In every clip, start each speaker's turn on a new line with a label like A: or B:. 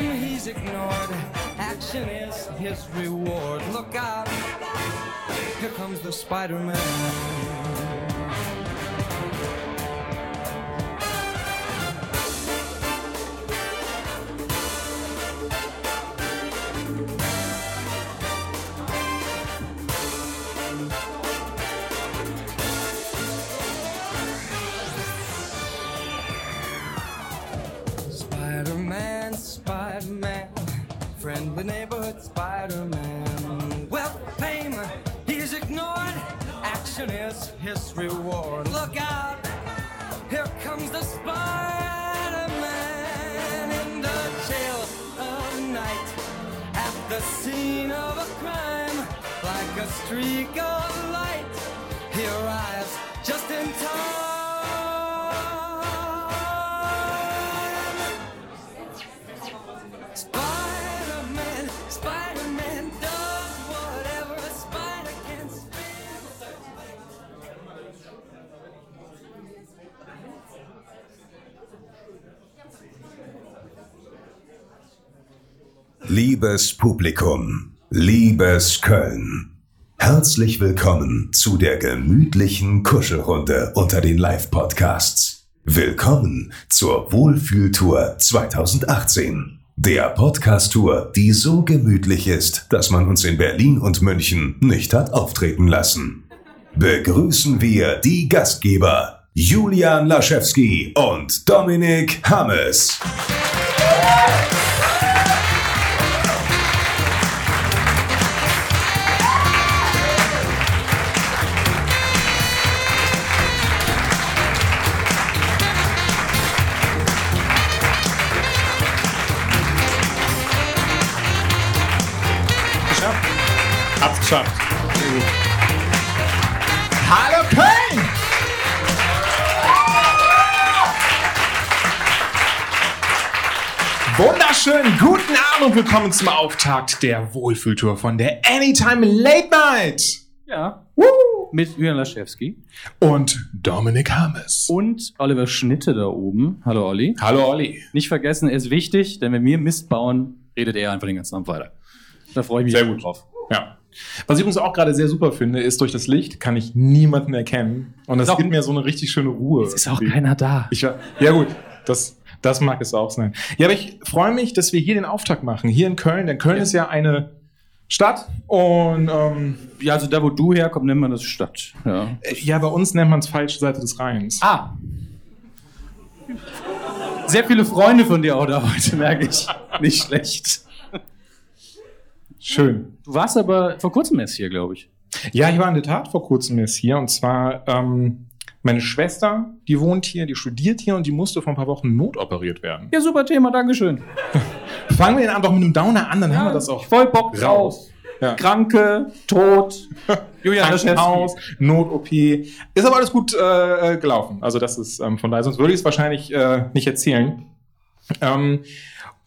A: he's ignored. Action is his reward. Look out! Here comes the Spider Man. Spider Man, Spider Man, friendly neighborhood Spider Man. Well, fame, he's ignored. Action is his reward. Look out, here comes the Spider Man in the chill of night. At the scene of a crime, like a streak of light, he arrives just in time. Spider-Man, Spider-Man does whatever a spider can spin.
B: Liebes Publikum, liebes Köln, herzlich willkommen zu der gemütlichen Kuschelrunde unter den Live-Podcasts. Willkommen zur Wohlfühltour 2018, der Podcast-Tour, die so gemütlich ist, dass man uns in Berlin und München nicht hat auftreten lassen. Begrüßen wir die Gastgeber Julian Laschewski und Dominik Hammes.
C: Geschafft. Hab's geschafft.
D: Hallo Köln!
C: Wunderschönen guten Abend und willkommen zum Auftakt der Wohlfühltour von der Anytime Late Night.
E: Ja, mit Julian Laschewski
C: Und Dominik Hammes.
E: und Oliver Schnitte da oben. Hallo Olli.
C: Hallo Olli.
E: Nicht vergessen, er ist wichtig, denn wenn wir Mist bauen, redet er einfach den ganzen Abend weiter. Da freue ich mich
C: Sehr gut drauf. Ja. Was ich übrigens auch gerade sehr super finde, ist, durch das Licht kann ich niemanden erkennen. Und das
E: Doch.
C: gibt mir so eine richtig schöne Ruhe.
E: Es ist auch keiner da.
C: Ich, war- ja gut, das, das mag es auch sein. Ja, aber ich freue mich, dass wir hier den Auftakt machen, hier in Köln. Denn Köln ist ja eine Stadt und ähm,
E: Ja, also da, wo du herkommst, nennt man das Stadt. Ja.
C: äh, ja, bei uns nennt man es falsche Seite des Rheins.
E: Ah. Sehr viele Freunde von dir auch da heute, merke ich. Nicht schlecht.
C: Schön.
E: Du warst aber vor kurzem erst hier, glaube ich.
C: Ja, ich war in der Tat vor kurzem jetzt hier und zwar ähm, meine Schwester, die wohnt hier, die studiert hier und die musste vor ein paar Wochen notoperiert werden.
E: Ja, super Thema, Dankeschön.
C: Fangen wir den Abend doch mit einem Downer an, dann haben wir das auch.
E: Voll Bock
C: Raus.
E: drauf.
C: Ja.
E: Kranke, tot. Julian
C: Krankenhaus, Not-OP. Ist aber alles gut äh, gelaufen. Also das ist ähm, von daher, sonst würde ich es wahrscheinlich äh, nicht erzählen. Ähm,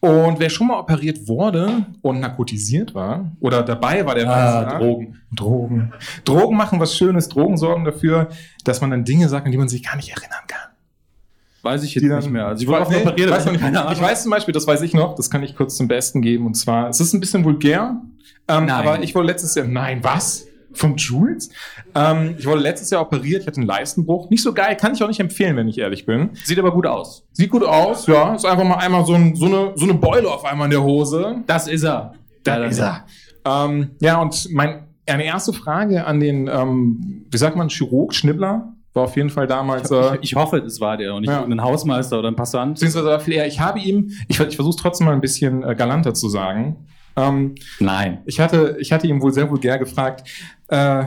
C: und wer schon mal operiert wurde und narkotisiert war oder dabei war, der
E: Ah,
C: war-
E: Drogen.
C: Drogen. Drogen machen was Schönes. Drogen sorgen dafür, dass man an Dinge sagt, an die man sich gar nicht erinnern kann.
E: Weiß ich
C: Die
E: jetzt
C: dann-
E: nicht mehr. Also ich wurde oft operiert, aber
C: weiß
E: ich habe
C: noch
E: keine
C: nicht.
E: Ahnung.
C: Ich weiß zum Beispiel, das weiß ich noch, das kann ich kurz zum Besten geben. Und zwar, es ist ein bisschen vulgär, ähm,
E: Nein.
C: aber ich wurde letztes Jahr, nein, was? Vom Jules? Ähm, ich wurde letztes Jahr operiert, ich hatte einen Leistenbruch. Nicht so geil, kann ich auch nicht empfehlen, wenn ich ehrlich bin.
E: Sieht aber gut aus.
C: Sieht gut aus, ja. Ist einfach mal einmal so, ein, so, eine, so eine Beule auf einmal in der Hose.
E: Das ist er. Da
C: ist er. Ähm, ja, und mein, eine erste Frage an den, ähm, wie sagt man, Chirurg, Schnibbler, war auf jeden Fall damals. äh,
E: Ich, ich hoffe, es war der und nicht
C: Ja.
E: irgendein Hausmeister oder ein Passant.
C: Beziehungsweise war viel eher, ich habe ihm, ich, ver- ich versuche es trotzdem mal ein bisschen äh, galanter zu sagen. Ähm,
E: Nein.
C: ich, hatte, ich hatte ihm wohl sehr vulgär gefragt, äh,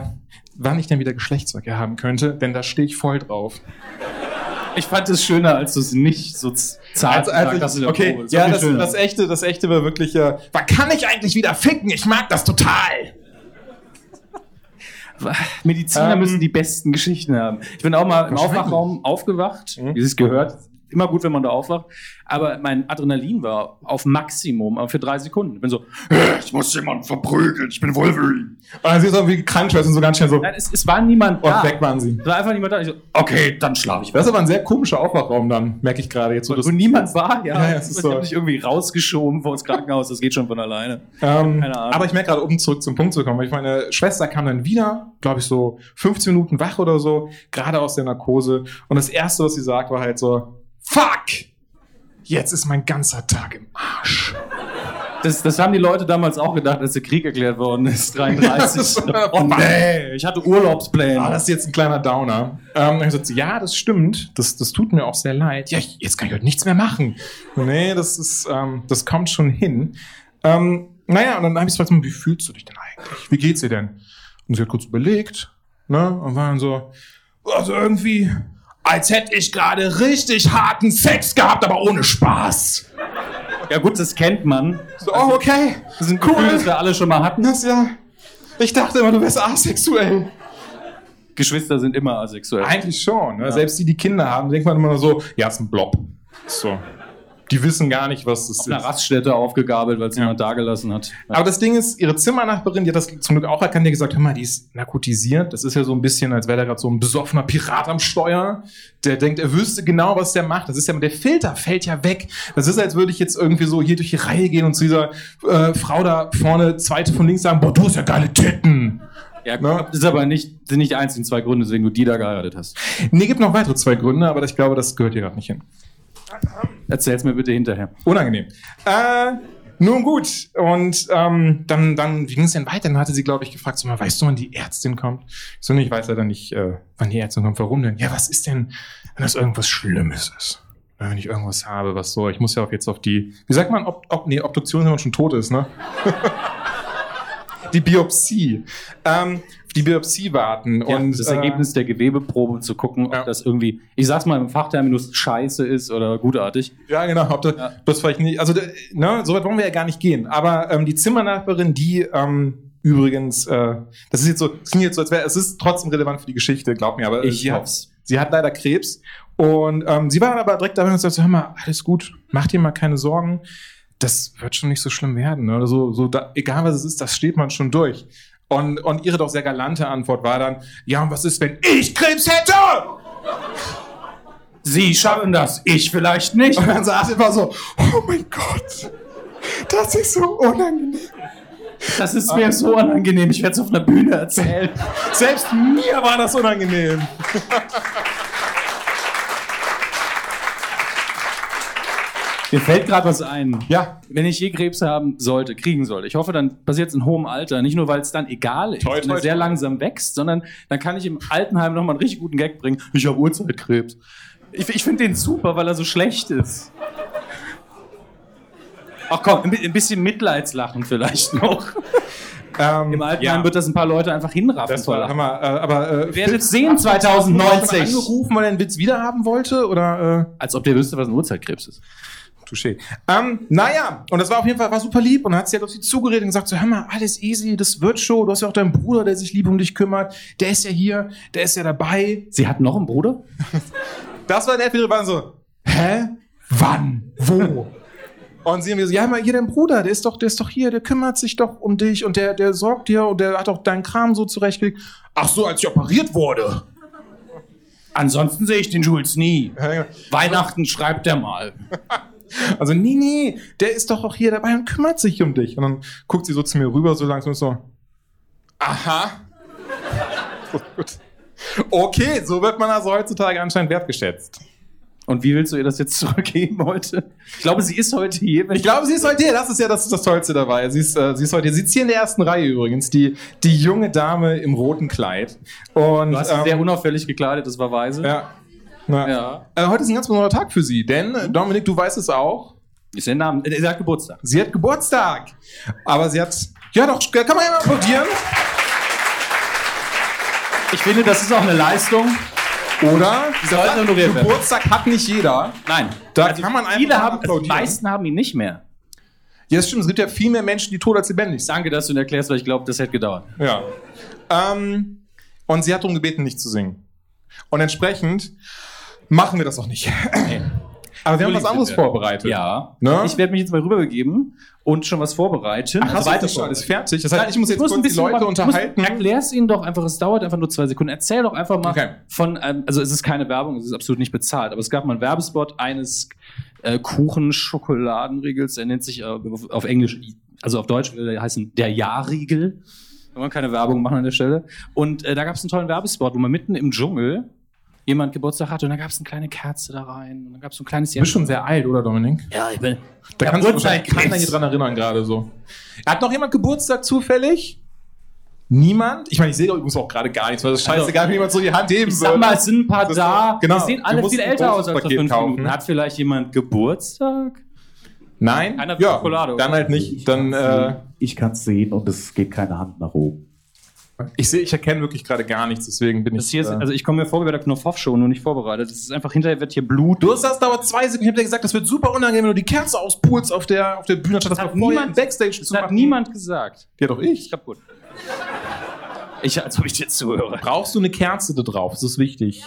C: wann ich denn wieder Geschlechtsverkehr haben könnte, denn da stehe ich voll drauf.
E: Ich fand es schöner, als du es nicht so z- zart
C: Also, also
E: sagst, dass du
C: ich,
E: da
C: okay,
E: Probe bist.
C: ja,
E: Viel
C: das,
E: schöner.
C: das, echte, das echte war wirklich, äh, wann kann ich eigentlich wieder ficken? Ich mag das total.
E: Mediziner
C: Ähm,
E: müssen die besten Geschichten haben. Ich bin auch mal im
C: wahrscheinlich. Mhm.
E: Aufwachraum aufgewacht, wie es gehört, immer gut, wenn man da aufwacht. Aber mein Adrenalin war auf Maximum, aber für drei Sekunden. Ich bin so, ich muss jemanden verprügeln, ich bin Wolverine.
C: Und dann siehst du auch, wie krank und so ganz schnell so.
E: Nein, es, es war niemand
C: Und
E: da.
C: Oh, weg waren sie.
E: Es war einfach niemand da. Ich so, okay, dann schlafe ich.
C: Das ist aber ein sehr komischer Aufwachraum dann, merke ich gerade jetzt. wo
E: Wo,
C: das-
E: wo niemand war, ja.
C: Ja, ja, es ist
E: ich
C: so.
E: hab mich irgendwie rausgeschoben vor ins Krankenhaus, das geht schon von alleine.
C: Ähm,
E: Keine Ahnung.
C: aber ich merke gerade, um zurück zum Punkt zu kommen, weil ich meine Schwester kam dann wieder, glaube ich, so 15 Minuten wach oder so, gerade aus der Narkose. Und das Erste, was sie sagt, war halt so, fuck! Jetzt ist mein ganzer Tag im Arsch.
E: Das, das haben die Leute damals auch gedacht, als der Krieg erklärt worden ist, 33. oh nee, ich hatte Urlaubspläne.
C: Ah, das ist jetzt ein kleiner Downer. Ähm, dann hab ich gesagt, so, ja, das stimmt. Das, das tut mir auch sehr leid. Ja, ich- jetzt kann ich heute nichts mehr machen. Nee, das ist, ähm, das kommt schon hin. Ähm, naja, und dann habe ich gefragt, wie fühlst du dich denn eigentlich? Wie geht's dir denn? Und sie hat kurz überlegt, ne, und war dann so, also irgendwie, als hätte ich gerade richtig harten Sex gehabt, aber ohne Spaß.
E: ja gut, das kennt man.
C: So, oh, okay.
E: Das sind cool. Gefühl, das wir alle schon mal hatten.
C: Das ist ja, ich dachte immer, du wärst asexuell.
E: Geschwister sind immer asexuell.
C: Eigentlich schon. Ne? Selbst die, die Kinder haben, denkt man immer nur so, ja, ist ein Blob. So. Die wissen gar nicht, was das
E: auf einer
C: ist.
E: Raststätte aufgegabelt, weil es jemand dagelassen hat.
C: Aber das Ding ist, ihre Zimmernachbarin, die hat das zum Glück auch erkannt, die hat gesagt, hör mal, die ist narkotisiert. Das ist ja so ein bisschen, als wäre da gerade so ein besoffener Pirat am Steuer. Der denkt, er wüsste genau, was der macht. Das ist ja, der Filter fällt ja weg. Das ist, als würde ich jetzt irgendwie so hier durch die Reihe gehen und zu dieser äh, Frau da vorne, zweite von links sagen, boah, du hast ja geile Titten.
E: Ja,
C: Ne?
E: Das ist aber nicht, sind nicht die einzigen zwei Gründe, weswegen du die da geheiratet hast.
C: Nee, gibt noch weitere zwei Gründe, aber ich glaube, das gehört hier gerade nicht hin.
E: Erzähl's mir bitte hinterher.
C: Unangenehm. Äh, nun gut. Und ähm, dann, dann wie ging es denn weiter? Dann hatte sie, glaube ich, gefragt, so mal, weißt du, wann die Ärztin kommt? Ich So, nee, ich weiß leider nicht, äh, wann die Ärztin kommt. Warum denn? Ja, was ist denn, wenn das irgendwas Schlimmes ist? Ja, Wenn ich irgendwas habe, was so, ich muss ja auch jetzt auf die, wie sagt man, ob, ob, nee, Obduktion, wenn man schon tot ist, ne? die Biopsie. Ähm, auf die Biopsie warten.
E: Ja,
C: und
E: das
C: äh,
E: Ergebnis der Gewebeprobe um zu gucken, ob
C: Ja.
E: das irgendwie, ich sag's mal im Fachterminus, scheiße ist oder gutartig.
C: Ja, genau. Ob das,
E: Ja.
C: das vielleicht nicht. Also, d- ne, so weit wollen wir ja gar nicht gehen. Aber ähm, die Zimmernachbarin, die ähm, übrigens, äh, das ist jetzt so, es klingt jetzt so, als wäre es ist trotzdem relevant für die Geschichte, glaub mir. Aber äh, sie, hat,
E: hoff's.
C: sie hat leider Krebs und ähm, sie war dann aber direkt dabei und hat gesagt, so, hör mal, alles gut, mach dir mal keine Sorgen. Das wird schon nicht so schlimm werden. Ne? Oder so, so da, egal was es ist, das steht man schon durch. Und, und ihre doch sehr galante Antwort war dann, ja, und was ist, wenn ich Krebs hätte?
E: Sie schaffen das, ich vielleicht nicht.
C: Und dann saß ich immer so, oh mein Gott, das ist so unangenehm.
E: Das ist mir so unangenehm, ich werde es auf einer Bühne erzählen.
C: Selbst mir war das unangenehm.
E: Mir fällt gerade was ein.
C: Ja,
E: Wenn ich je Krebs haben sollte, kriegen sollte, ich hoffe, dann passiert es in hohem Alter. Nicht nur, weil es dann egal ist,
C: Toi,
E: wenn
C: toi,
E: es sehr
C: toi.
E: langsam wächst, sondern dann kann ich im Altenheim nochmal einen richtig guten Gag bringen. Ich habe Urzeitkrebs. Ich, ich finde den super, weil er so schlecht ist. Ach komm, ein bi- ein bisschen Mitleidslachen vielleicht noch.
C: ähm,
E: Im Altenheim wird das ein paar Leute einfach hinraffen.
C: das war
E: vor Lachen.
C: Hammer. Äh, aber äh,
E: Wer wird sehen
C: hast du mal
E: 2090?
C: angerufen, weil er einen Witz wiederhaben wollte oder?
E: Als ob der wüsste, was ein Urzeitkrebs ist.
C: Äh, Touché. Ähm, naja, und das war auf jeden Fall war super lieb und dann hat sie halt auf sie zugeredet und gesagt so, hör mal, alles easy, das wird schon. Du hast ja auch deinen Bruder, der sich lieb um dich kümmert. Der ist ja hier, der ist ja dabei.
E: Sie hat noch einen Bruder?
C: Das war der Film, waren so, hä? Wann? Wo? Und sie haben gesagt, ja, mal hier dein Bruder, der ist doch, der ist doch hier, der kümmert sich doch um dich und der, der sorgt dir und der hat auch deinen Kram so zurechtgelegt. Ach so, als ich operiert wurde.
E: Ansonsten sehe ich den Jules nie. Weihnachten schreibt er mal.
C: Also, nee, nee, der ist doch auch hier dabei und kümmert sich um dich. Und dann guckt sie so zu mir rüber, so langsam und so, aha. So gut. Okay, so wird man also heutzutage anscheinend wertgeschätzt.
E: Und wie willst du ihr das jetzt zurückgeben heute? Ich glaube, sie ist heute hier. Wenn
C: Ich glaube, sie ist heute hier. Das ist ja das, das Tollste dabei. Sie ist, äh, sie ist heute hier. Sie sitzt hier in der ersten Reihe übrigens. Die, die junge Dame im roten Kleid. Und,
E: du hast
C: ähm,
E: sie sehr unauffällig gekleidet, das war weise.
C: ja. Na.
E: Ja.
C: Äh, heute ist ein ganz besonderer Tag für sie, denn äh, Dominik, du weißt es auch.
E: Ist der Name? äh, Er hat Geburtstag.
C: Sie hat Geburtstag. Aber sie hat. Ja, doch, kann man ja mal applaudieren.
E: Ich finde, das ist auch eine Leistung.
C: Oder?
E: Die sollte honoriert werden.
C: Geburtstag hat nicht jeder.
E: Nein.
C: Da kann man einfach
E: Viele
C: mal
E: haben, also die
C: applaudieren.
E: meisten haben ihn nicht mehr.
C: Ja, das stimmt. Es gibt ja viel mehr Menschen, die tot als lebendig sind.
E: Danke, dass du ihn erklärst, weil ich glaube, das hätte gedauert.
C: Ja. Ähm, und sie hat darum gebeten, nicht zu singen. Und entsprechend machen wir das auch nicht. Aber wir haben
E: Entschuldigen
C: was anderes
E: bitte.
C: vorbereitet.
E: Ja.
C: Ne?
E: Ich werde mich jetzt mal rüberbegeben und schon was vorbereiten. Also
C: Ach, hast du das
E: weiter
C: schon alles fertig? Das heißt, ich muss jetzt
E: ein
C: kurz die
E: bisschen
C: Leute
E: mal- ich muss-
C: unterhalten.
E: Erklär's ihnen doch einfach, es dauert einfach nur zwei Sekunden. Erzähl doch einfach mal
C: Okay.
E: von, einem- also es ist keine Werbung, es ist absolut nicht bezahlt, aber es gab mal einen Werbespot eines äh, Kuchen-Schokoladenriegels, der nennt sich äh, auf, auf Englisch, also auf Deutsch würde der heißen der Ja-Riegel. Wenn man keine Werbung machen an der Stelle. Und äh, da gab es einen tollen Werbespot, wo man mitten im Dschungel jemand Geburtstag hatte und da gab es eine kleine Kerze da rein und dann gab es so ein kleines
C: Du bist schon sehr alt, oder Dominik?
E: Ja, ich bin.
C: Da
E: Ja,
C: kann sich
E: Uhrzeit-
C: wahrscheinlich keiner hier dran erinnern gerade so. Hat noch jemand Geburtstag zufällig? Niemand? Ich meine, ich sehe doch übrigens auch gerade gar nichts, weil es ist scheißegal, wenn jemand so die Hand heben
E: Also, Sag
C: würde.
E: mal, es sind ein paar
C: Das-
E: da.
C: genau.
E: Die sehen
C: Wir
E: alle
C: mussten
E: viel
C: ein
E: älter aus als vor
C: Großpaket
E: fünf
C: kaufen.
E: Minuten. Hat vielleicht jemand Geburtstag?
C: Nein?
E: Keiner will
C: ja,
E: Schokolade, oder?
C: dann halt nicht. Dann, äh,
F: ich kann es sehen und es geht keine Hand nach oben.
C: ich sehe, ich erkenne wirklich gerade gar nichts, deswegen bin ich...
E: Das hier ist,
C: äh,
E: also ich komme mir vor wie bei der Knopfhoff-Show, nur nicht vorbereitet. Das ist einfach, hinterher wird hier Blut.
C: Du hast das dauert zwei Sekunden. Ich hab dir gesagt, das wird super unangenehm, wenn du die Kerze auspulst auf der, auf der Bühne, anstatt das,
E: hat
C: mal vorher
E: niemand-
C: im Backstage
E: das
C: zu
E: hat
C: machen.
E: niemand gesagt.
C: Ja, doch
E: Ich
C: ich.
E: hab gut. Ich, als ob ich dir zuhöre.
C: Brauchst du eine Kerze da drauf? Das ist wichtig.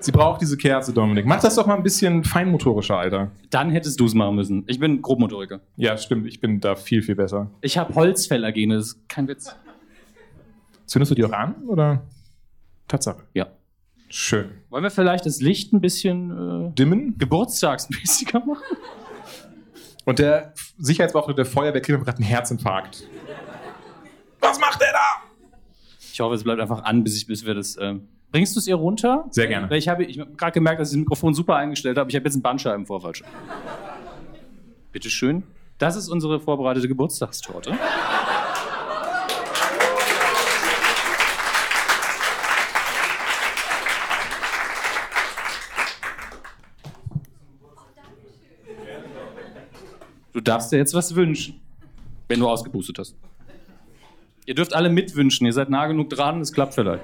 C: Sie braucht diese Kerze, Dominik. Mach das doch mal ein bisschen feinmotorischer, Alter.
E: Dann hättest du es machen müssen. Ich bin Grobmotoriker.
C: Ja, stimmt. Ich bin da viel, viel besser.
E: Ich habe Holzfällergene, das ist kein Witz.
C: Zündest du die auch an, oder? Tatsache.
E: Ja.
C: Schön.
E: Wollen wir vielleicht das Licht ein bisschen äh,
C: Dimmen.
E: geburtstagsmäßiger machen?
C: Und der Sicherheitsbeauftragte der Feuerwehr kriegt gerade einen Herzinfarkt. Was macht der da?
E: Ich hoffe, es bleibt einfach an, bis, ich, bis wir das. ähm, bringst du es ihr runter?
C: Sehr gerne.
E: Weil ich habe ich hab gerade gemerkt, dass ich das Mikrofon super eingestellt habe. Ich habe jetzt einen Bandscheibenvorfall. schon. Bitteschön. Das ist unsere vorbereitete Geburtstagstorte. Du darfst dir jetzt was wünschen, wenn du ausgeboostet hast. Ihr dürft alle mitwünschen, ihr seid nah genug dran, es klappt vielleicht.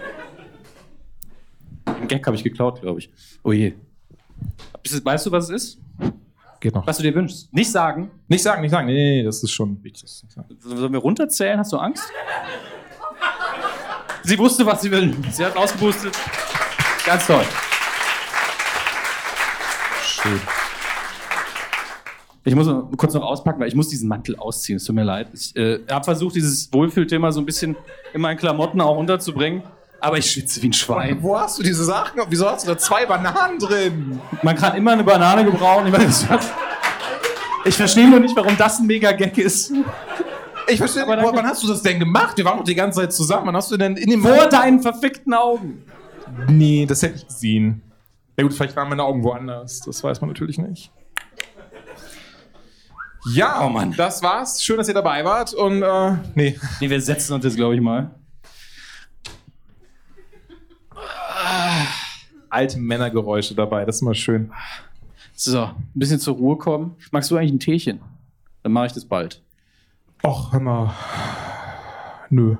E: Den Gag habe ich geklaut, glaube ich. Oh je. Bist du- Weißt du, was es ist?
C: Geht noch.
E: Was du dir wünschst? Nicht sagen.
C: Nicht sagen, nicht sagen. Nee, nee, nee, das ist schon wichtig.
E: Sollen wir runterzählen? Hast du Angst? Sie wusste, was sie will. Sie hat ausgeboostet. Ganz toll.
C: Schön.
E: Ich muss mal kurz noch auspacken, weil ich muss diesen Mantel ausziehen. Es tut mir leid. Ich äh, habe versucht, dieses Wohlfühlthema so ein bisschen in meinen Klamotten auch unterzubringen. Aber ich schwitze wie ein Schwein.
C: Wo hast du diese Sachen? Wieso hast du da zwei Bananen drin?
E: Man kann immer eine Banane gebrauchen. Ich, meine, das hat- ich verstehe nur nicht, warum das ein Mega-Gag ist.
C: Ich verstehe nicht,
E: danke.
C: wo- wann hast du das denn gemacht? Wir waren doch die ganze Zeit zusammen. Wann hast du denn in dem...
E: Vor deinen verfickten Augen.
C: Nee, das hätte ich gesehen. Na gut, vielleicht waren meine Augen woanders. Das weiß man natürlich nicht. Ja,
E: Oh Mann.
C: das war's. Schön, dass ihr dabei wart. Und äh, nee,
E: Nee, wir setzen uns jetzt, glaube ich, mal.
C: alte Männergeräusche dabei. Das ist immer schön.
E: So, ein bisschen zur Ruhe kommen. Magst du eigentlich ein Teechen? Dann mache ich das bald.
C: Och, hör mal. Nö.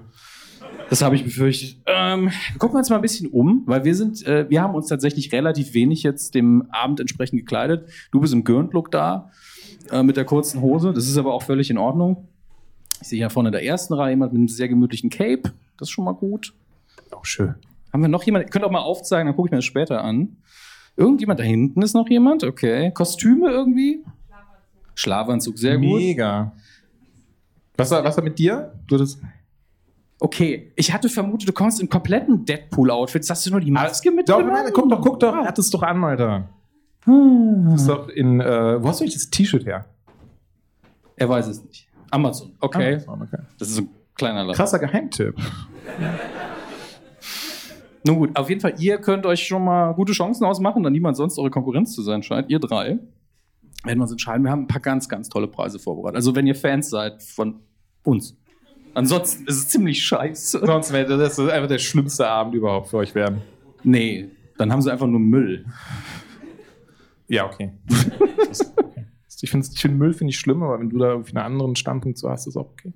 E: Das habe ich befürchtet. Ähm, gucken wir uns mal ein bisschen um, weil wir sind, äh, wir haben uns tatsächlich relativ wenig jetzt dem Abend entsprechend gekleidet. Du bist im Gürntlook da, äh, mit der kurzen Hose. Das ist aber auch völlig in Ordnung. Ich sehe hier vorne in der ersten Reihe jemand mit einem sehr gemütlichen Cape. Das ist schon mal gut.
C: Auch schön.
E: Haben wir noch jemanden? Ihr könnt auch mal aufzeigen, dann gucke ich mir das später an. Irgendjemand da hinten ist noch jemand? Okay. Kostüme irgendwie? Schlafanzug, sehr gut.
C: Mega. Was war, was war mit dir? Du das
E: Okay, ich hatte vermutet, du kommst im kompletten Deadpool-Outfit. Jetzt Hast du nur die Maske
C: Doch, nein,
E: mitgenommen?
C: guck doch, guck doch. Er hat es doch an, Alter.
E: Hm.
C: Das ist doch in. Äh, wo hast du eigentlich das T-Shirt her?
E: Er weiß es nicht. Amazon. Okay.
C: Amazon, Ah, okay.
E: Das ist ein kleiner Lass.
C: Krasser Geheimtipp.
E: Nun gut, auf jeden Fall, ihr könnt euch schon mal gute Chancen ausmachen, da niemand sonst eure Konkurrenz zu sein scheint. Ihr drei. Werden wir uns entscheiden. Wir haben ein paar ganz, ganz tolle Preise vorbereitet. Also, wenn ihr Fans seid von uns. Ansonsten ist es ziemlich scheiße.
C: Sonst wäre das einfach der schlimmste Abend überhaupt für euch werden.
E: Nee, dann haben sie einfach nur Müll.
C: Ja, okay. ich finde ich find Müll finde ich schlimm, aber wenn du da irgendwie einen anderen Standpunkt zu hast, ist auch okay.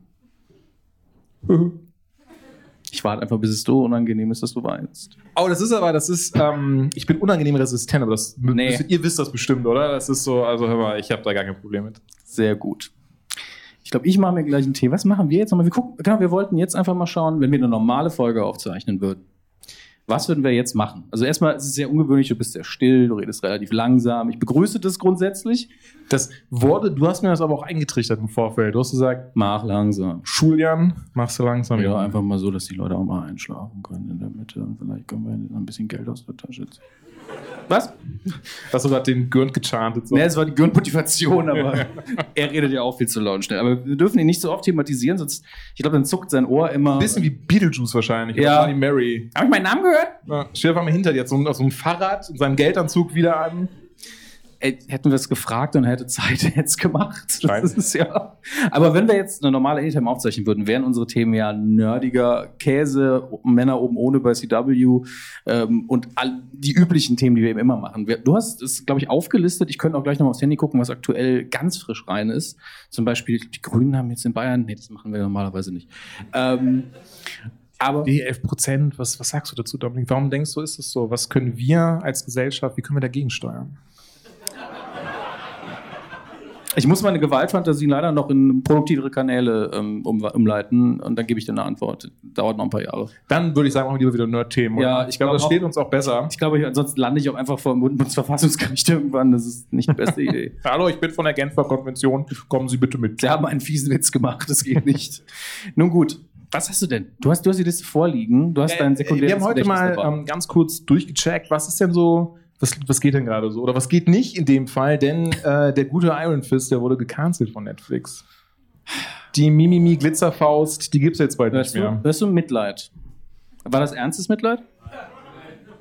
E: Ich warte einfach, bis es so unangenehm ist, dass du weinst.
C: Oh, das ist aber, das ist, ähm, ich bin unangenehm resistent, aber das,
E: Nee.
C: das ihr wisst das bestimmt, oder? Das ist so, also hör mal, ich habe da gar kein Problem mit.
E: Sehr gut. Ich glaube, ich mache mir gleich einen Tee. Was machen wir jetzt nochmal? Wir gucken, genau, wir wollten jetzt einfach mal schauen, wenn wir eine normale Folge aufzeichnen würden. Was würden wir jetzt machen? Also erstmal es ist es sehr ungewöhnlich, du bist sehr still, du redest relativ langsam. Ich begrüße das grundsätzlich.
C: Das wurde, du hast mir das aber auch eingetrichtert im Vorfeld. Du hast gesagt,
E: Mach langsam.
C: Schuljan, machst du langsam.
E: Ja, einfach mal so, dass die Leute auch mal einschlafen können in der Mitte. Und vielleicht können wir ihnen ein bisschen Geld aus der Tasche ziehen. Was?
C: Hast du gerade den Gürnt gechantet? So.
E: Ne, es war die Gehirnmotivation, aber er redet ja auch viel zu laut und schnell. Aber wir dürfen ihn nicht so oft thematisieren, sonst, ich glaube, dann zuckt sein Ohr immer.
C: Ein bisschen wie Beetlejuice wahrscheinlich. oder
E: Ja.
C: Bloody Mary.
E: Habe ich meinen Namen gehört?
C: Ja. Stell einfach mal hinter dir, hat so ein- auf so einem Fahrrad und seinem Geldanzug wieder an.
E: Ey, hätten wir es gefragt und er hätte Zeit jetzt gemacht.
C: Nein.
E: Das ist ja. Aber wenn wir jetzt eine normale A-Time aufzeichnen würden, wären unsere Themen ja nerdiger Käse, Männer oben ohne bei CW ähm, und all die üblichen Themen, die wir eben immer machen. Wir- Du hast es, glaube ich, aufgelistet. Ich könnte auch gleich nochmal aufs Handy gucken, was aktuell ganz frisch rein ist. Zum Beispiel, die Grünen haben jetzt in Bayern. Nee, das machen wir normalerweise nicht. Ähm, aber
C: Die 11 Prozent, was, was sagst du dazu, Dominik? Warum denkst du, ist es so? Was können wir als Gesellschaft, wie können wir dagegen steuern?
E: ich muss meine Gewaltfantasie leider noch in produktivere Kanäle ähm, um, umleiten und dann gebe ich dir eine Antwort. Dauert noch ein paar Jahre.
C: Dann würde ich sagen, machen wir lieber wieder Nerd-Themen.
E: Ja,
C: oder?
E: ich
C: ich glaube,
E: glaub
C: das
E: auch-
C: steht uns auch besser.
E: Ich glaube, ich, ansonsten lande ich auch einfach vor dem Bundesverfassungsgericht irgendwann. Das ist nicht die beste Idee.
C: Hallo, ich bin von der Genfer Konvention. Kommen Sie bitte mit.
E: Sie haben einen fiesen Witz gemacht, das geht nicht. Nun gut, was hast du denn? Du hast, du hast die Liste vorliegen, du hast
C: Äh,
E: dein
C: äh,
E: sekundäres
C: wir haben heute mal
E: Gedächtnis dabei.
C: ähm, ganz kurz durchgecheckt, was ist denn so, was, was geht denn gerade so? Oder was geht nicht in dem Fall? Denn äh, der gute Iron Fist, der wurde gecancelt von Netflix. Die Mimimi Glitzerfaust, die gibt es jetzt bald
E: hörst,
C: nicht
E: du,
C: mehr.
E: hörst du Mitleid? War das ernstes Mitleid?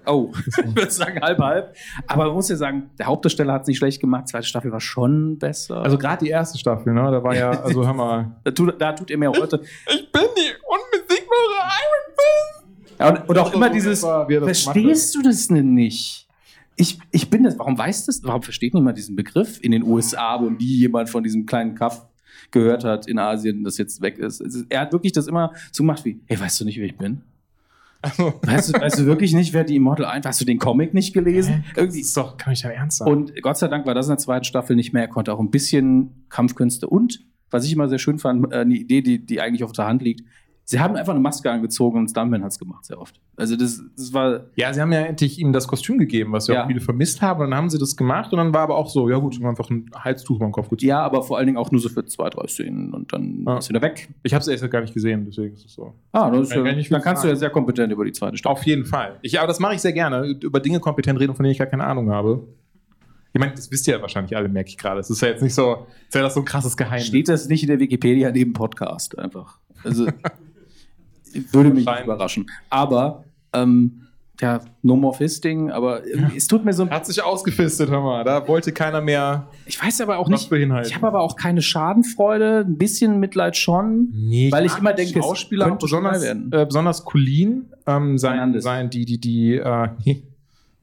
E: Oh, ich würde sagen halb, halb. Aber man muss ja sagen, der Hauptdarsteller hat es nicht schlecht gemacht, zweite Staffel war schon besser.
C: Also gerade die erste Staffel, ne? Da war ja, also hör mal.
E: da, tut, da tut ihr mir auch heute.
C: Ich bin die unbesiegbare Iron Fist!
E: Ja, und, und auch
C: Das
E: immer
C: war so
E: dieses,
C: super, wie er das
E: verstehst du das denn nicht? Ich, ich bin das, warum weiß das, warum versteht niemand diesen Begriff in den USA, wo nie jemand von diesem kleinen Kaff gehört hat in Asien, das jetzt weg ist. Es ist er hat wirklich das immer so gemacht wie, hey, weißt du nicht, wer ich bin?
C: Also
E: Weißt du, weißt du wirklich nicht, wer die Immortal 1, hast du den Comic nicht gelesen?
C: Das
E: Irgendwie.
C: ist doch, kann ich dein Ernst sagen?
E: Und Gott sei Dank war das in der zweiten Staffel nicht mehr. Er konnte auch ein bisschen Kampfkünste und, was ich immer sehr schön fand, äh, eine Idee, die, die eigentlich auf der Hand liegt. Sie haben einfach eine Maske angezogen und Stuntman hat es gemacht, sehr oft. Also das, das war
C: Ja, sie haben ja endlich ihm das Kostüm gegeben, was ja
E: Ja.
C: auch viele vermisst haben. Und dann haben sie das gemacht und dann war aber auch so, ja gut, ich hab einfach ein Halstuch über den Kopf gezogen.
E: Ja, aber vor allen Dingen auch nur so für zwei, drei Szenen und dann
C: Ja.
E: ist wieder weg.
C: Ich habe es erst gar nicht gesehen, deswegen ist es so.
E: Ah, das ist,
C: Kann
E: ja-
C: ich nicht
E: dann
C: viel
E: kannst du
C: sagen.
E: ja sehr kompetent über die zweite Staffel.
C: Auf jeden Fall. Ich, aber das mache ich sehr gerne. Über Dinge kompetent reden, von denen ich gar keine Ahnung habe. Ich meine, das wisst ihr ja wahrscheinlich alle, merke ich gerade. Es ist ja jetzt nicht so, als wäre das so ein krasses Geheimnis.
E: Steht das nicht in der Wikipedia neben Podcast einfach? Also würde mich nicht
C: Wahrscheinlich.
E: überraschen. Aber ähm, ja, No More Fisting, aber irgendwie, es tut mir so ein
C: Hat sich ausgefistet, hör mal. Da wollte keiner mehr
E: Ich weiß aber auch
C: was
E: nicht.
C: für hinhalten.
E: Ich habe aber auch keine Schadenfreude, ein bisschen Mitleid schon.
C: Nee,
E: Weil ich
C: gar
E: immer
C: nicht.
E: denke, es
C: Schauspieler auch
E: könnte schon
C: besonders,
E: mal werden.
C: äh, besonders Colin, ähm, sein,
E: Fernandes.
C: sein, die, die, die, äh,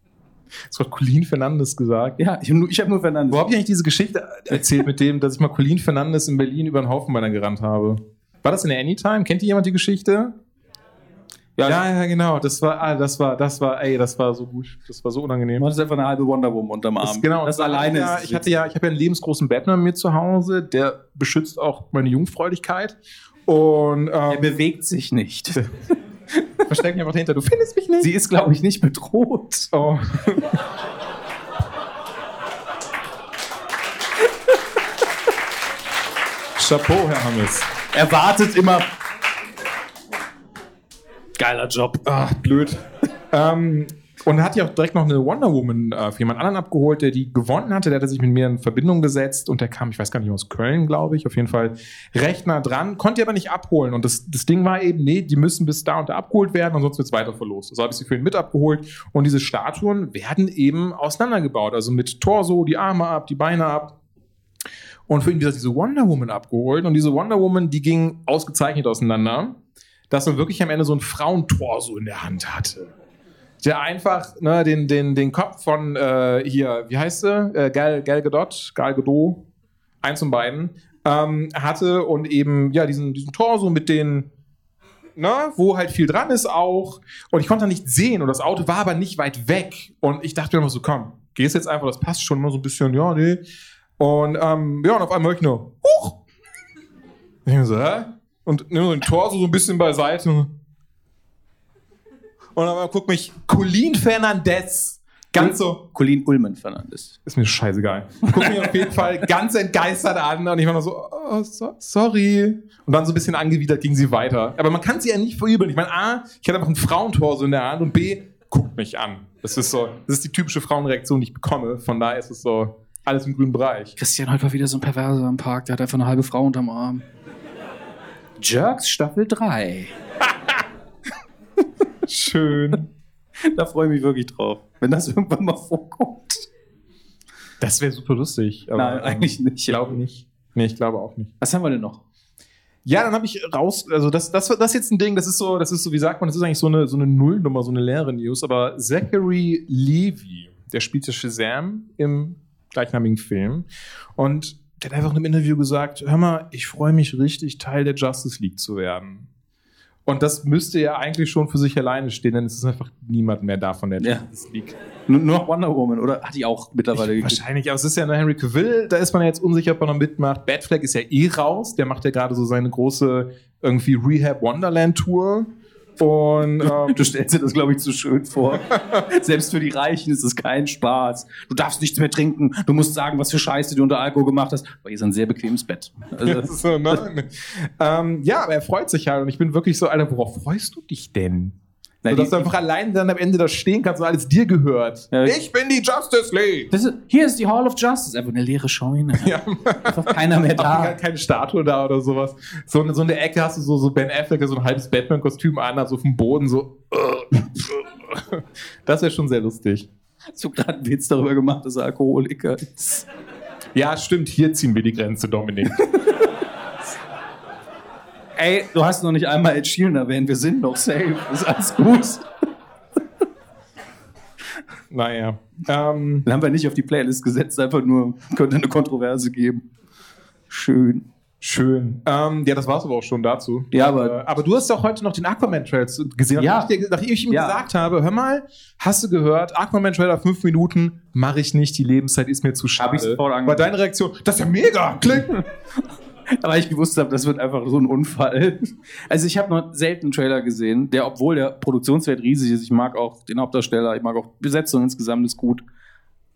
C: das hat Colin Fernandes gesagt.
E: Ja, ich habe nur, ich hab nur Fernandes.
C: Wo habe ich eigentlich diese Geschichte erzählt mit dem, dass ich mal Colin Fernandes in Berlin über den Haufenbeiner gerannt habe? War das in der Anytime? Kennt ihr jemand die Geschichte? Ja, ja, genau. Das war, ah, das war, das war, ey, das war so gut. Das war so unangenehm.
E: Du hattest einfach eine halbe Wonder Woman unterm Arm.
C: Das, genau,
E: das
C: das
E: alleine
C: ja,
E: ist.
C: Ich hatte ja, ich habe ja einen lebensgroßen Batman mit mir zu Hause, der beschützt auch meine Jungfräulichkeit. Und
E: er
C: ähm,
E: bewegt sich nicht.
C: versteck mich einfach dahinter. Du findest mich nicht.
E: Sie ist, glaube ich, nicht bedroht.
C: Oh. Chapeau, Herr Hammes.
E: Er wartet immer. Geiler Job.
C: Ach, Ah, blöd. ähm, und hat ja auch direkt noch eine Wonder Woman äh, für jemand anderen abgeholt, der die gewonnen hatte. Der hatte sich mit mir in Verbindung gesetzt und der kam, ich weiß gar nicht, aus Köln, glaube ich, auf jeden Fall recht nah dran, konnte die aber nicht abholen. Und das, das Ding war eben, nee, die müssen bis da und da abgeholt werden, ansonsten wird es weiter verlost. Also habe ich sie für ihn mit abgeholt und diese Statuen werden eben auseinandergebaut. Also mit Torso, die Arme ab, die Beine ab. Und für ihn, wie gesagt, diese Wonder Woman abgeholt. Und diese Wonder Woman, die ging ausgezeichnet auseinander dass man wirklich am Ende so ein Frauentorso in der Hand hatte. Der einfach ne, den, den, den Kopf von äh, hier, wie heißt sie? Äh, Gal, Gal Gadot, Gal Gadot, eins und beiden, ähm, hatte und eben ja diesen, diesen Torso mit den, ne, wo halt viel dran ist auch. Und ich konnte da nicht sehen und das Auto war aber nicht weit weg. Und ich dachte mir immer so, komm, gehst jetzt einfach, das passt schon immer so ein bisschen, ja, nee. Und ähm, ja, und auf einmal höre ich nur, huch! Ich mir so, hä? Und nimm so den Torso so ein bisschen beiseite. und dann guckt mich Colin Fernandez ganz so.
E: Colin Ullmann Fernandes.
C: Ist mir scheißegal. Guckt mich auf jeden Fall ganz entgeistert an und ich war nur so, oh, so, sorry. Und dann so ein bisschen angewidert ging sie weiter. Aber man kann sie ja nicht verübeln. Ich meine, A, ich hatte einfach ein Frauentor so in der Hand und B, guckt mich an. Das ist so, das ist die typische Frauenreaktion, die ich bekomme. Von daher ist es so, alles im grünen Bereich.
E: Christian heute war wieder so ein Perverser im Park, der hat einfach eine halbe Frau unterm Arm. Jerks Staffel 3.
C: Schön.
E: Da freue ich mich wirklich drauf, wenn das irgendwann mal vorkommt.
C: Das wäre super lustig. aber,
E: Nein,
C: ähm,
E: eigentlich nicht.
C: Ich glaube nicht. Nee, ich glaube auch nicht.
E: Was haben wir denn noch?
C: Ja, dann habe ich raus, also das, das, das ist jetzt ein Ding, das ist so, das ist so, wie sagt man, das ist eigentlich so eine, so eine Nullnummer, so eine leere News, aber Zachary Levy, der spielt ja Shazam im gleichnamigen Film und der hat einfach in einem Interview gesagt, hör mal, ich freue mich richtig, Teil der Justice League zu werden. Und das müsste ja eigentlich schon für sich alleine stehen, denn es ist einfach niemand mehr da von der
E: Ja.
C: Justice League.
E: Nur, nur noch Wonder Woman, oder? Hat die auch mittlerweile
C: Ich,
E: gekriegt.
C: wahrscheinlich, aber es ist ja nur Henry Cavill, da ist man ja jetzt unsicher, ob er noch mitmacht. Batfleck ist ja eh raus, der macht ja gerade so seine große irgendwie Rehab Wonderland Tour. Und ähm,
E: Du stellst dir das, glaube ich, zu schön vor. Selbst für die Reichen ist es kein Spaß. Du darfst nichts mehr trinken. Du musst sagen, was für Scheiße du unter Alkohol gemacht hast. Aber hier ist ein sehr bequemes Bett.
C: das
E: Also,
C: ist so, ne? ähm, ja, aber er freut sich halt und ich bin wirklich so, Alter, worauf freust du dich denn?
E: na,
C: so,
E: die,
C: dass du einfach allein dann am Ende da stehen kannst und alles dir gehört.
E: Ja.
C: ich bin die Justice League.
E: das ist, hier ist die Hall of Justice. Einfach eine leere Scheune. Einfach keiner mehr
C: Auch
E: da.
C: keine- keine Statue da oder sowas. So in so in der Ecke hast du so, so Ben Affleck, der so ein halbes Batman-Kostüm an, hat so auf dem Boden so. äh, Das wäre schon sehr lustig.
E: Hast du gerade einen Witz darüber gemacht, dass er Alkoholiker ist?
C: Ja, stimmt, hier ziehen wir die Grenze, Dominik.
E: Ey, du hast noch nicht einmal Ed Sheeran erwähnt. Wir sind noch safe. Ist alles gut.
C: naja. Ähm,
E: Den haben wir nicht auf die Playlist gesetzt, einfach nur, könnte eine Kontroverse geben. Schön.
C: schön. Ähm, ja, das war's aber auch schon dazu.
E: Ja,
C: Aber,
E: aber
C: aber du hast doch heute noch den Aquaman-Trailer zu- gesehen.
E: Ja.
C: Nachdem ich dir- Nachdem ich ihm
E: Ja.
C: gesagt habe, hör mal, hast du gehört, Aquaman-Trailer fünf Minuten, mache ich nicht, die Lebenszeit ist mir zu schade.
E: Hab ich sofort angefangen.
C: War deine Reaktion, das ist ja mega, klick.
E: weil ich gewusst habe, das wird einfach so ein Unfall. Also ich habe noch selten einen Trailer gesehen, der, obwohl der Produktionswert riesig ist, ich mag auch den Hauptdarsteller, ich mag auch Besetzung insgesamt ist gut.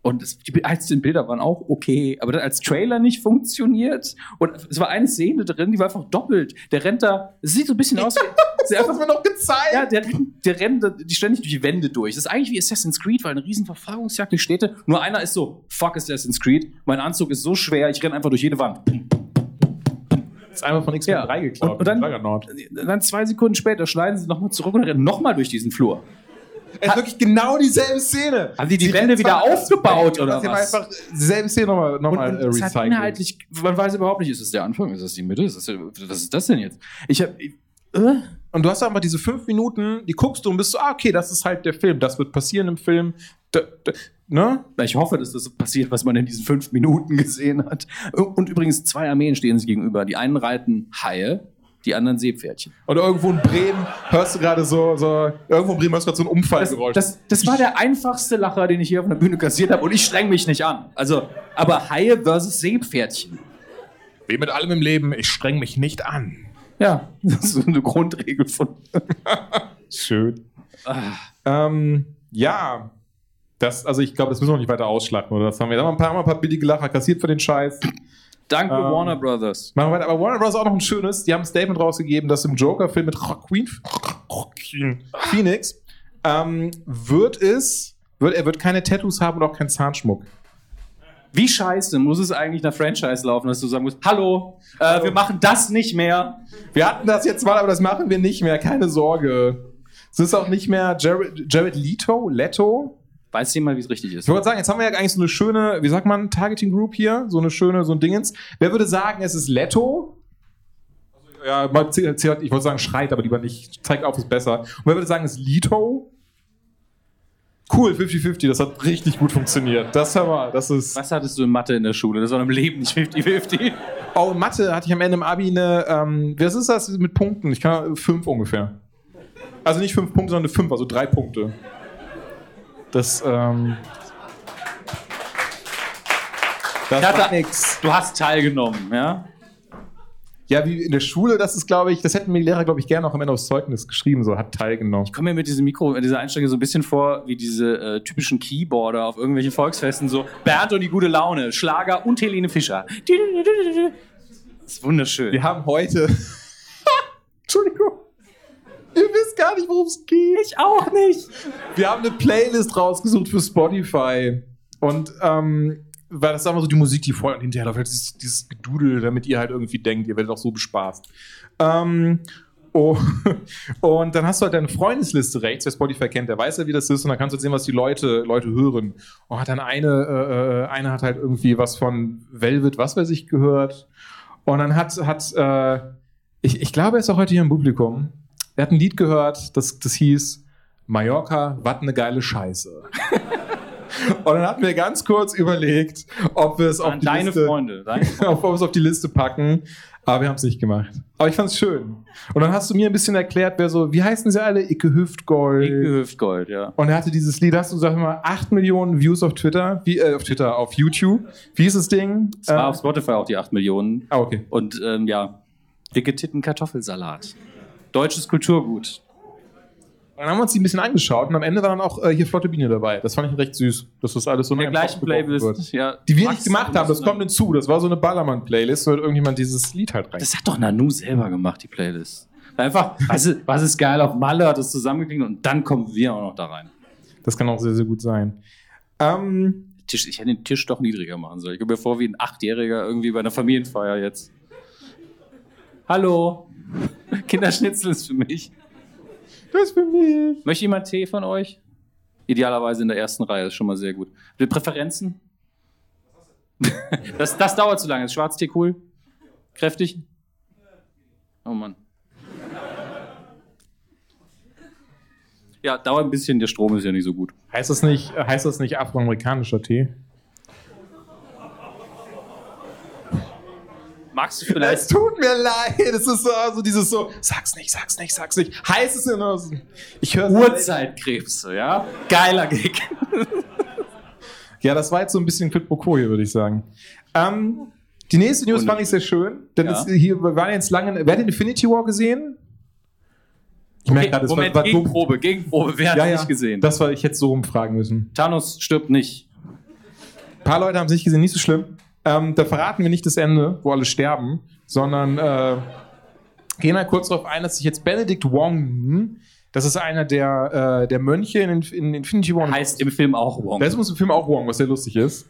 E: Und es, die einzelnen Bilder waren auch okay, aber dann als Trailer nicht funktioniert. Und es war eine Szene drin, die war einfach doppelt. Der rennt da, es sieht so ein bisschen aus wie.
C: Das
E: der einfach-
C: hast du mir noch gezeigt.
E: Ja, der, der rennt da- die ständig durch die Wände durch. Das ist eigentlich wie Assassin's Creed, weil eine riesen Verfolgungsjagd durch Städte. Nur einer ist so, fuck Assassin's Creed, mein Anzug ist so schwer, ich renne einfach durch jede Wand. Pum.
C: ist einmal von X-Men
E: Ja.
C: 3 geklaut.
E: Und- und dann-
C: Juggernaut.
E: Dann zwei Sekunden später schneiden sie nochmal zurück und rennen nochmal durch diesen Flur.
C: Es ist wirklich genau dieselbe Szene.
E: Haben die die Wände wieder aufgebaut oder
C: Sie haben
E: was?
C: einfach dieselbe Szene nochmal noch
E: Und,
C: mal,
E: und
C: äh,
E: es hat halt
C: recycelt.
E: inhaltlich, man weiß überhaupt nicht, ist es der Anfang, ist es die Mitte, ist es, was ist das denn jetzt? Ich hab, ich- äh?
C: Und du hast einfach diese fünf Minuten, die guckst du und bist so, ah, okay, das ist halt der Film, das wird passieren im Film. Da, da, ne?
E: Na, Ich hoffe, dass das passiert, was man in diesen fünf Minuten gesehen hat. Und übrigens, zwei Armeen stehen sich gegenüber. Die einen reiten Haie, die anderen Seepferdchen.
C: Oder irgendwo in Bremen hörst du gerade so, so, irgendwo in Bremen hörst du gerade so ein Unfallgeräusch.
E: Das, das war der einfachste Lacher, den ich hier auf einer Bühne kassiert habe. Und ich streng mich nicht an. Also, aber Haie versus Seepferdchen.
C: Wie mit allem im Leben, ich streng mich nicht an.
E: Ja, das ist so eine Grundregel von.
C: Schön. Ähm, ja. Das, also ich glaube, das müssen wir noch nicht weiter ausschlachten, oder? Das haben wir da haben wir ein paar, haben wir ein paar billige Lacher kassiert für den Scheiß.
E: Danke,
C: Ähm,
E: Warner Brothers.
C: Machen wir weiter. Aber Warner Bros. auch noch ein schönes. Die haben ein Statement rausgegeben, dass im Joker-Film mit Joaquin Joaquin Phoenix ähm, wird es, wird, er wird keine Tattoos haben und auch keinen Zahnschmuck.
E: Wie scheiße muss es eigentlich nach Franchise laufen, dass du sagen musst: Hallo, äh, wir machen das nicht mehr.
C: Wir hatten das jetzt mal, aber das machen wir nicht mehr. Keine Sorge. Es ist auch nicht mehr Jared, Jared Leto. Leto.
E: Weiß jemand, wie es richtig ist?
C: Ich wollte sagen, jetzt haben wir ja eigentlich so eine schöne, wie sagt man, Targeting Group hier, so eine schöne, so ein Dingens. Wer würde sagen, es ist Leto? Also, Ja, mal zäh- zäh- ich wollte sagen, schreit, aber lieber nicht. Zeigt auf, ist besser. Und wer würde sagen, es ist Leto? Cool, 50-50, das hat richtig gut funktioniert. Das hör mal, das ist.
E: Was hattest du in Mathe in der Schule? Das war im Leben nicht 50-50.
C: Oh, in Mathe hatte ich am Ende im Abi eine, ähm, was ist das mit Punkten? Ich kann fünf ungefähr. Also nicht fünf Punkte, sondern eine fünf, also drei Punkte. Das, ähm. Das
E: Ich hatte-
C: nix.
E: Du hast teilgenommen, ja?
C: Ja, wie in der Schule, das ist, glaube ich, das hätten mir die Lehrer, glaube ich, gerne auch am Ende aufs Zeugnis geschrieben, so hat teilgenommen.
E: Ich komme mir mit diesem Mikro, mit dieser Einstellung so ein bisschen vor, wie diese äh, typischen Keyboarder auf irgendwelchen Volksfesten, so Bernd und die gute Laune, Schlager und Helene Fischer. Das ist wunderschön.
C: Wir haben heute. Entschuldigung. Ihr wisst gar nicht, worum es geht. Ich auch nicht. Wir haben eine Playlist rausgesucht für Spotify. Und ähm, weil das ist einfach so die Musik, die vorher und hinterher läuft. Dieses, dieses Gedudel, damit ihr halt irgendwie denkt, ihr werdet auch so bespaßt. Ähm, oh, und dann hast du halt deine Freundesliste rechts. Wer Spotify kennt, der weiß ja, wie das ist. Und dann kannst du halt sehen, was die Leute, Leute hören. Oh, hat dann eine, äh, eine hat halt irgendwie was von Velvet, was weiß ich, gehört. Und dann hat, hat äh, ich, ich glaube, er ist auch heute hier im Publikum. Er hat ein Lied gehört, das, das hieß Mallorca, wat ne geile Scheiße. Und dann hatten wir ganz kurz überlegt, ob wir es auf
E: An
C: die,
E: deine
C: Liste,
E: Freunde. Deine Freunde.
C: ob wir es auf die Liste packen. Aber wir haben es nicht gemacht. Aber ich fand es schön. Und dann hast du mir ein bisschen erklärt, wer so, wie heißen sie alle? Icke Hüftgold.
E: Dicke Hüftgold, ja.
C: Und er hatte dieses Lied, hast du, sag ich mal, 8 Millionen Views auf Twitter, wie, äh, auf Twitter, auf YouTube. Wie ist das Ding?
E: Es war
C: Äh,
E: auf Spotify auch die 8 Millionen.
C: ah, okay.
E: Und ähm, ja, dicke Titten Kartoffelsalat. Deutsches Kulturgut.
C: Und dann haben wir uns die ein bisschen angeschaut und am Ende war dann auch äh, hier Flotte Biene dabei. Das fand ich recht süß, dass das alles so
E: In
C: in
E: der
C: einem
E: gleichen
C: Topf gekocht wird.
E: Playlist. Ja,
C: Die wir
E: Max
C: nicht gemacht haben, das
E: ne?
C: kommt hinzu. Das war so eine Ballermann-Playlist, wo halt irgendjemand dieses Lied halt rein.
E: Das hat doch Nanu selber gemacht, die Playlist. Einfach, was ist, was ist geil auf Malle, hat das zusammengeklingt und dann kommen wir auch noch da rein.
C: Das kann auch sehr, sehr gut sein. Ähm,
E: Tisch, ich hätte den Tisch doch niedriger machen sollen. Ich komme mir vor wie ein Achtjähriger irgendwie bei einer Familienfeier jetzt. Hallo. Kinderschnitzel ist für mich.
C: das für mich.
E: Möchte jemand Tee von euch? Idealerweise in der ersten Reihe, ist schon mal sehr gut. Habt ihr Präferenzen? Das, das dauert zu lange. Ist Schwarztee cool? Kräftig? Oh Mann. Ja, dauert ein bisschen, der Strom ist ja nicht so gut.
C: Heißt das nicht, äh, heißt das nicht afroamerikanischer Tee?
E: Magst du
C: Es
E: vielleicht.
C: tut mir leid. Es ist so, so dieses so, sag's nicht, sag's nicht, sag's nicht. Heißt es immer so. Ich höre
E: Urzeitkrebse, ja? Geiler Gig.
C: Ja, das war jetzt so ein bisschen Quid pro Quo hier, würde ich sagen. Ähm, die nächste News fand ich sehr schön. Denn
E: Ja.
C: es, hier, wir waren jetzt lange. Wer hat den Infinity War gesehen? Ich merke gerade, das
E: Moment,
C: war, war dumm.
E: Gegenprobe, Gegenprobe, wer hat
C: Ja,
E: ja,
C: ja,
E: nicht gesehen?
C: Das war, ich hätte so rumfragen müssen.
E: Thanos stirbt nicht.
C: Ein paar Leute haben es nicht gesehen, nicht so schlimm. Ähm, da verraten wir nicht das Ende, wo alle sterben, sondern äh, gehen halt kurz darauf ein, dass sich jetzt Benedict Wong, das ist einer der, äh, der Mönche in, in Infinity War.
E: Heißt im Film auch Wong.
C: Da ist uns im Film auch Wong, was sehr lustig ist.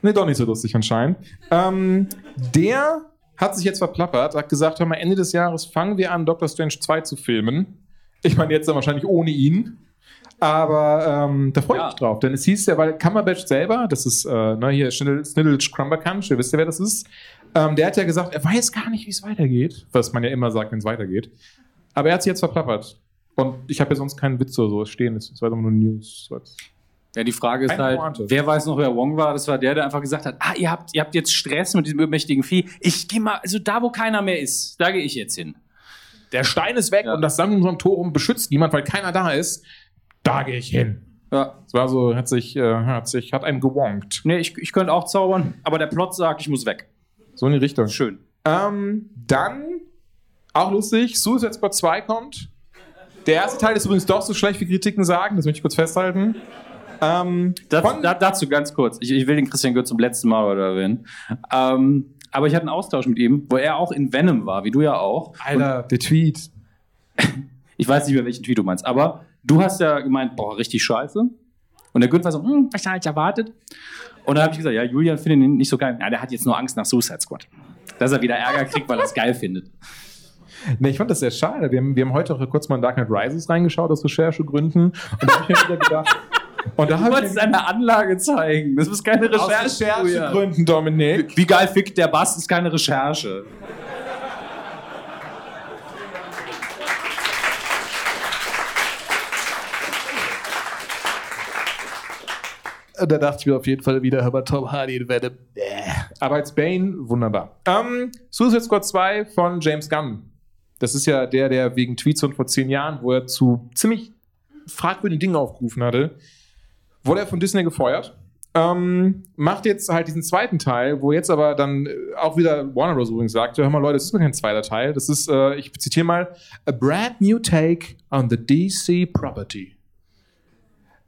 C: Nee, doch nicht so lustig anscheinend. Ähm, der hat sich jetzt verplappert, hat gesagt, hör mal, Ende des Jahres fangen wir an, Doctor Strange 2 zu filmen. Ich meine, jetzt dann wahrscheinlich ohne ihn. Aber ähm, da freue ich
E: Ja.
C: mich drauf, denn es hieß ja, weil Cumberbatch selber, das ist äh, ne, hier Schniddle- Sniddlech Crumbercunch, ihr wisst ja, wer das ist, ähm, der hat ja gesagt, er weiß gar nicht, wie es weitergeht, was man ja immer sagt, wenn es weitergeht. Aber er hat sich jetzt verplappert. Und ich habe ja sonst keinen Witz oder sowas stehen, es war immer nur News.
E: Ja, die Frage ist
C: Keine
E: halt,
C: Pointe.
E: wer weiß noch, wer Wong war? Das war der, der einfach gesagt hat, ah, ihr habt, ihr habt jetzt Stress mit diesem übermächtigen Vieh. Ich gehe mal, also da, wo keiner mehr ist, da gehe ich jetzt hin.
C: Der Stein ist weg
E: Ja.
C: und das Sammelsontorum beschützt niemand, weil keiner da ist. Da gehe ich hin.
E: Ja.
C: Es war so, hat sich, äh, hat sich, hat einem gewonkt.
E: Nee, ich, ich könnte auch zaubern, aber der Plot sagt, ich muss weg.
C: So in die Richtung.
E: Schön.
C: Ähm, dann, auch lustig, Suicide Squad 2 kommt. Der erste Teil ist übrigens doch so schlecht, wie Kritiken sagen. Das möchte ich kurz festhalten. Ähm,
E: Das,
C: von-
E: da, dazu ganz kurz. Ich, ich will den Christian Götz zum letzten Mal oder erwähnen. Ähm, aber ich hatte einen Austausch mit ihm, wo er auch in Venom war, wie du ja auch.
C: Alter, der Tweet.
E: Ich weiß nicht mehr, welchen Tweet du meinst, aber du hast ja gemeint, boah, richtig scheiße. Und der Günther war so, hm, was habe ich erwartet? Und dann habe ich gesagt, ja, Julian findet ihn nicht so geil. Ja, der hat jetzt nur Angst nach Suicide Squad. Dass er wieder Ärger kriegt, weil er es geil findet.
C: Ne, ich fand das sehr schade. Wir haben, wir haben heute auch kurz mal in Dark Knight Rises reingeschaut, aus Recherchegründen. Und da habe ich mir wieder gedacht. Und da
E: Du
C: habe ich
E: wolltest eine Anlage zeigen. Das ist keine
C: aus
E: Recherche. oh Julian.
C: Recherchegründen, Dominik.
E: Wie geil fickt der Bass ist keine Recherche.
C: Und da dachte ich mir auf jeden Fall wieder, hör mal, Tom Hardy in Venom. Bäh. Aber als Bane, wunderbar. Ähm, Suicide Squad 2 von James Gunn. Das ist ja der, der wegen Tweets und vor zehn Jahren, wo er zu ziemlich fragwürdigen Dingen aufgerufen hatte, wurde er von Disney gefeuert. ähm, macht jetzt halt diesen zweiten Teil, wo jetzt aber dann äh, auch wieder Warner Bros. übrigens sagt, hör mal Leute, das ist gar kein zweiter Teil, das ist, äh, ich zitiere mal, a brand new take on the DC property.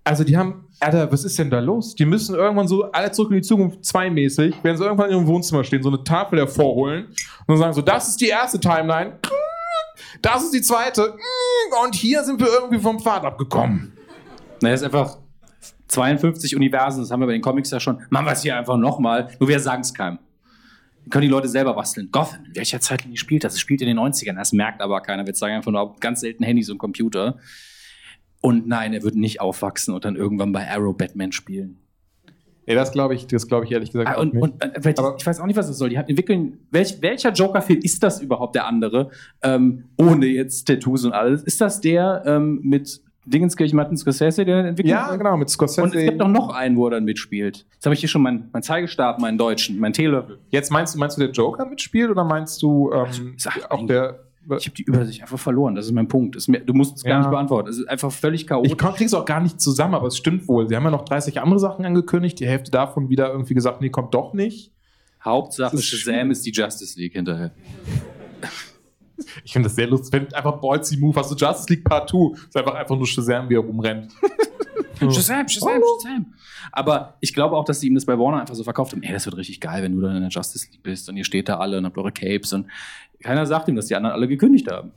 C: Also die haben, Alter, was ist denn da los? Die müssen irgendwann so alle zurück in die Zukunft zweimäßig, werden sie irgendwann in ihrem Wohnzimmer stehen, so eine Tafel hervorholen und dann sagen so, das ist die erste Timeline, das ist die zweite und hier sind wir irgendwie vom Pfad abgekommen.
E: Naja, ist einfach 52 Universen, das haben wir bei den Comics ja schon. Machen wir es hier einfach nochmal, nur wir sagen es keinem. Dann Können die Leute selber basteln. Gotham, in welcher Zeitlinie spielt das? Es spielt in den 90ern, das merkt aber keiner. Wir zeigen einfach nur auf ganz selten Handys und Computer. Und nein, er wird nicht aufwachsen und dann irgendwann bei Arrow Batman spielen.
C: Ja, das glaube ich, das glaube ich ehrlich gesagt
E: Ah,
C: auch
E: und,
C: nicht.
E: und, äh, weil die-
C: Aber-
E: ich weiß auch nicht, was das soll. Die haben entwickeln, welch, welcher Joker-Film ist das überhaupt der andere? Ähm, ohne jetzt Tattoos und alles. Ist das der ähm, mit Dingenskirchen Martin Scorsese, der den entwickelt
C: ja,
E: hat?
C: genau, mit Scorsese.
E: Und es gibt doch noch einen, wo er dann mitspielt. Jetzt habe ich hier schon meinen mein Zeigestab, meinen deutschen, meinen Teelöffel.
C: Jetzt meinst du, meinst du der Joker mitspielt oder meinst du ähm,
E: sag
C: auch
E: nicht.
C: der?
E: Ich habe die Übersicht einfach verloren. Das ist mein Punkt. Das ist mir, du musst es gar
C: Ja.
E: nicht beantworten. Es ist einfach völlig
C: Ich
E: chaotisch.
C: kon- krieg's auch gar nicht zusammen, aber es stimmt wohl. Sie haben ja noch 30 andere Sachen angekündigt, die Hälfte davon wieder irgendwie gesagt, nee, kommt doch nicht.
E: Hauptsache
C: Das ist
E: Shazam ist die Justice League hinterher.
C: Ich finde das sehr lustig. Wenn einfach Ballsy Move, also Justice League Part 2, ist einfach einfach nur Shazam, wie er rumrennt. Hm.
E: Shazam, Shazam, Shazam. Aber ich glaube auch, dass sie ihm das bei Warner einfach so verkauft haben. Ey, das wird richtig geil, wenn du dann in der Justice League bist und ihr steht da alle und habt eure Capes und keiner sagt ihm, dass die anderen alle gekündigt haben.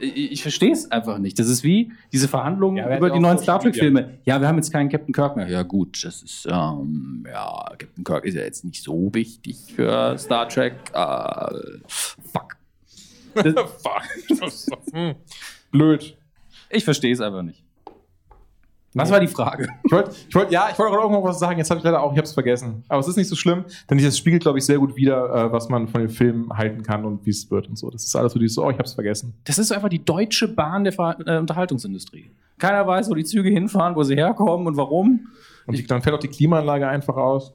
E: Ich, ich verstehe es einfach nicht. Das ist wie diese Verhandlungen
C: Ja, wir
E: über
C: hatten
E: die
C: auch
E: neuen
C: Social
E: Star Trek
C: Media.
E: Filme. Ja, wir haben jetzt keinen Captain Kirk mehr. Ja gut, das ist ähm, ja Captain Kirk ist ja jetzt nicht so wichtig für Star Trek. Äh, fuck.
C: Fuck. Hm. Blöd.
E: Ich verstehe es einfach nicht. Was war die Frage?
C: Ich wollte, ich wollt, ja, ich wollte auch irgendwo was sagen, jetzt habe ich leider auch, ich habe es vergessen. Aber es ist nicht so schlimm, denn das spiegelt, glaube ich, sehr gut wieder, äh, was man von dem Film halten kann und wie es wird und so. Das ist alles so dieses, oh, ich habe es vergessen.
E: Das ist einfach die deutsche Bahn der Ver äh, Unterhaltungsindustrie. Keiner weiß, wo die Züge hinfahren, wo sie herkommen und warum.
C: Und die, dann fällt auch die Klimaanlage einfach aus.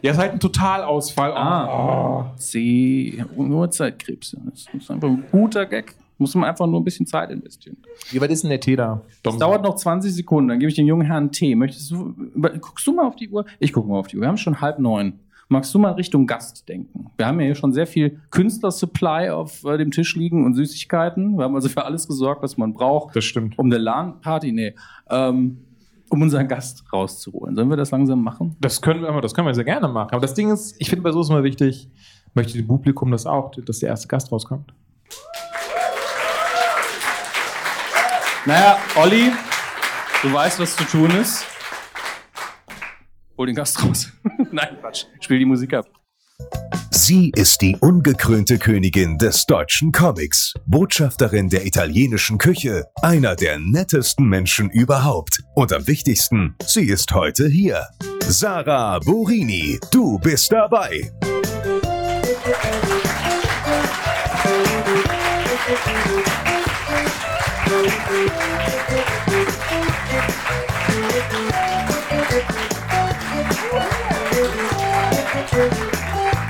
C: Ja, ist halt ein Totalausfall. Oh.
E: Ah. Sie haben nur Zeitkrebs. Das ist einfach ein guter Gag. Muss man einfach nur ein bisschen Zeit investieren.
C: Wie weit ist denn der Tee da?
E: Es dauert noch 20 Sekunden, dann gebe ich dem jungen Herrn Tee. Möchtest du, über- guckst du mal auf die Uhr? Ich gucke mal auf die Uhr. Wir haben schon halb neun. Magst du mal Richtung Gast denken? Wir haben ja hier schon sehr viel Künstlersupply auf äh, dem Tisch liegen und Süßigkeiten. Wir haben also für alles gesorgt, was man braucht.
C: Das stimmt.
E: Um eine LAN-Party? Nee. Ähm, um unseren Gast rauszuholen. Sollen wir das langsam machen?
C: Das können wir, aber das können wir sehr gerne machen. Aber das Ding ist, ich finde bei so ist immer wichtig, möchte dem Publikum das auch, dass der erste Gast rauskommt.
E: Naja, Olli, du weißt, was zu tun ist. Hol den Gast raus. Nein, Quatsch. Spiel die Musik ab.
B: Sie ist die ungekrönte Königin des deutschen Comics, Botschafterin der italienischen Küche, einer der nettesten Menschen überhaupt. Und am wichtigsten, sie ist heute hier. Sarah Borini, du bist dabei.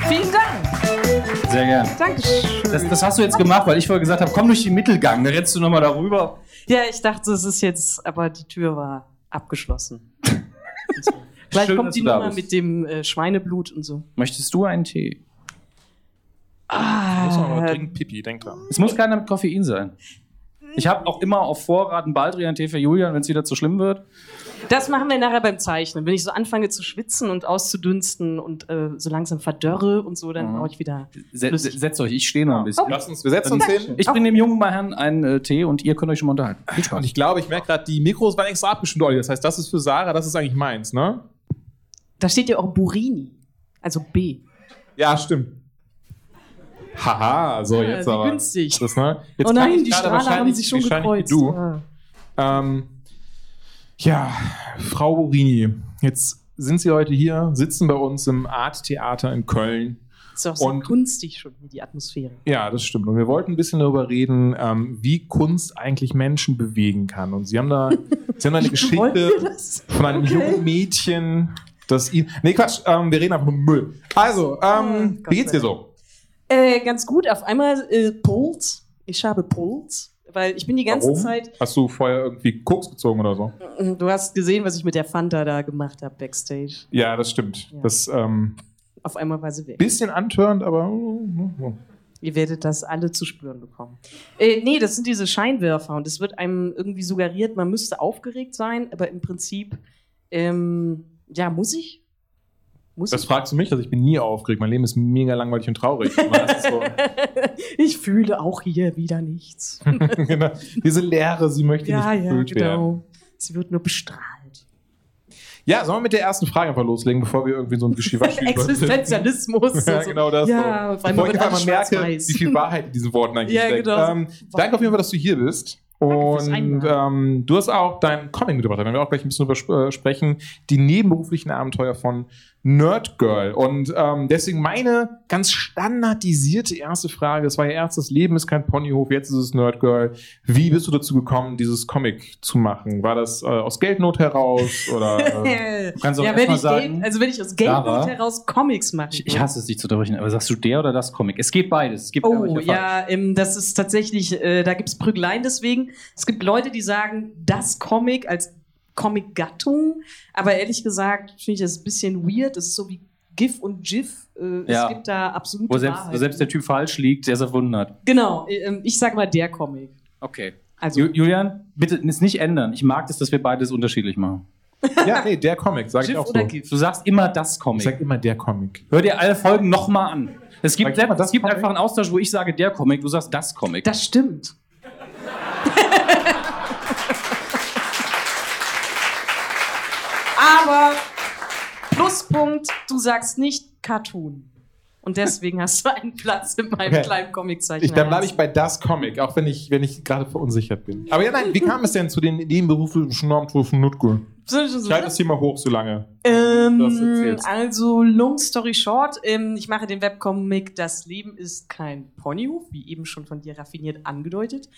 G: Vielen Dank.
E: Sehr gern.
G: Dankeschön.
E: Das, das hast du jetzt gemacht, weil ich vorher gesagt habe, komm durch den Mittelgang, dann rennst du nochmal darüber.
G: Ja, ich dachte, es ist jetzt, aber die Tür war abgeschlossen. Gleich
E: Schön, dass
G: kommt die
E: du da
G: Nummer
E: bist.
G: mit dem äh, Schweineblut und so.
E: Möchtest du einen Tee?
G: Ah,
C: Pipi, denk dran.
E: Es muss keiner mit Koffein sein. Ich habe auch immer auf Vorrat einen Baldrian-Tee für Julian, wenn es wieder zu schlimm wird.
G: das machen wir nachher beim Zeichnen. Wenn ich so anfange zu schwitzen und auszudünsten und äh, so langsam verdörre und so, dann
E: Mhm.
G: brauche ich wieder.
E: Se se- setzt euch, ich stehe noch ein
G: Oh.
E: bisschen.
C: Lass uns, wir setzen uns hin.
E: Ich bringe dem jungen Herrn einen äh, Tee und ihr könnt euch schon mal unterhalten. Viel
C: Und
E: Spaß.
C: ich glaube, ich merke gerade, die Mikros waren extra abgestimmt, Olli. Das heißt, das ist für Sarah, das ist eigentlich meins, ne?
G: Da steht ja auch Burini, also B.
C: Ja, stimmt. Haha, so
G: Ja,
C: jetzt
G: wie
C: aber.
G: günstig.
C: Das, ne? jetzt kann
G: oh nein,
C: ich
G: die
C: gerade
G: Strahler haben
C: wahrscheinlich-
G: sich schon
C: wahrscheinlich wie
G: gekreuzt.
C: Du.
G: Ah.
C: Ähm, ja, Frau Borini, jetzt sind Sie heute hier, sitzen bei uns im Art Theater in Köln.
G: Ist doch so
C: Und-
G: kunstig schon, die Atmosphäre.
C: Ja, das stimmt. Und wir wollten ein bisschen darüber reden, ähm, wie Kunst eigentlich Menschen bewegen kann. Und Sie haben da, Sie haben da eine
G: Wollen wir
C: Geschichte
G: das?
C: von einem
G: Okay.
C: jungen Mädchen, das ihn. Nee, Quatsch, ähm, wir reden einfach nur Müll. Also, ähm,
G: Oh, Gott
C: wie geht's dir
G: sei
C: so?
G: Äh, ganz gut. Auf einmal äh, Puls. Ich habe Puls,
H: weil ich bin die ganze Zeit.
C: Hast du vorher irgendwie Koks gezogen oder so?
H: Du hast gesehen, was ich mit der Fanta da gemacht habe backstage.
C: Ja, das stimmt.
H: Ja.
C: Das ähm,
H: Auf einmal war sie weg.
C: bisschen antörend, aber. oh,
H: Ihr werdet das alle zu spüren bekommen. Äh, nee, das sind diese Scheinwerfer und es wird einem irgendwie suggeriert, man müsste aufgeregt sein, aber im Prinzip, ähm, ja, muss ich? Muss
C: Das
H: ich?
C: fragst du mich, also ich bin nie aufgeregt. Mein Leben ist mega langweilig und traurig. Aber das ist so,
H: ich fühle auch hier wieder nichts.
C: genau. Diese Leere, sie möchte
H: ja,
C: nicht
H: ja,
C: gefüllt werden.
H: genau. Sie wird nur bestrahlt.
C: Ja, sollen wir mit der ersten Frage einfach loslegen, bevor wir irgendwie so ein Geschiwasch
H: Existenzialismus.
C: Ja,
H: also-
C: genau das.
H: Ja,
C: so.
H: weil
C: Bevor
H: man
C: ich
H: wird
C: einfach
H: alles
C: merke,
H: schwarz-weiß.
C: wie viel Wahrheit in diesen Worten eigentlich
H: Ja,
C: steckt.
H: genau.
C: Ähm, danke auf jeden Fall, dass du hier bist.
H: fürs
C: Und
H: Einladen.
C: ähm, du hast auch deinen Comic mitgebracht, da werden wir auch gleich ein bisschen drüber sp- äh, sprechen. Die nebenberuflichen Abenteuer von Nerd Girl. Und ähm, deswegen meine ganz standardisierte erste Frage: Das war ihr erstes Leben, ist kein Ponyhof, jetzt ist es Nerd Girl. Wie bist du dazu gekommen, dieses Comic zu machen? War das äh, aus Geldnot heraus? Oder, äh,
E: Kannst du auch
H: ja,
E: erst
H: wenn
E: mal
H: ich,
E: sagen,
H: Geld, also wenn ich aus Geldnot
E: Lara?
H: heraus Comics mache.
E: Ich, ich hasse es, dich zu unterbrechen, aber sagst du der oder das Comic? Es geht beides. Es gibt aber
H: Oh
E: nicht der Fall.
H: ja, ähm, das ist tatsächlich, äh, da gibt es Prügeleien deswegen. Es gibt Leute, die sagen, das Comic als Comic-Gattung, aber ehrlich gesagt finde ich das ein bisschen weird. Das ist so wie GIF und GIF. Äh,
E: Ja.
H: Es gibt da absolut.
E: Wo selbst, wo selbst der Typ falsch liegt, der ist verwundert.
H: Genau, äh, ähm, ich sage mal der Comic.
E: Okay.
H: Also,
E: Ju Julian, bitte es nicht ändern. Ich mag es, dass wir beides unterschiedlich machen.
C: ja, nee, der Comic, sag ich
H: GIF
C: auch so.
H: oder
C: Ich
H: GIF?
E: Du sagst immer das
C: sag
E: Comic.
C: immer der Comic.
E: Hör dir alle Folgen nochmal an. Es gibt,
C: Sag ich immer das
E: es gibt
C: Comic?
E: einfach einen Austausch, wo ich sage der Comic, du sagst das Comic.
H: Das stimmt. Aber Pluspunkt, du sagst nicht Cartoon. Und deswegen hast du einen Platz in meinem
C: Okay.
H: kleinen Comiczeichen.
C: Ich, dann bleibe ich bei das Comic, auch wenn ich, wenn ich gerade verunsichert bin. Aber ja, nein, wie kam es denn zu den nebenberuflichen Normtrufen Nutgul? Schreib das Thema hoch so lange. das
H: ähm,
C: erzählst.
H: also, long story short, ähm, ich mache den Webcomic Das Leben ist kein Ponyhof, wie eben schon von dir raffiniert angedeutet.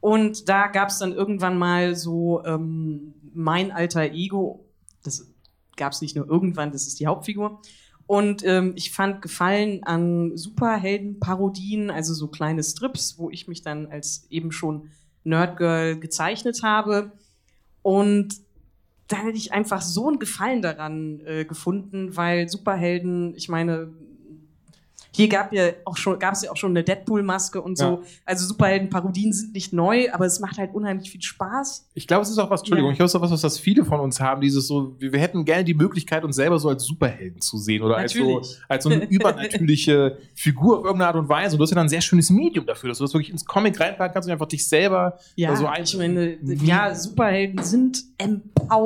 H: Und da gab es dann irgendwann mal so ähm, mein alter Ego. Das gab es nicht nur irgendwann, das ist die Hauptfigur. Und ähm, ich fand Gefallen an Superhelden-Parodien, also so kleine Strips, wo ich mich dann als eben schon Nerdgirl gezeichnet habe. Und da hätte ich einfach so einen Gefallen daran äh, gefunden, weil Superhelden, ich meine, hier gab ja auch schon, gab es ja auch schon eine Deadpool-Maske und so. Also Superhelden-Parodien sind nicht neu, aber es macht halt unheimlich viel Spaß.
C: Ich glaube, es ist auch was, Entschuldigung,
H: Ja.
C: ich glaube, es ist auch was, was das viele von uns haben, dieses so, wir, wir hätten gerne die Möglichkeit, uns selber so als Superhelden zu sehen oder als so,
H: Natürlich.
C: als so eine übernatürliche Figur auf irgendeine Art und Weise. Und du hast ja dann ein sehr schönes Medium dafür, dass du das wirklich ins Comic reinpacken kannst und einfach dich selber
H: Ja,
C: Also ein-
H: ich meine, ja, Superhelden sind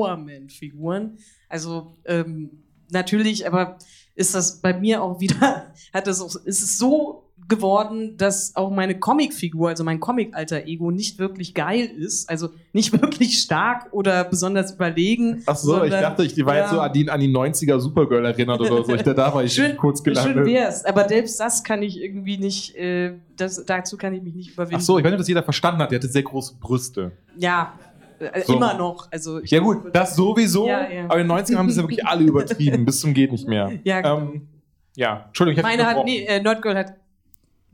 H: Empowerment-Figuren. Also ähm, natürlich, aber ist das bei mir auch wieder, hat das auch, ist es so geworden, dass auch meine Comicfigur, also mein Comic-alter Ego, nicht wirklich geil ist, also nicht wirklich stark oder besonders überlegen.
C: Ach so, ich
H: sondern-
C: dachte, ich die war jetzt so an die, an die 90er Supergirl erinnert oder so. Ich, da war ich
H: Schön-
C: kurz gelandet.
H: Schön wär's, aber selbst das kann ich irgendwie nicht, äh, das, dazu kann ich mich nicht überwinden.
C: Ach so, ich weiß nicht, ob das jeder verstanden hat. Die hatte sehr große Brüste.
H: Ja, äh,
C: So.
H: immer noch. Also ich
C: Ja gut, das sowieso.
H: Ja, ja.
C: Aber in den 90ern haben sie es ja wirklich alle übertrieben, bis zum geht nicht mehr.
H: Ja, genau.
C: ähm, ja. Entschuldigung, ich hab dich
H: Meine hat,
C: unterbrochen.
H: nee, äh, Nordgirl hat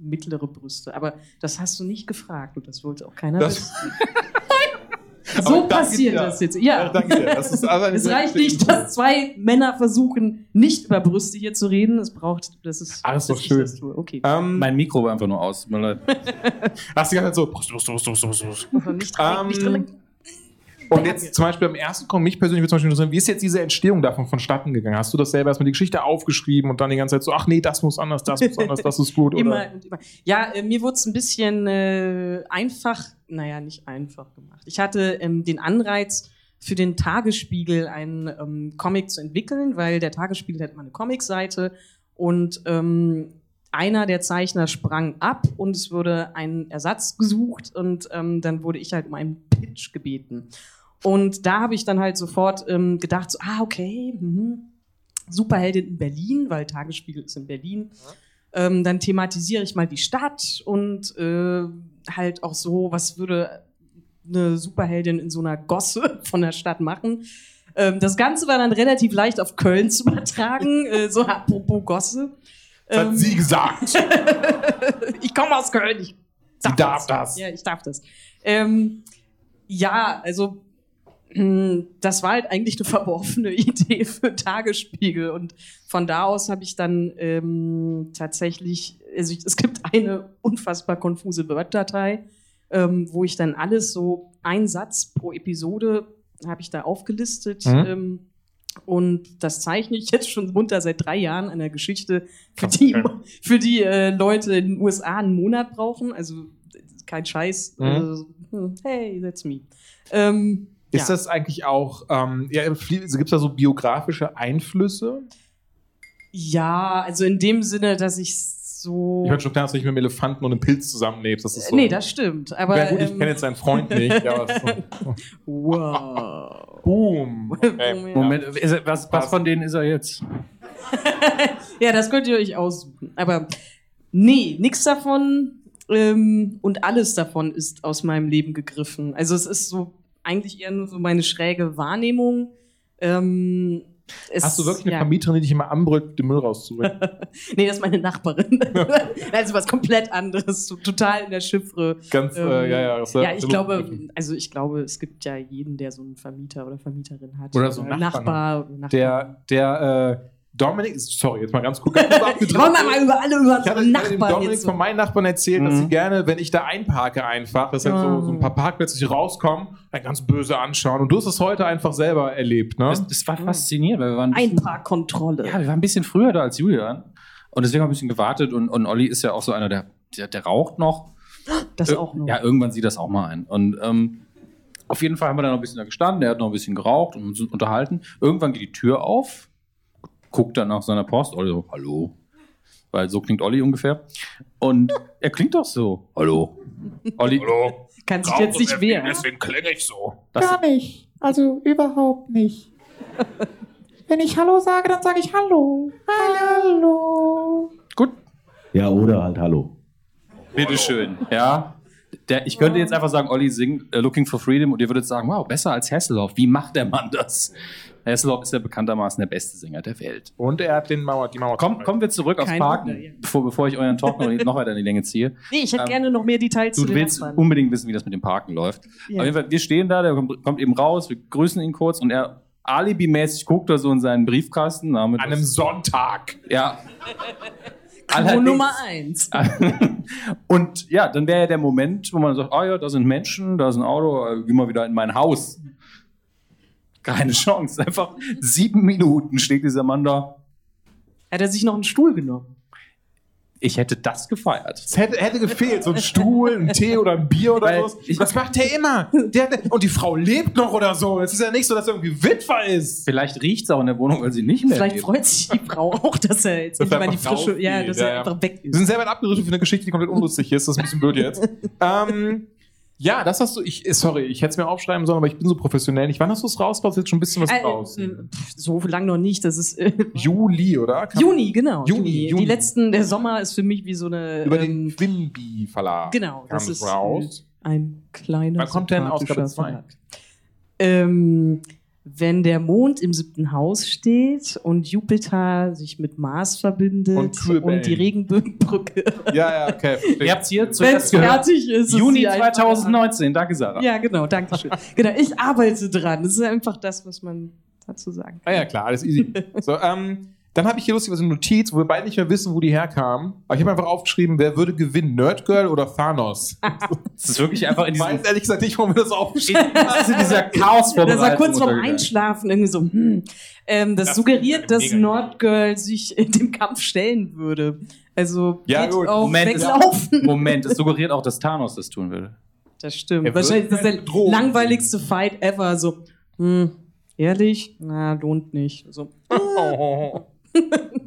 H: mittlere Brüste, aber das hast du nicht gefragt und das wollte auch keiner wissen.
C: Das, aber
H: So
C: danke
H: passiert
C: dir.
H: das jetzt.
C: ja.
H: Ja,
C: danke dir. Das ist also eine
H: es
C: sehr
H: reicht
C: gute
H: nicht,
C: Info.
H: dass zwei Männer versuchen, nicht über Brüste hier zu reden. Es braucht, das ist,
C: Ah, das ist
H: dass
C: doch
H: ich
C: schön.
H: das tue. Okay,
C: Ähm,
E: Mein Mikro war einfach nur aus. Tut mir leid.
C: hast du die ganze Zeit halt so. Brust, Brust, Brust, Brust, Brust, Brust.
H: also nicht,
C: ähm,
H: nicht drin.
C: Und jetzt zum Beispiel am ersten Kommen, mich persönlich würde zum Beispiel interessieren, wie ist jetzt diese Entstehung davon vonstatten gegangen? Hast du das selber erstmal die Geschichte aufgeschrieben und dann die ganze Zeit so, ach nee, das muss anders, das muss anders, das ist gut?
H: Immer
C: Oder?
H: und immer. Ja, äh, mir wurde es ein bisschen äh, einfach, naja, nicht einfach gemacht. Ich hatte ähm, den Anreiz, für den Tagesspiegel einen ähm, Comic zu entwickeln, weil der Tagesspiegel hat immer eine Comicseite und ähm, einer der Zeichner sprang ab und es wurde ein Ersatz gesucht und ähm, dann wurde ich halt um einen Pitch gebeten. Und da habe ich dann halt sofort ähm, gedacht, so, ah, okay, mhm. Superheldin in Berlin, weil Tagesspiegel ist in Berlin. Ähm, dann thematisiere ich mal die Stadt und äh, halt auch so, was würde eine Superheldin in so einer Gosse von der Stadt machen. Ähm, das Ganze war dann relativ leicht auf Köln zu übertragen, äh, so apropos Gosse.
C: Das hat
H: Ähm,
C: sie gesagt.
H: ich komme aus Köln. Ich
C: Sie darf das.
H: Ja, ich darf das. Ähm, ja, also mh, das war halt eigentlich eine verworfene Idee für Tagesspiegel und von da aus habe ich dann ähm, tatsächlich, also ich, es gibt eine unfassbar konfuse Word-Datei, ähm, wo ich dann alles so ein Satz pro Episode habe ich da aufgelistet.
C: Mhm.
H: Ähm, und das zeichne ich jetzt schon munter seit drei Jahren an der Geschichte, für die, für die äh, Leute in den USA einen Monat brauchen. Also kein Scheiß.
C: Mhm.
H: Also, hm, hey, that's me. Ähm,
C: Ist
H: ja.
C: das eigentlich auch, ähm, ja, gibt es da so biografische Einflüsse?
H: ja, also in dem Sinne, dass ich so.
C: Ich meine schon klar, dass du nicht mit einem Elefanten und einem Pilz zusammenlebst. Das ist so.
H: Nee, das stimmt. Aber
C: Ja, gut, ich
H: ähm,
C: kenne jetzt deinen Freund nicht. aber es ist so,
H: Wow.
C: boom. Okay.
H: Moment.
E: Moment, ist er, was, was
C: Passt.
E: von denen ist er jetzt?
C: Hm?
H: Ja, das könnt ihr euch aussuchen. Aber nee, nichts davon ähm, und alles davon ist aus meinem Leben gegriffen. Also es ist so eigentlich eher nur so meine schräge Wahrnehmung. Ähm, es-
C: Hast du wirklich eine
H: ja.
C: Vermieterin, die dich immer anbrüllt, den Müll rauszubringen?
H: Nee, das ist meine Nachbarin. also was komplett anderes, so total in der Chiffre.
C: Ganz, äh,
H: Ähm,
C: ja, ja. das ist
H: Ja, ich
C: absolut-
H: glaube, also ich glaube, es gibt ja jeden, der so einen Vermieter oder Vermieterin hat. Äh,
C: Oder so einen Nachbarn.
H: Nachbar. oder Nachbarn.
C: Der, der äh, Dominik, sorry, jetzt mal ganz kurz. Ganz kurz abgedriftet.
H: Wollen wir mal über alle, über
C: Ich hatte, ich
H: so
C: hatte dem
H: Nachbarn
C: Dominik
H: jetzt.
C: von
H: so-
C: meinen Nachbarn erzählt, dass
E: Mhm.
C: sie gerne, wenn ich da einparke einfach, dass halt so, so ein paar Parkplätze die rauskommen, dann ganz böse anschauen. Und du hast es heute einfach selber erlebt, ne?
E: Das, das war faszinierend, weil wir waren
H: Hm. Ein paar Kontrolle.
E: Ja, wir waren ein bisschen früher da als Julian. Und deswegen haben wir ein bisschen gewartet. Und, und Olli ist ja auch so einer, der, der, der raucht noch.
H: das
C: äh,
E: Ir-
H: auch noch.
E: Ja, irgendwann sieht das auch mal ein. Und ähm, auf jeden Fall haben wir dann noch ein bisschen da gestanden. Der hat noch ein bisschen geraucht und uns unterhalten. Irgendwann geht die Tür auf, guckt dann nach seiner Post. Olli so, hallo. Weil so klingt Olli ungefähr. Und er klingt doch so. Hallo. Olli, hallo.
H: Kannst dich jetzt nicht wehren.
E: Das,
I: Gar nicht. Also überhaupt nicht. Wenn ich Hallo sage, dann sage ich Hallo. Hallo.
E: gut,
J: Ja, oder halt Hallo.
E: Bitteschön. Ja. Der, ich könnte jetzt einfach sagen, Olli singt äh, Looking for Freedom und ihr würdet sagen, wow, besser als Hasselhoff. Wie macht der Mann das? Hasselhoff ist ja bekanntermaßen der beste Sänger der Welt.
C: Und er hat den Mauer, die Mauer.
E: Komm, kommen wir zurück aufs
H: Kein
E: Parken,
H: Wunder, ja.
E: bevor, bevor ich euren Talk noch, noch weiter in die Länge ziehe.
H: Nee, ich hätte
E: Ähm,
H: gerne noch mehr Details
E: Du
H: zu den
E: willst
C: um
H: Nachbarn.
E: unbedingt wissen, wie das mit dem Parken läuft.
H: Ja.
E: Auf jeden Fall, wir stehen da, der kommt, kommt eben raus, wir grüßen ihn kurz und er alibimäßig guckt da so in seinen Briefkasten. damit-
C: An einem Sonntag.
E: ja.
H: Wo
E: Allerdings-
H: Nummer eins.
E: Und ja, dann wäre ja der Moment, wo man sagt, ah ja, da sind Menschen, da ist ein Auto, äh, geh mal wieder in mein Haus. Keine Chance. Einfach sieben Minuten steht dieser Mann da.
H: Hat er sich noch einen Stuhl genommen?
E: Ich hätte das gefeiert.
C: Es hätte, hätte gefehlt, so ein Stuhl, ein Tee oder ein Bier oder
E: Weil
C: so.
E: ich-
C: Das macht er immer. Der, und die Frau lebt noch oder so. Es ist ja nicht so, dass er irgendwie Witwer ist.
E: Vielleicht riecht es auch in der Wohnung, weil sie nicht mehr
H: Vielleicht
E: lebt.
H: freut sich die Frau auch, dass er jetzt
C: Dass
H: nicht
C: er
H: mal die
C: einfach
H: frische,
C: rausgeht,
H: ja, dass
C: ja,
H: er
C: ja.
H: einfach weg
C: Wir sind
H: ist.
C: selber abgerissen für eine Geschichte, die komplett unlustig ist. Das ist ein bisschen blöd jetzt. ähm, ja, das hast du. Ich, sorry, ich hätte es mir aufschreiben sollen, aber ich bin so professionell. nicht. wann hast du es raus? Warst jetzt schon ein bisschen was
H: Äh,
C: raus?
H: äh, pf, so lang noch nicht. Das ist äh,
C: Juli, oder? Kann-
H: Juni, genau.
C: Juni, Juni.
H: Die letzten, der Sommer ist für mich wie so eine.
C: Über den
H: ähm,
C: Quimby Verlag.
H: genau,
C: Kam
H: das
C: es
H: ist
C: raus.
H: äh, ein kleiner.
C: Wann kommt denn
H: sympathischer
C: Ausgabe zwei?
H: Verlag. Ähm, wenn der Mond im siebten Haus steht und Jupiter sich mit Mars verbindet
C: Und Kühe bellen.
H: und die Regenbogenbrücke
C: Ja, ja, okay. verstehe.
E: Ihr habt hier
H: Wenn
E: zuerst
H: es
E: gehört.
H: fertig ist.
E: Juni
H: ist sie einfach-
E: 2019. Danke, Sarah.
H: Ja, genau, danke schön. genau, ich arbeite dran. Das ist einfach das, was man dazu sagen
C: Ah
H: kann.
C: ja, klar, alles easy. So, ähm, dann habe ich hier lustig was in Notiz, wo wir beide nicht mehr wissen, wo die herkamen. Aber ich habe einfach aufgeschrieben, wer würde gewinnen, Nerdgirl oder Thanos?
E: Es ist wirklich einfach Ah, in
C: Ich
E: diesem,
C: weiß ehrlich gesagt nicht, warum wir das aufgeschrieben haben.
E: das ist in dieser chaos
H: Das war kurz vorm Einschlafen irgendwie so, hm. ähm, das,
C: Das
H: suggeriert,
C: ist eine
H: dass
C: mega Idee.
H: Nordgirl sich in dem Kampf stellen würde. Also
C: Ja,
H: geht
C: gut.
H: auch
E: Moment,
H: weglaufen.
E: Moment, es suggeriert auch, dass Thanos das tun würde.
H: Das stimmt.
C: Er
H: Wahrscheinlich
C: wird halt
H: ist das der
C: bedroht.
H: langweiligste Fight ever. So, hm, ehrlich? Na, lohnt nicht. So.
C: Oh.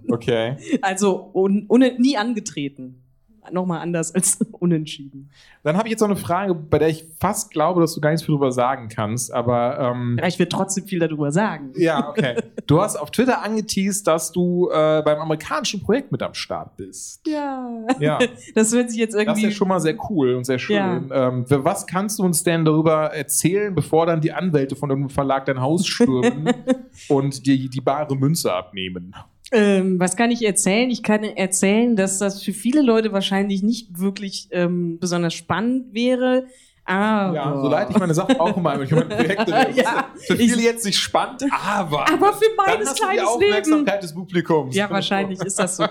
C: Okay.
H: Also un, un, nie angetreten. Nochmal anders als unentschieden.
C: Dann habe ich jetzt noch eine Frage, bei der ich fast glaube, dass du gar nichts viel drüber sagen kannst, aber ähm,
H: Ich will trotzdem viel darüber sagen.
C: ja, okay. Du hast auf Twitter angeteased, dass du äh, beim amerikanischen Projekt mit am Start bist.
H: Ja.
C: Ja,
H: Das hört sich jetzt
C: das ist
H: irgendwie.
C: ja schon mal sehr cool und sehr schön.
H: Ja.
C: Ähm, für was kannst du uns denn darüber erzählen, bevor dann die Anwälte von irgendeinem Verlag dein Haus stürmen und dir die bare Münze abnehmen?
H: ähm, was kann ich erzählen? Ich kann erzählen, dass das für viele Leute wahrscheinlich nicht wirklich ähm, besonders spannend wäre. Aber,
C: Ja, so leite ich meine Sachen auch immer ein, wenn ich meine Projekte lese.
H: Ja.
C: Für viele jetzt nicht spannend, aber.
H: aber für
C: dann
H: meines
C: hast du die
H: kleines Leben.
C: Aufmerksamkeit des Publikums.
H: Ja, wahrscheinlich ist das so.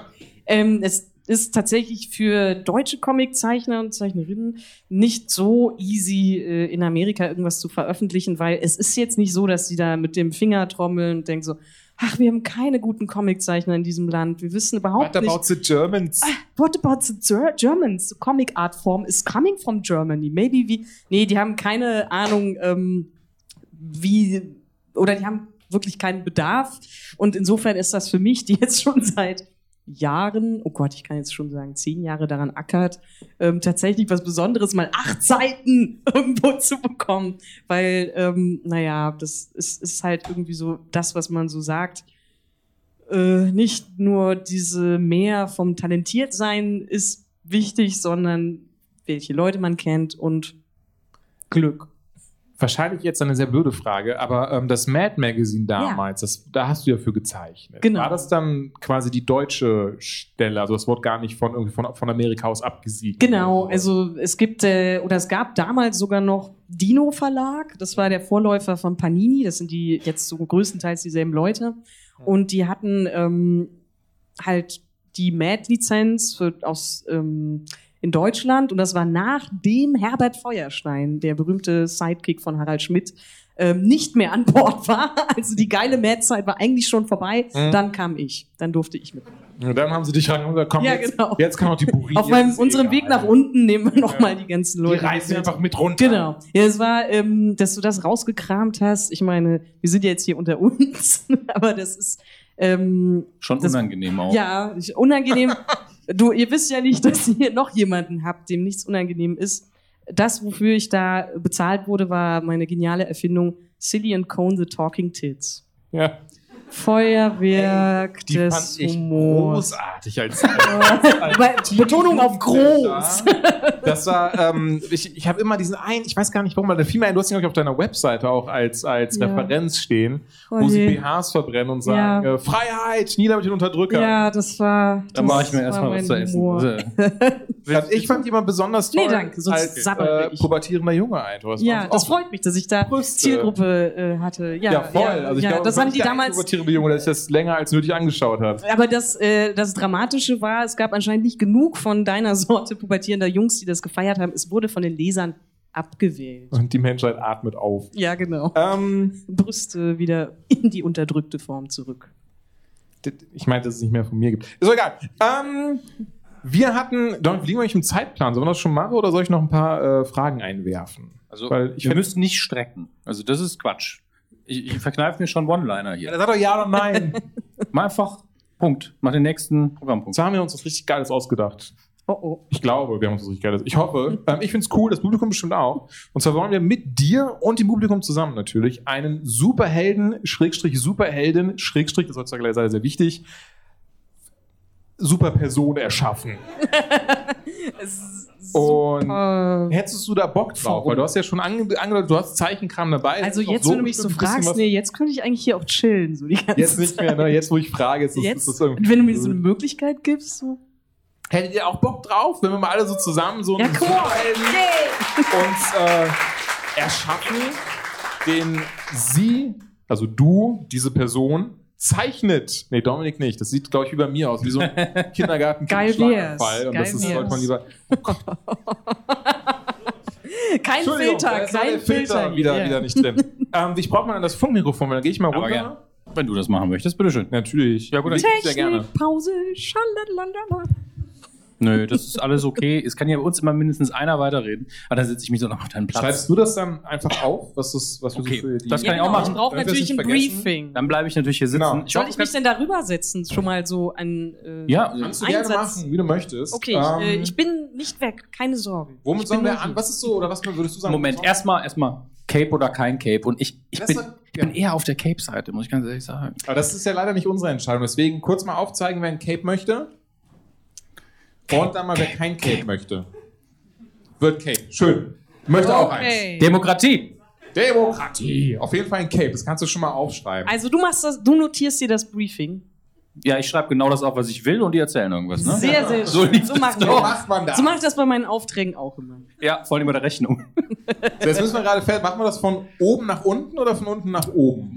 H: ähm, es ist tatsächlich für deutsche Comiczeichner und Zeichnerinnen nicht so easy, äh, in Amerika irgendwas zu veröffentlichen, weil es ist jetzt nicht so, dass sie da mit dem Finger trommeln und denken so, ach, wir haben keine guten Comiczeichner in diesem Land. Wir wissen überhaupt
C: What
H: nicht.
C: about the Germans?
H: What about the Ger- Germans? The comic art form is coming from Germany. Maybe we. Nee, die haben keine Ahnung, ähm, wie. Oder die haben wirklich keinen Bedarf. Und insofern ist das für mich, die jetzt schon seit Jahren, oh Gott, ich kann jetzt schon sagen, zehn Jahre daran ackert, ähm, tatsächlich was Besonderes, mal acht Seiten irgendwo zu bekommen. Weil, ähm, naja, das ist, ist halt irgendwie so das, was man so sagt äh, nicht nur diese mehr vom Talentiertsein ist wichtig, sondern welche Leute man kennt und Glück.
C: Wahrscheinlich jetzt eine sehr blöde Frage, aber ähm, das Mad Magazine damals, das, da hast du ja für gezeichnet.
H: Genau.
C: War das dann quasi die deutsche Stelle, also das Wort gar nicht von, irgendwie von, von Amerika aus abgesiegt?
H: Genau,
C: wurde?
H: also es gibt äh, oder es gab damals sogar noch Dino Verlag, das war der Vorläufer von Panini, das sind die jetzt so größtenteils dieselben Leute und die hatten ähm, halt die Mad-Lizenz für- aus ähm, in Deutschland und das war nachdem Herbert Feuerstein, der berühmte Sidekick von Harald Schmidt, ähm, nicht mehr an Bord war. Also die geile Mad-Zeit war eigentlich schon vorbei.
C: Mhm.
H: Dann kam ich, dann durfte ich mit.
C: Und dann haben sie dich rangeholt und gesagt, komm,
H: Ja,
C: jetzt,
H: genau.
C: jetzt kann auch die Buri.
H: Auf
C: jetzt
H: meinem,
C: ist
H: unserem
C: egal.
H: Weg nach unten nehmen wir nochmal mal die ganzen
C: Die
H: Leute.
C: reißen
H: mit.
C: einfach mit runter.
H: Genau. Ja, es war, ähm, dass du das rausgekramt hast. Ich meine, wir sind ja jetzt hier unter uns, aber das ist ähm,
E: Schon
H: Das-
E: unangenehm auch.
H: ja ich- unangenehm. du, ihr wisst ja nicht, dass ihr noch jemanden habt, dem nichts unangenehm ist. Das, wofür ich da bezahlt wurde, war meine geniale Erfindung Silly and Cone the Talking Tits.
C: Ja,
H: Feuerwerk
C: die
H: des
C: fand ich
H: Humors.
C: großartig als
H: Aber Betonung auf groß.
C: Das war, ähm, ich, ich habe immer diesen einen, ich weiß gar nicht warum, aber da fiel mir ein, du hast ihn, glaube ich, auf deiner Webseite auch als, als
H: Ja.
C: Referenz stehen,
H: Oh,
C: wo sie
H: nee.
C: BHs verbrennen und sagen, äh, Freiheit, nieder mit den Unterdrücker.
H: Ja, das war.
E: Dann
H: das
E: mache ich mir
H: war
E: erstmal
H: mein
E: was zu essen.
H: Humor.
E: So.
C: Also ich fand jemand besonders toll
H: Nee, danke, sonst
C: als
H: sabbel
C: äh,
H: ich.
C: pubertierender Junge ein. Du hast
H: Ja,
C: auch-
H: das freut mich, dass ich da
C: Brüste.
H: Zielgruppe äh, hatte. Ja,
C: ja, voll. also ich
H: ja,
C: glaube,
H: das
C: war
H: haben
C: nicht
H: die
C: der
H: damals.
C: pubertierende Junge, dass ich das länger als nötig angeschaut habe.
H: Aber das, äh, das Dramatische war, es gab anscheinend nicht genug von deiner Sorte pubertierender Jungs, die das gefeiert haben. Es wurde von den Lesern abgewählt.
C: Und die Menschheit atmet auf.
H: Ja, genau.
C: Ähm,
H: Brüste wieder in die unterdrückte Form zurück.
C: d- ich meinte, dass es nicht mehr von mir gibt. Ist doch egal. Ähm, wir hatten, Don, liegen wir nicht im Zeitplan? Sollen wir das schon machen oder soll ich noch ein paar äh, Fragen einwerfen?
E: Also,
C: Weil ich
E: wir
C: find-
E: müssen nicht strecken. Also, das ist Quatsch. Ich, ich verkneife mir schon One-Liner hier.
C: Sag doch ja oder nein.
E: Mal einfach Punkt. Mach den nächsten Programmpunkt.
C: Jetzt haben wir uns was richtig Geiles ausgedacht.
H: Oh oh.
C: Ich glaube, wir haben uns was richtig Geiles. Ich hoffe. Ähm, ich finde es cool, das Publikum bestimmt auch. Und zwar wollen wir mit dir und dem Publikum zusammen natürlich einen Superhelden, Schrägstrich, Superheldin, Schrägstrich, das ist heutzutage leider sehr, sehr wichtig, Superperson erschaffen.
H: Es ist Äh,
C: Und
H: super.
C: hättest du da Bock drauf? Weil du hast ja schon ange angedeutet, du hast Zeichenkram dabei.
H: Also
C: Ist auch
H: jetzt, wenn du mich so
C: bestimmt ein bisschen
H: fragst,
C: was-
H: nee, jetzt könnte ich eigentlich hier auch chillen, so die ganze
C: Jetzt nicht mehr,
H: Zeit.
C: ne? Jetzt, wo ich frage, ist das,
H: Jetzt,
C: ist das irgendwie.
H: wenn du mir so eine Möglichkeit gibst, so.
C: Hättet ihr auch Bock drauf, wenn wir mal alle so zusammen so
H: Ja,
C: einen
H: cool.
C: Superhelden uns äh, erschaffen, den sie, also du, diese Person, zeichnet. Nee, Dominik nicht. Das sieht, glaube ich, wie bei mir aus, wie so ein kindergarten
H: Geil
C: Schlaganfall.
H: wär's.
C: Und
H: Geil
C: das ist,
H: wär's.
C: sollte man lieber.
H: Kein
C: Entschuldigung, da
H: Filter,
C: ist noch
H: kein
C: der Filter,
H: Filter.
C: wieder,
H: hier.
C: wieder nicht drin. ähm, ich brauche mal dann das Funkmikrofon, weil dann gehe ich mal
E: Aber
C: runter.
E: gerne. Wenn du das machen möchtest, bitteschön.
C: Natürlich. Ja, gut, dann
H: Technik,
C: sehr gerne.
H: Pause, schalalalala.
E: Nö, das ist alles okay. Es kann ja bei uns immer mindestens einer weiterreden. Aber dann setze ich mich so noch auf deinen Platz.
C: Schreibst du das dann einfach auf, was, das, was wir
E: Okay,
C: so für die genau.
E: das kann ich auch machen.
H: Genau, Ich brauche
C: Damit wir es
H: natürlich ein
C: nicht vergessen.
H: Briefing.
E: Dann bleibe ich natürlich hier sitzen.
C: Genau.
E: hoffe,
H: Soll ich
E: du
H: mich denn darüber setzen? Schon mal so ein. Äh,
E: Ja, Ähm.
C: Kannst du gerne
H: Einsatz.
C: machen, wie du möchtest. Ähm,
H: Okay, ich, äh, ich bin nicht weg, keine Sorge.
C: Womit
H: ich
C: sollen
H: bin
C: wir
H: nur
C: an?
H: hier.
C: Was ist so, oder was würdest du sagen?
E: Moment, erstmal erstmal Cape oder kein Cape. Und ich, ich,
C: Das
E: bin,
C: war-
E: ich
C: ja.
E: bin eher auf der Cape-Seite, muss ich ganz ehrlich sagen.
C: Aber das ist ja leider nicht unsere Entscheidung. Deswegen kurz mal aufzeigen, wer ein Cape möchte. Und dann mal, wer kein Cape möchte. Wird Cape. Schön. Möchte auch eins.
H: Okay.
E: Demokratie.
C: Demokratie. Auf jeden Fall ein Cape. Das kannst du schon mal aufschreiben.
H: Also du machst das, du notierst dir das Briefing.
E: Ja, ich schreibe genau das auf, was ich will und die erzählen irgendwas. Ne?
H: Sehr, sehr
E: so
H: schön.
E: liegt
H: So
E: es
H: machen
E: doch.
H: wir
C: macht man
H: Also,
C: das.
H: das. So mache ich das bei meinen Aufträgen auch immer.
E: Ja, vor allem bei der Rechnung.
C: So, jetzt müssen wir gerade fest, machen wir das von oben nach unten oder von unten nach oben?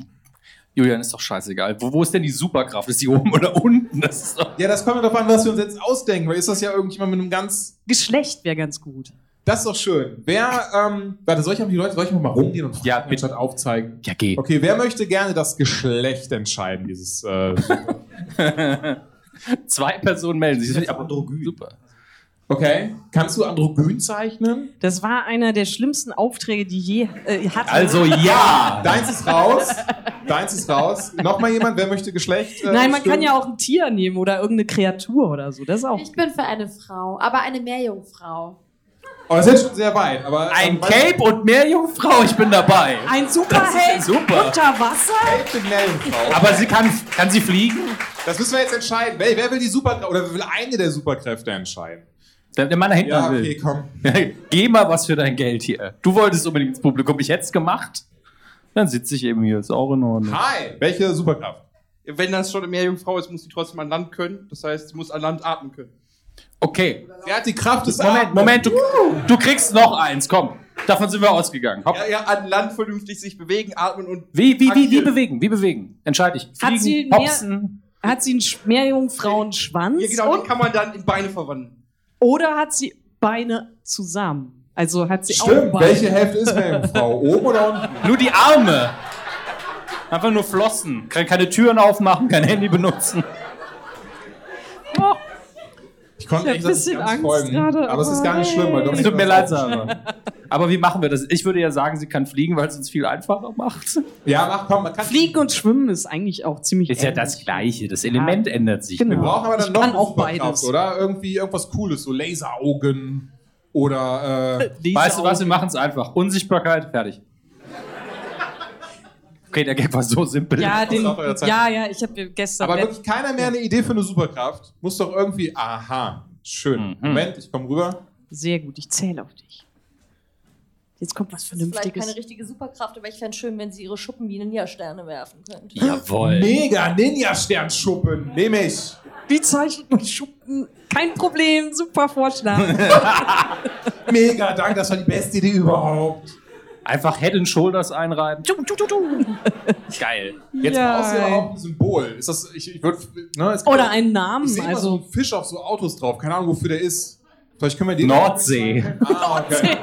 E: Julian, ist doch scheißegal. Wo, wo ist denn die Superkraft? Ist die oben oder unten? Das ist doch
C: Ja, das kommt ja darauf an, was wir uns jetzt ausdenken, weil ist das ja irgendjemand mit einem ganz.
H: Geschlecht wäre ganz gut.
C: Das ist doch schön. Wer, ähm, warte, soll ich mal die Leute, soll ich mal mal rumgehen und
E: Ja,
C: Fragen anstatt aufzeigen?
E: ja, geh.
C: Okay, wer möchte gerne das Geschlecht entscheiden, dieses, äh,
E: Zwei Personen melden sich. Das finde ich aber super.
C: okay? Kannst du Androgyn zeichnen?
H: Das war einer der schlimmsten Aufträge, die ich je äh, hatte.
E: Also ja!
C: Deins ist raus. Deins ist raus. Nochmal jemand, wer möchte Geschlecht? äh,
H: Nein, man kann
C: bestimmen?
H: ja auch ein Tier nehmen oder irgendeine Kreatur oder so. Das ist auch.
G: Ich bin für eine Frau, aber eine Meerjungfrau.
C: Oh, das ist jetzt schon sehr weit, aber.
E: Ein
C: ähm,
E: Cape und mehr Jungfrau, ich bin dabei.
H: Ein Superheld
E: Das ist super.
H: unter Wasser?
C: Ich bin Meerjungfrau.
E: Aber sie kann, kann sie fliegen?
C: Das müssen wir jetzt entscheiden. Wer, wer will die Superkräfte oder wer will eine der Superkräfte entscheiden?
E: Der, der Mann da hinten
C: Ja, okay,
E: will.
C: komm.
E: Geh mal was für dein Geld hier. Du wolltest unbedingt ins Publikum. Ich hätte es gemacht. Dann sitze ich eben hier. Ist auch in Ordnung.
C: Hi, welche Superkraft?
A: Wenn das schon eine Meerjungfrau ist, muss sie trotzdem an Land können. Das heißt, sie muss an Land atmen können.
E: Okay.
C: Sie hat die Kraft des
E: Moment,
C: Atmens.
E: Moment. Du, du kriegst noch eins. Komm. Davon sind wir ausgegangen. Hopp.
A: Ja, ja, an Land vernünftig sich bewegen, atmen und.
E: Wie, wie, wie, wie
A: Aktiv.
E: bewegen? Wie bewegen? Entscheide ich.
H: Hat sie
E: Fliegen,
H: mehr-
E: hopsen.
H: Hat sie einen Sch- Meerjungfrauenschwanz?
A: Ja, genau, den
H: und,
A: kann man dann in Beine verwandeln.
H: oder hat sie Beine zusammen? Also hat sie
C: Stimmt,
H: auch Beine.
C: welche Hälfte ist Meerjungfrau? Oben oder unten?
E: Nur die Arme. Einfach nur flossen. Kann keine Türen aufmachen, kein Handy benutzen.
H: Oh,
C: Ich konnte
H: Ich hab
C: echt das
H: bisschen
C: nicht ganz
H: Angst
C: folgen.
H: gerade, oh
C: aber es ist
H: aber
C: gar nicht schlimm, weil
E: Es
C: Dominik
E: tut mir
C: das
E: leid,
C: auch-
E: Sarah. Aber wie machen wir das? Ich würde ja sagen, sie kann fliegen, weil es uns viel einfacher macht.
C: Ja, mach komm, man kann.
H: Fliegen und Schwimmen ist eigentlich auch ziemlich.
E: Ist ja das
H: ähnlich.
E: Gleiche. Das Element ändert sich. ne?
H: Genau.
C: Wir brauchen aber dann
H: Ich
C: noch
H: kann
C: eine
H: auch
C: Superkraft,
H: beides.
C: oder? Irgendwie irgendwas Cooles, so Laseraugen oder äh,
H: Diese
E: Weißt du was?
H: auch.
E: Wir machen es einfach. Unsichtbarkeit, fertig. Okay, der Gag war so simpel.
H: Ja, den,
C: Auf eurer Zeit.
H: ja, ja, ich habe gestern.
C: Aber wirklich keiner mehr eine Idee für eine Superkraft. Muss doch irgendwie. Aha, schön.
E: Mhm.
C: Moment, ich komme rüber.
H: Sehr gut, ich zähle auf dich. Jetzt kommt was
G: Das ist vielleicht keine
H: Vernünftiges.
G: richtige Superkraft, aber ich fände es schön, wenn sie ihre Schuppen wie Ninja-Sterne werfen könnte.
E: Jawohl.
C: Mega Ninja-Sternschuppen, nehme ich.
H: Wie zeichnet man Schuppen? Kein Problem, super Vorschlag.
C: Mega Dank, das war die beste Idee überhaupt.
E: Einfach Head and Shoulders einreiben.
H: Du, du, du, du.
E: Geil.
C: Jetzt
H: Ja,
C: brauchst du
H: ey.
C: überhaupt ein Symbol. Ist das, ich, ich würde, ne, es gibt-
H: Oder einen Namen.
C: Ich sehe immer so
H: Also,
C: einen Fisch auf so Autos drauf. Keine Ahnung, wofür der ist. Vielleicht können wir den.
E: Nordsee.
C: Ah, okay.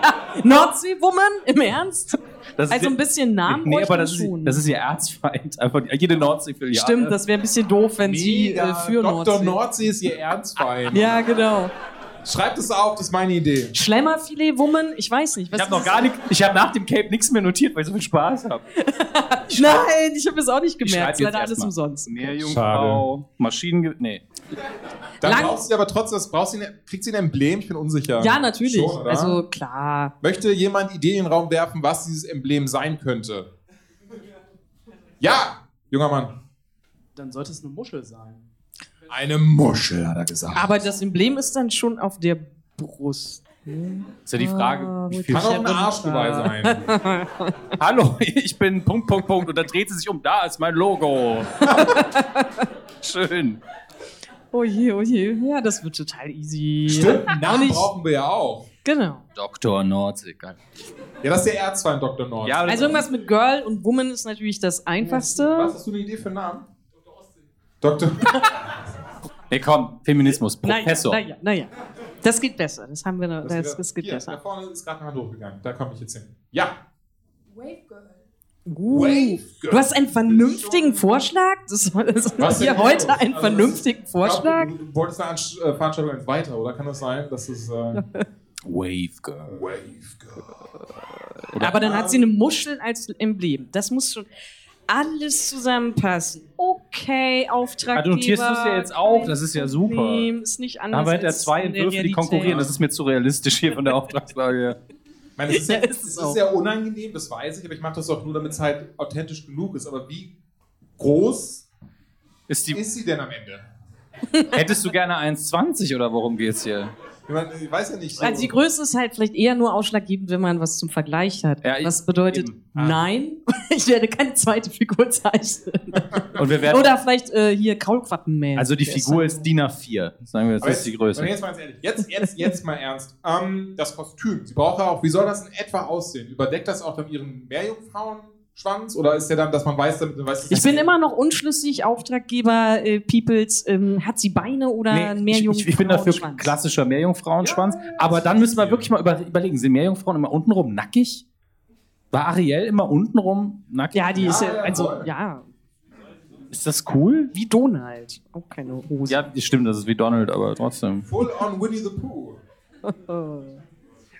H: Nordseewoman? Im Ernst?
E: Das
H: Also ein bisschen Namen
E: Nee,
H: bräuchte
E: aber
H: man
E: das ist,
H: schon.
E: das ist ihr Erzfeind. Einfach jede Nordsee-Filiale.
H: Stimmt, das wäre ein bisschen doof, wenn sie äh,
C: Mega.
H: für
C: Dr.
H: Nordsee...
C: Nordsee ist ihr Ernstfeind.
H: ja, genau.
C: Schreibt es auf, das ist meine Idee.
H: Schlemmerfilet-Woman? Ich weiß nicht. Was
E: Ich habe noch gar nicht, ich habe nach dem Cape nichts mehr notiert, weil ich so viel Spaß habe.
H: nicht... Nein, ich habe es auch nicht
E: schreib
H: gemerkt.
E: jetzt
H: Leider alles
E: erstmal.
H: umsonst.
E: Meerjungfrau, Maschinengewehr, nee.
C: Dann
H: Lang-
C: brauchst du aber trotzdem, das brauchst du, eine- kriegt sie ein Emblem? Ich bin unsicher.
H: Ja, natürlich.
C: Schon, oder?
H: also, klar.
C: Möchte jemand Ideen in den Raum werfen, was dieses Emblem sein könnte? Ja, junger Mann.
E: Dann sollte es eine Muschel sein.
C: Eine Muschel, hat er gesagt.
H: Aber das Emblem ist dann schon auf der Brust.
E: Ist ja die
H: Ah,
E: Frage, wie
H: gut.
E: viel.
C: Kann auch ein Arschgeweih sein.
E: Hallo, ich bin Punkt, Punkt, Punkt. Und dann dreht sie sich um. Da ist mein Logo. Schön.
H: Oh je, oh je. Ja, das wird total easy.
C: Stimmt, einen
H: Und
C: Namen
H: ich-
C: brauchen wir ja auch.
H: Genau.
E: Dr. Nordsee. geil.
C: Ja, das ist der Erzfeind Dr. Nord.
E: Ja,
H: Also irgendwas mit Girl und Woman ist natürlich das
C: Was
H: Einfachste.
C: hast du eine Idee für einen Namen? Dr.
E: nee, komm, Feminismus. Professor.
H: Naja, naja, naja. Das geht besser. Das haben wir noch.
C: Das,
H: Das, das geht
C: hier, Da
H: besser.
C: vorne ist gerade eine Hand hochgegangen. Da komme ich jetzt hin. Ja.
G: Wave Girl.
H: Uh, du hast einen vernünftigen Vorschlag? Das, das
C: Was
H: hier
C: denn
H: heute
C: los?
H: einen
C: Also,
H: vernünftigen Vorschlag?
C: Du, du wolltest eine Ansch- äh, Veranstaltung eins weiter, oder? Kann das sein? Das ist. Äh,
E: Wave Girl.
C: Wave Girl.
H: Aber dann hat sie eine Muschel als Emblem. Das muss schon alles zusammenpassen. Okay, Auftraggeber.
E: Also notierst du's ja jetzt auch, das ist ja super.
H: Problem, Ist nicht
E: Da
H: anders
E: haben wir hinterher
H: als
E: zwei
H: in der
E: Entwürfe, die
H: Realität.
E: konkurrieren. Das ist mir zu realistisch hier von der Auftragslage her.
C: Ich meine, es ist, ja,
H: Ja,
C: es
H: ist es
C: ist,
H: auch.
C: sehr unangenehm, das weiß ich, aber ich mache das auch nur, damit es halt authentisch genug ist. Aber wie groß
E: Ist die,
C: ist sie denn am Ende?
E: hättest du gerne 1,20 oder worum geht's hier?
C: Ich, meine, ich weiß ja nicht. so-
H: Also die Größe ist halt vielleicht eher nur ausschlaggebend, wenn man was zum Vergleich hat.
E: Ja, Ah. ich-
H: was bedeutet, nein, ich werde keine zweite Figur zeichnen.
E: Und wir werden.
H: Oder vielleicht äh, hier Kaulquappenmähen.
E: also die
H: Der
E: Figur ist DIN A4. Sagen wir, das
C: Aber
E: ist die
C: aber
E: Größe.
C: Jetzt mal, ganz ehrlich. Jetzt, jetzt, jetzt mal ernst. Ähm, das Kostüm. Sie braucht ja auch, wie soll das in etwa aussehen? Überdeckt das auch dann ihren Meerjungfrauenschwanz? Oder ist der dann, dass man weiß, damit man weiß, dass
H: Ich bin immer noch unschlüssig, Auftraggeber äh, Peoples, ähm, hat sie Beine oder
E: Nee,
H: ein
E: ich,
H: Meerjungfrau?
E: ich, ich bin dafür klassischer Meerjungfrauenschwanz. aber dann müssen wir wirklich mal über, überlegen: Sind Meerjungfrauen immer untenrum nackig? War Ariel immer untenrum nackig?
H: Ja, die ist ja, also, ja.
E: Ist das cool?
H: Wie Donald. Auch keine Hose.
E: Ja, stimmt, das ist wie Donald, aber trotzdem.
C: Full on Winnie the Pooh. ähm,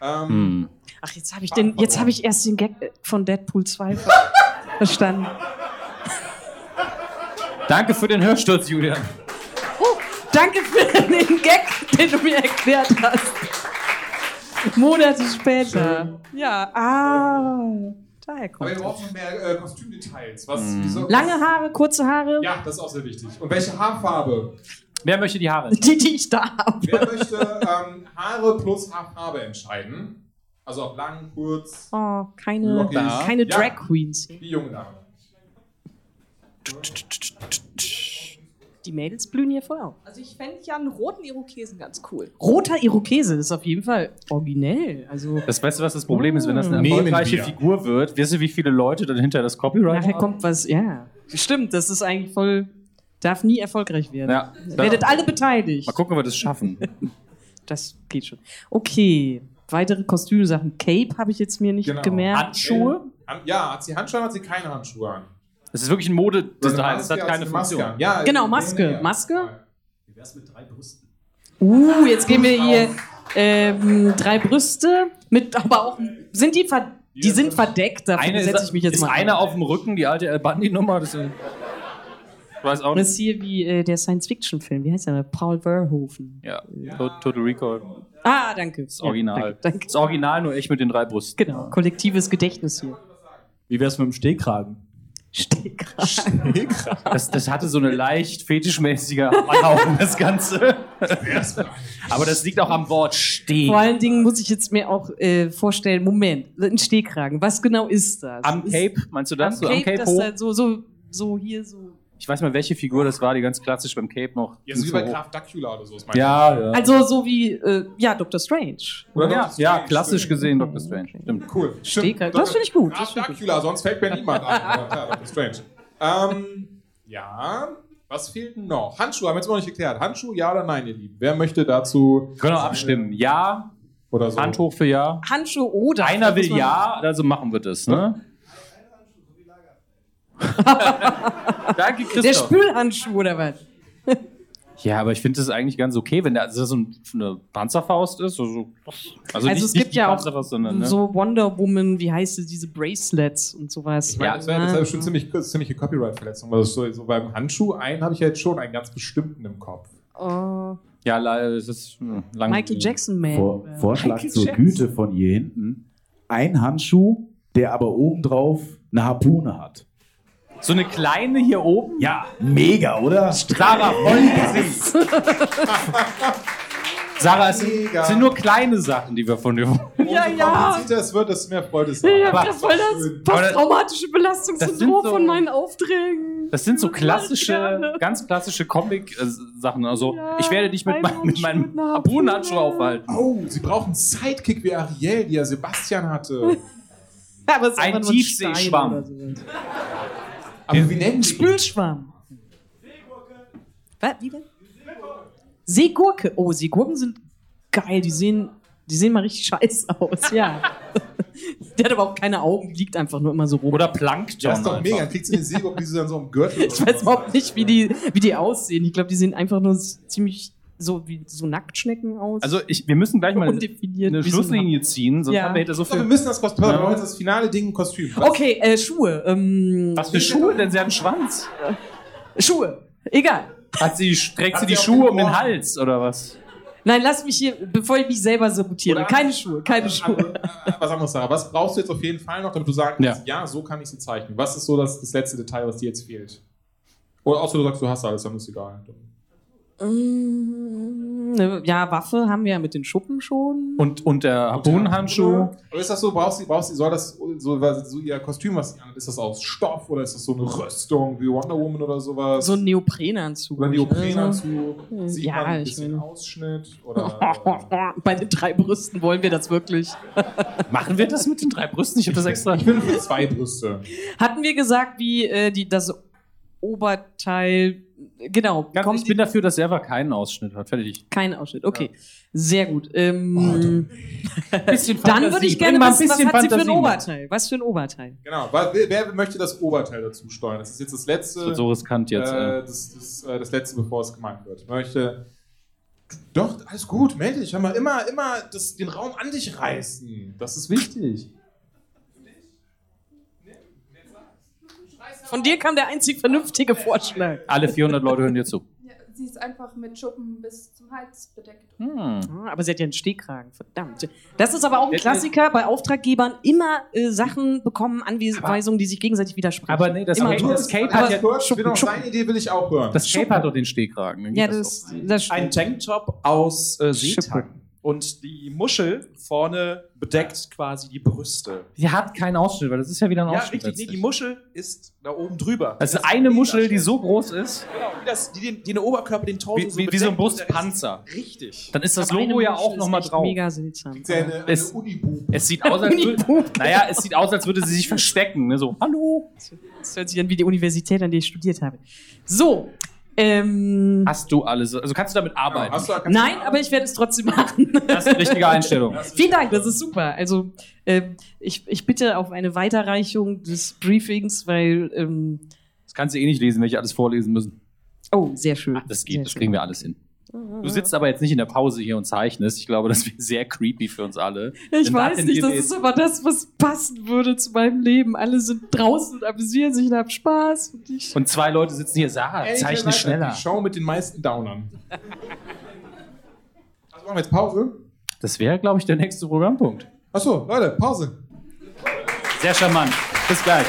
E: Hm.
H: Oh. Ach, jetzt habe ich, den- jetzt hab ich erst den Gag äh, von Deadpool 2 ver verstanden.
E: Danke für den Hörsturz, Julian.
H: Oh, danke für den Gag, den du mir erklärt hast. Monate später. Ja, ah, daher
C: Aber
H: kommt
C: wir
H: das.
C: brauchen mehr äh, Kostümdetails. Was,
E: Hm.
C: wieso,
H: Lange Haare, kurze Haare,
C: Ja, das ist auch sehr wichtig. Und welche Haarfarbe?
E: Wer möchte die Haare?
H: die, die ich da habe.
C: Wer möchte ähm, Haare plus Haarfarbe entscheiden? Also ob lang, kurz,
H: Oh, keine,
C: Lockig. Ja.
H: keine
C: Ja.
H: Drag Queens.
C: die junge Dame.
H: Die Mädels blühen hier voll auf.
G: Also ich fände ja einen roten Irokesen ganz cool.
H: Roter Irokese ist auf jeden Fall originell. Also
E: Das weißt du, was das Problem ist, wenn das eine
C: Nehmen
E: erfolgreiche
C: wir.
E: Figur wird, wirst du, wie viele Leute dann hinter das Copyright
H: nachher
E: haben?
H: kommt was, ja. Stimmt, das ist eigentlich voll. Darf nie erfolgreich werden.
E: Ja,
H: Werdet
E: dann-
H: alle beteiligt.
E: Mal gucken, ob wir das schaffen.
H: Das geht schon. Okay, weitere Kostümsachen. Cape habe ich jetzt mir nicht
C: Genau.
H: gemerkt.
E: Handschuhe?
C: Ähm, ja, hat sie Handschuhe oder hat sie keine Handschuhe an?
E: Das ist wirklich ein Modedesign, das
C: Maske,
E: hat keine
C: sie Maske
E: Funktion.
C: an? Ja,
H: Genau,
C: nee,
H: Maske.
C: nee, nee.
H: Maske?
K: Wie wär's mit drei Brüsten?
H: Uh, jetzt gehen wir hier ähm, drei Brüste mit, aber auch sind die ver die sind verdeckt. Davon
E: Eine
H: setze
E: ist,
H: ich mich jetzt
E: ist
H: mal. ein.
E: eine auf dem Rücken, die alte Bundy-Nummer. Das ist, ich weiß auch
H: Das
E: nicht.
H: ist hier wie äh, der Science-Fiction-Film. Wie heißt der? Paul Verhoeven.
E: Ja, To- Total Recall.
H: Ah, danke.
E: Das Original.
H: Danke, danke.
E: Das Original nur echt mit den drei Brüsten.
H: Genau, kollektives Gedächtnis hier.
K: Wie wär's mit dem Stehkragen?
H: Steht gerade.
E: Das, das hatte so eine leicht fetischmäßige Anhauchung, das Ganze. Aber das liegt auch am Wort stehen.
H: Vor allen Dingen muss ich jetzt mir auch äh, vorstellen, Moment, ein Stehkragen. Was genau ist das?
E: Am
H: ist,
E: Cape, meinst du das?
H: am Cape,
E: so, am Cape
H: dass
E: hoch?
H: da so, so, so hier so.
E: Ich weiß mal, welche Figur das war, die ganz klassisch beim Cape noch.
C: Ja, so wie
E: so
C: bei
E: hoch-
C: Graf Dracula oder so. ist mein
E: ja, ja.
H: Also so wie, äh, ja, Dr. Strange.
C: Oder
E: ja,
C: Dr.
E: ja,
C: Strange,
E: klassisch
C: stimmt.
E: gesehen Dr. Strange. Stimmt.
C: Cool.
H: Steht gerade- Das finde ich gut, das
C: Graf
H: finde ich
C: Dracula, sonst fällt mir niemand ein. Aber klar, Dr. Strange. Ähm, ja, was fehlt denn noch? Handschuhe haben wir jetzt noch nicht geklärt. Handschuhe, ja oder nein, ihr Lieben? Wer möchte dazu
E: Wir können auch abstimmen. Ja,
C: oder so?
E: Hand hoch für Ja.
H: Handschuhe oder.
E: Einer
H: Muss
E: will
H: man-
E: Ja, also machen wir das, ne? Danke,
H: Der
E: Christoph.
H: Spülhandschuh oder was?
E: Ja, aber ich finde es eigentlich ganz okay, wenn da also das so ein, eine Panzerfaust ist. Also, also,
H: Also
E: nicht,
H: es gibt
E: nicht die
H: ja auch
E: Panzerfaust, sondern, ne?
H: So Wonder Woman, wie heißt sie, diese Bracelets und sowas. Ah.
C: Ich meine, das wäre wär schon ziemlich, ziemliche Copyright-Verletzung. Also so, so beim Handschuh einen habe ich ja jetzt schon einen ganz bestimmten im Kopf.
H: Oh,
E: Ja, le- es ist hm, lang.
H: Michael Jackson Man.
K: Vor,
H: Äh,
K: Vorschlag
H: Michael
K: zur
H: Jackson.
K: Güte von hier hinten. Ein Handschuh, der aber obendrauf eine Harpune hat.
E: So eine kleine hier oben.
K: Ja, mega, oder?
E: Sarah, voll gesehen. Sarah, es sind,
C: Mega.
E: es sind nur kleine Sachen, die wir von dir wollen.
H: Ja,
C: Umso
H: ja.
C: komplizierter es wird, desto mehr freut es
H: Ich
C: einen.
H: hab
C: Aber
H: das voll
C: schön.
H: das
E: Aber das-
H: posttraumatische
E: das sind
H: Belastungssyndrom
E: so-
H: von meinen Aufträgen.
E: Das sind so klassische,
H: Gerne.
E: ganz klassische Comic-Sachen. Also,
H: Ja,
E: ich werde dich mit,
H: ein
E: mein, mit
H: Handschuh
E: meinem
H: mit einer
E: Harpunenhandschuh
H: Harpune.
E: aufhalten.
C: Oh, sie braucht einen Sidekick wie Ariel, die ja Sebastian hatte.
H: Ja, aber es ist
E: Ein
H: einfach nur Stein
E: Tiefseeschwamm.
H: oder sowas.
C: Aber wie nennen sie
H: Spülschwamm. Was? Wie denn? Seegurke. Oh, Seegurken sind geil. Die sehen, die sehen mal richtig scheiße aus. Ja. Der hat aber auch keine Augen, die liegt einfach nur immer so rum.
E: Oder Plankton.
C: Das ist doch mega.
E: einfach.
C: Dann kriegst du den Sieg, ob die sie dann so am Gürtel
H: Ich weiß überhaupt nicht, wie die, wie die aussehen. Ich glaube, die sehen einfach nur s- ziemlich so wie so Nacktschnecken aus.
E: Also, ich, wir müssen gleich mal
H: Undefiniert,
E: eine
H: wie so
E: Schlusslinie ziehen, sonst
H: Ja.
E: haben wir hinter so
C: So, wir
E: viel.
C: müssen das Kostüm. Wir brauchen jetzt das finale Ding ein Kostüm. Was?
H: Okay, äh, Schuhe. Ähm,
E: Was für Schuhe denn? Sie hat einen Schwanz.
H: Schuhe. Egal.
E: Hat sie, trägt
C: Hat
E: sie die
C: sie auf
E: Schuhe
C: den
E: um den
C: Ohren?
E: Hals oder was?
H: Nein, lass mich hier, bevor ich mich selber sabotiere.
C: Oder-
H: keine Schuhe, keine
E: Also,
C: Was
H: Schuhe.
C: anderes- äh, Was anderes, Sarah? Was brauchst du jetzt auf jeden Fall noch, damit du sagen kannst, ja, so kann ich sie zeichnen? Was ist so das, das letzte Detail, was dir jetzt
E: also-
C: fehlt? Oder außer du sagst, du hast alles, dann ist egal.
H: Mm, eine ja, Waffe haben wir ja mit den Schuppen schon.
E: Und, und der Harpunenhandschuh.
C: Oder ist das so, brauchst du, brauchst du, soll das so, was- so ihr Kostüm, was sie anhat, ist das aus Stoff oder ist das so eine Rüstung wie Wonder Woman oder sowas?
H: So ein Neoprenanzug.
C: Oder ein Neoprenanzug.
H: Also,
C: Sieht
H: ja,
C: man ein
H: ich
C: bisschen
H: meine.
C: Ausschnitt oder.
H: Bei den drei Brüsten wollen wir das wirklich.
E: Machen wir das mit den drei Brüsten? Ich habe das extra.
C: äh, Ich bin für zwei Brüste.
H: Hatten wir gesagt, wie äh, die, das Oberteil. Genau, kommt
E: Ich bin dafür, dass Server keinen Ausschnitt hat. Fertig.
H: kein Ausschnitt. Okay, sehr gut. Ähm,
E: Oh, Bisschen
H: dann würde
E: Fantasie.
H: ich
E: Bring
H: gerne
E: mal ein
H: wissen, was
E: bisschen
H: hat sie für ein
E: Fantasie mit.
H: Oberteil? Was für ein Oberteil?
C: Genau. Wer, wer möchte das Oberteil dazu steuern? Das ist jetzt das letzte.
E: Das wird so riskant jetzt,
C: Äh,
E: ey.
C: das, das, äh, das letzte, bevor es gemeint wird. Möchte. Doch, alles gut, melde dich. Hör mal, immer, immer das, den Raum an dich reißen. Das ist wichtig.
H: Von dir kam der einzig vernünftige Vorschlag.
E: Alle 400 Leute hören dir zu.
G: Ja, sie ist einfach mit Schuppen bis zum Hals bedeckt.
E: Hm.
H: Ah, Aber sie hat ja einen Stehkragen, verdammt. Das ist aber auch ein Klassiker bei Auftraggebern. Immer äh, Sachen bekommen, Anweisungen, die sich gegenseitig widersprechen.
E: Aber nee, das-
H: Immer.
E: aber das Cape hat ja-
C: Ich will auch genau, seine Idee will ich auch hören.
E: Das Shape hat doch den Stehkragen. dann
H: Ja,
E: geht
H: das, das
K: Ein Tanktop aus äh, Seetang. Und die Muschel vorne bedeckt quasi die Brüste.
E: Sie hat keinen Ausschnitt, weil das ist ja wieder ein
K: Ja,
E: Ausschnitt.
K: richtig. Nee, die Muschel ist da oben drüber.
E: Also eine Muschel, die so groß ist,
K: Genau, wie das, die, den- die den Oberkörper, den Torso
E: Wie- wie- wie so ein
K: bedeckt und der
E: Brustpanzer.
K: Rest- Richtig.
E: dann ist das
K: Aber eine
E: Logo ja
K: Muschel
E: auch
K: ist
E: nochmal
K: echt
E: drauf.
H: Mega seltsam.
E: es, es sieht aus, als würde, naja, es sieht aus, als würde sie sich verstecken. Ne? So, hallo.
H: Das hört sich an wie die Universität, an der ich studiert habe. So. Ähm,
E: Hast du alles? Also kannst du damit arbeiten?
H: nein, aber ich werde es trotzdem machen.
E: Das ist die richtige Einstellung.
H: Vielen Dank, das ist super. Also ähm, ich, ich bitte auf eine Weiterreichung des Briefings, weil ähm,
E: Das kannst du eh nicht lesen, wenn ich alles vorlesen müssen.
H: Oh, sehr schön.
E: Ah, das geht, das kriegen wir alles hin. Du sitzt aber jetzt nicht in der Pause hier und zeichnest. Ich glaube, das wäre sehr creepy für uns alle.
H: Ich
E: Denn da eh
H: weiß nicht, das
E: tendiert ihr
H: ist aber das, was passen würde zu meinem Leben. Alle sind draußen und amüsieren sich und haben Spaß. Und ich
E: Und zwei Leute sitzen hier, Sarah,
C: Ehrlich
E: zeichne
C: gesagt,
E: schneller.
C: Die Show mit den meisten Downern. also machen wir jetzt Pause.
E: Das wäre, glaube ich, der nächste Programmpunkt.
C: Achso, Leute, Pause.
E: Sehr charmant. Bis gleich.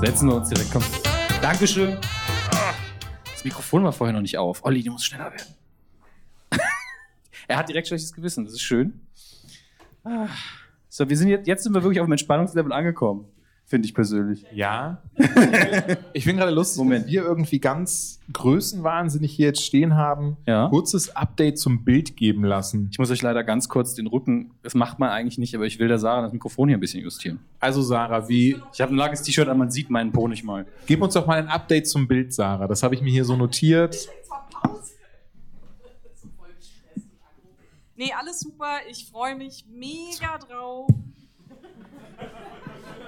E: Setzen wir uns direkt. Komm. Dankeschön. Ah, Das Mikrofon war vorher noch nicht auf. Olli, du musst schneller werden. er hat direkt schlechtes Gewissen. Das ist schön. Ah. So, wir sind jetzt, jetzt sind wir wirklich auf dem Entspannungslevel angekommen. Finde ich persönlich.
C: Ja. Ich bin gerade lustig, Moment. wir irgendwie ganz größenwahnsinnig hier jetzt stehen haben.
E: Ja.
C: Kurzes Update zum Bild geben lassen.
E: Ich muss euch leider ganz kurz den Rücken, das macht man eigentlich nicht, aber ich will der Sarah das Mikrofon hier ein bisschen justieren.
C: Also Sarah, wie...
E: Ich habe ein langes T-Shirt an, man sieht meinen Po nicht mal.
C: Gib uns doch mal ein Update zum Bild, Sarah. Das habe ich mir hier so notiert.
H: nee, alles super. Ich freue mich mega drauf.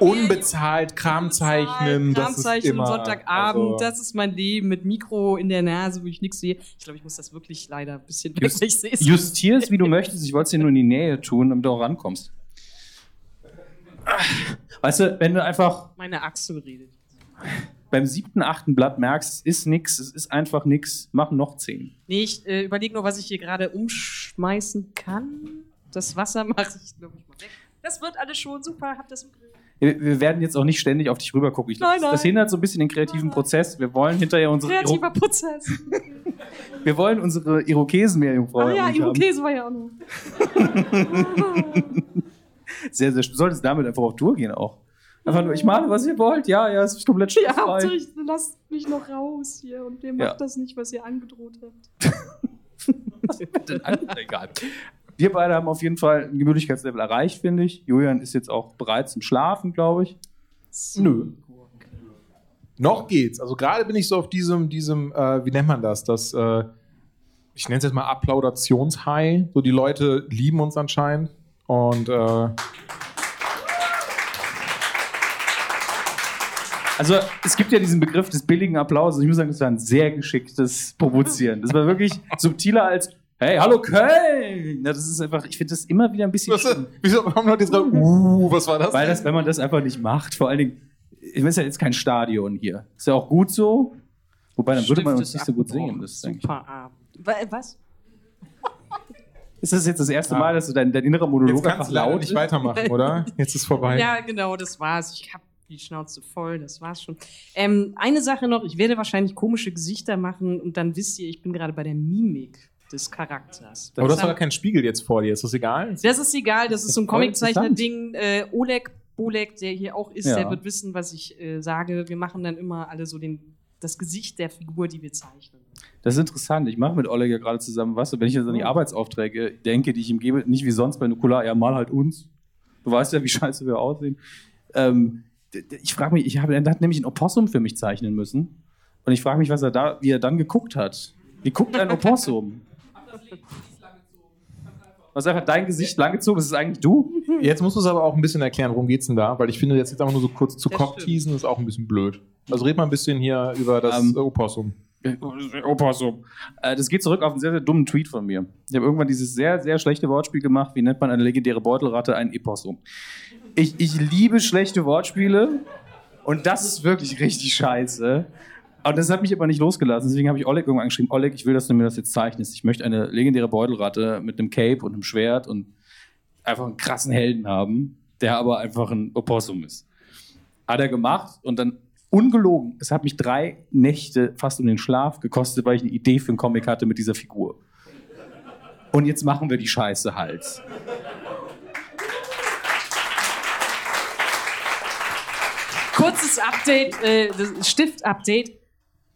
C: Unbezahlt Kram zeichnen. das ist
H: Kramzeichen
C: immer-
H: Sonntagabend.
C: also-
H: das ist mein Leben mit Mikro in der Nase, wo ich nichts sehe. Ich glaube, ich muss das wirklich leider ein bisschen weg.
E: Just,
H: Ich sehe es.
E: justier es, wie du möchtest. Ich wollte es dir nur in die Nähe tun, damit du auch rankommst. Weißt du, wenn du einfach
H: Meine Achsel redet.
E: beim siebten, achten Blatt merkst, es ist nix, es ist einfach nix, mach noch zehn.
H: Nee, ich äh, überlege nur, was ich hier gerade umschmeißen kann. Das Wasser mache ich, glaube ich, mal weg. Das wird alles schon super. Hab das im Griff.
E: Wir wir werden jetzt auch nicht ständig auf dich rübergucken. Ich glaub,
H: Nein,
E: das- Das
H: nein.
E: hindert so ein bisschen den kreativen Prozess. Wir wollen hinterher unsere, Iro
H: Kreativer Prozess.
E: wir wollen unsere Irokesen mehr Jungfrau.
H: Ah ja,
E: nicht haben.
H: Irokesen war ja auch noch.
E: Sehr, sehr. Du solltest damit einfach auf Tour gehen auch. Einfach nur, ich male, was ihr wollt. Ja, ja, es ist komplett
H: Ja,
E: scheißfrei.
H: Hauptsache, ich- lasst mich noch raus hier und ihr
E: Ja.
H: macht das nicht, was ihr angedroht habt.
E: Egal. Wir beide haben auf jeden Fall ein Gemütlichkeitslevel erreicht, finde ich. Julian ist jetzt auch bereit zum Schlafen, glaube ich.
C: Nö. Noch geht's. Also gerade bin ich so auf diesem, diesem, äh, wie nennt man das? Das, äh, ich nenne es jetzt mal Applaudations-High. So die Leute lieben uns anscheinend. Und äh,
E: Also es gibt ja diesen Begriff des billigen Applauses. Ich muss sagen, das war ein sehr geschicktes Provozieren. Das war wirklich subtiler als Hey, hallo Köln! Na, das ist einfach, ich finde das immer wieder ein bisschen. schlimm.
C: wieso haben Leute jetzt gerade, uh, was war das?
E: Weil das, wenn man das einfach nicht macht, vor allen Dingen, ich meine, es ist ja jetzt kein Stadion hier. Ist ja auch gut so. Wobei, dann würde man
H: Stift
E: uns
H: ist
E: nicht so gut singen.
H: abgebrochen.
E: Das denke ich.
H: Super Abend. Wa- Was?
E: Ist das jetzt das erste Mal, dass du dein, dein innerer Monolog
C: Jetzt kannst
E: einfach
C: du leider
E: laut
C: nicht weitermachen, oder? Jetzt ist vorbei.
H: Ja, genau, das war's. Ich hab die Schnauze voll, das war's schon. Ähm, eine Sache noch, ich werde wahrscheinlich komische Gesichter machen und dann wisst ihr, ich bin gerade bei der Mimik des Charakters.
C: Aber du hast
H: Das
C: doch gar keinen Spiegel jetzt vor dir, ist das egal?
H: Das ist egal, das ist so ein
C: Voll
H: Comiczeichner-Ding. Äh, Oleg Bolek, der hier auch ist,
C: Ja.
H: der wird wissen, was ich äh, sage. Wir machen dann immer alle so den, das Gesicht der Figur, die wir zeichnen.
E: Das ist interessant. Ich mache mit Oleg ja gerade zusammen was. Und wenn ich jetzt an die Arbeitsaufträge denke, die ich ihm gebe, nicht wie sonst bei Nukular, ja, mal halt uns. Du weißt ja, wie scheiße wir aussehen. Ähm, d- d- ich frage mich, ich habe, er hat nämlich ein Opossum für mich zeichnen müssen. Und ich frage mich, was er da, wie er dann geguckt hat. Wie guckt ein Opossum? Was einfach dein Gesicht langgezogen? Das ist eigentlich du?
H: Hm.
C: Jetzt musst du es aber auch ein bisschen erklären, worum geht's denn da? Weil ich finde, jetzt jetzt einfach nur so kurz zu Kopf teasen ist auch ein bisschen blöd. Also red mal ein bisschen hier über das
E: Ähm,
C: Opossum.
E: Opossum. Äh, das geht zurück auf einen sehr, sehr dummen Tweet von mir. Ich habe irgendwann dieses sehr, sehr schlechte Wortspiel gemacht. Wie nennt man eine legendäre Beutelratte? Ein Epossum. Ich, ich liebe schlechte Wortspiele und das ist wirklich richtig scheiße. Und das hat mich aber nicht losgelassen. Deswegen habe ich Oleg irgendwann angeschrieben: Oleg, ich will, dass du mir das jetzt zeichnest. Ich möchte eine legendäre Beutelratte mit einem Cape und einem Schwert und einfach einen krassen Helden haben, der aber einfach ein Opossum ist. Hat er gemacht und dann ungelogen. Es hat mich drei Nächte fast um den Schlaf gekostet, weil ich eine Idee für einen Comic hatte mit dieser Figur. Und jetzt machen wir die Scheiße halt.
H: Kurzes Update, äh, das Stift-Update.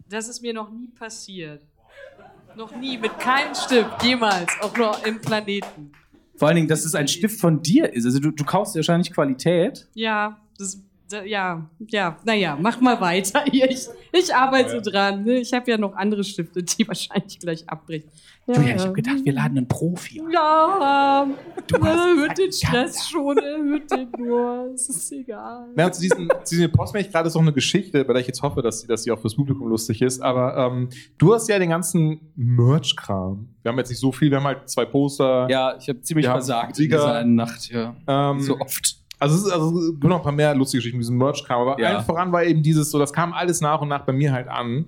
H: Das ist mir noch nie passiert. Noch nie, mit keinem Stift, jemals, auch nur im Planeten.
E: Vor allen Dingen, dass es ein Stift von dir ist. Also du, du kaufst dir wahrscheinlich Qualität.
H: Ja, das, da, ja, ja, naja, mach mal weiter. hier. Ich, ich arbeite dran. Ne? Ich habe ja noch andere Stifte, die wahrscheinlich gleich abbrechen.
E: Julia, ich habe gedacht, wir laden einen Profi.
H: Ja, er hört den Stress schon, er hört den nur, es ist egal.
C: Na, zu diesem, zu diesem Postmech gerade ist auch eine Geschichte, bei der ich jetzt hoffe, dass, sie- dass sie auch fürs Publikum lustig ist. Aber ähm, du hast ja den ganzen Merch-Kram. Wir haben jetzt nicht so viel, wir haben halt zwei Poster.
E: Ja, ich habe ziemlich versagt in dieser einen Nacht, ja.
C: Ähm,
E: So oft.
C: Also es, ist, also es gibt noch ein paar mehr lustige Geschichten, wie diesen Merch-Kram. Aber
E: Ja.
C: allen voran war eben dieses so, das kam alles nach und nach bei mir halt an.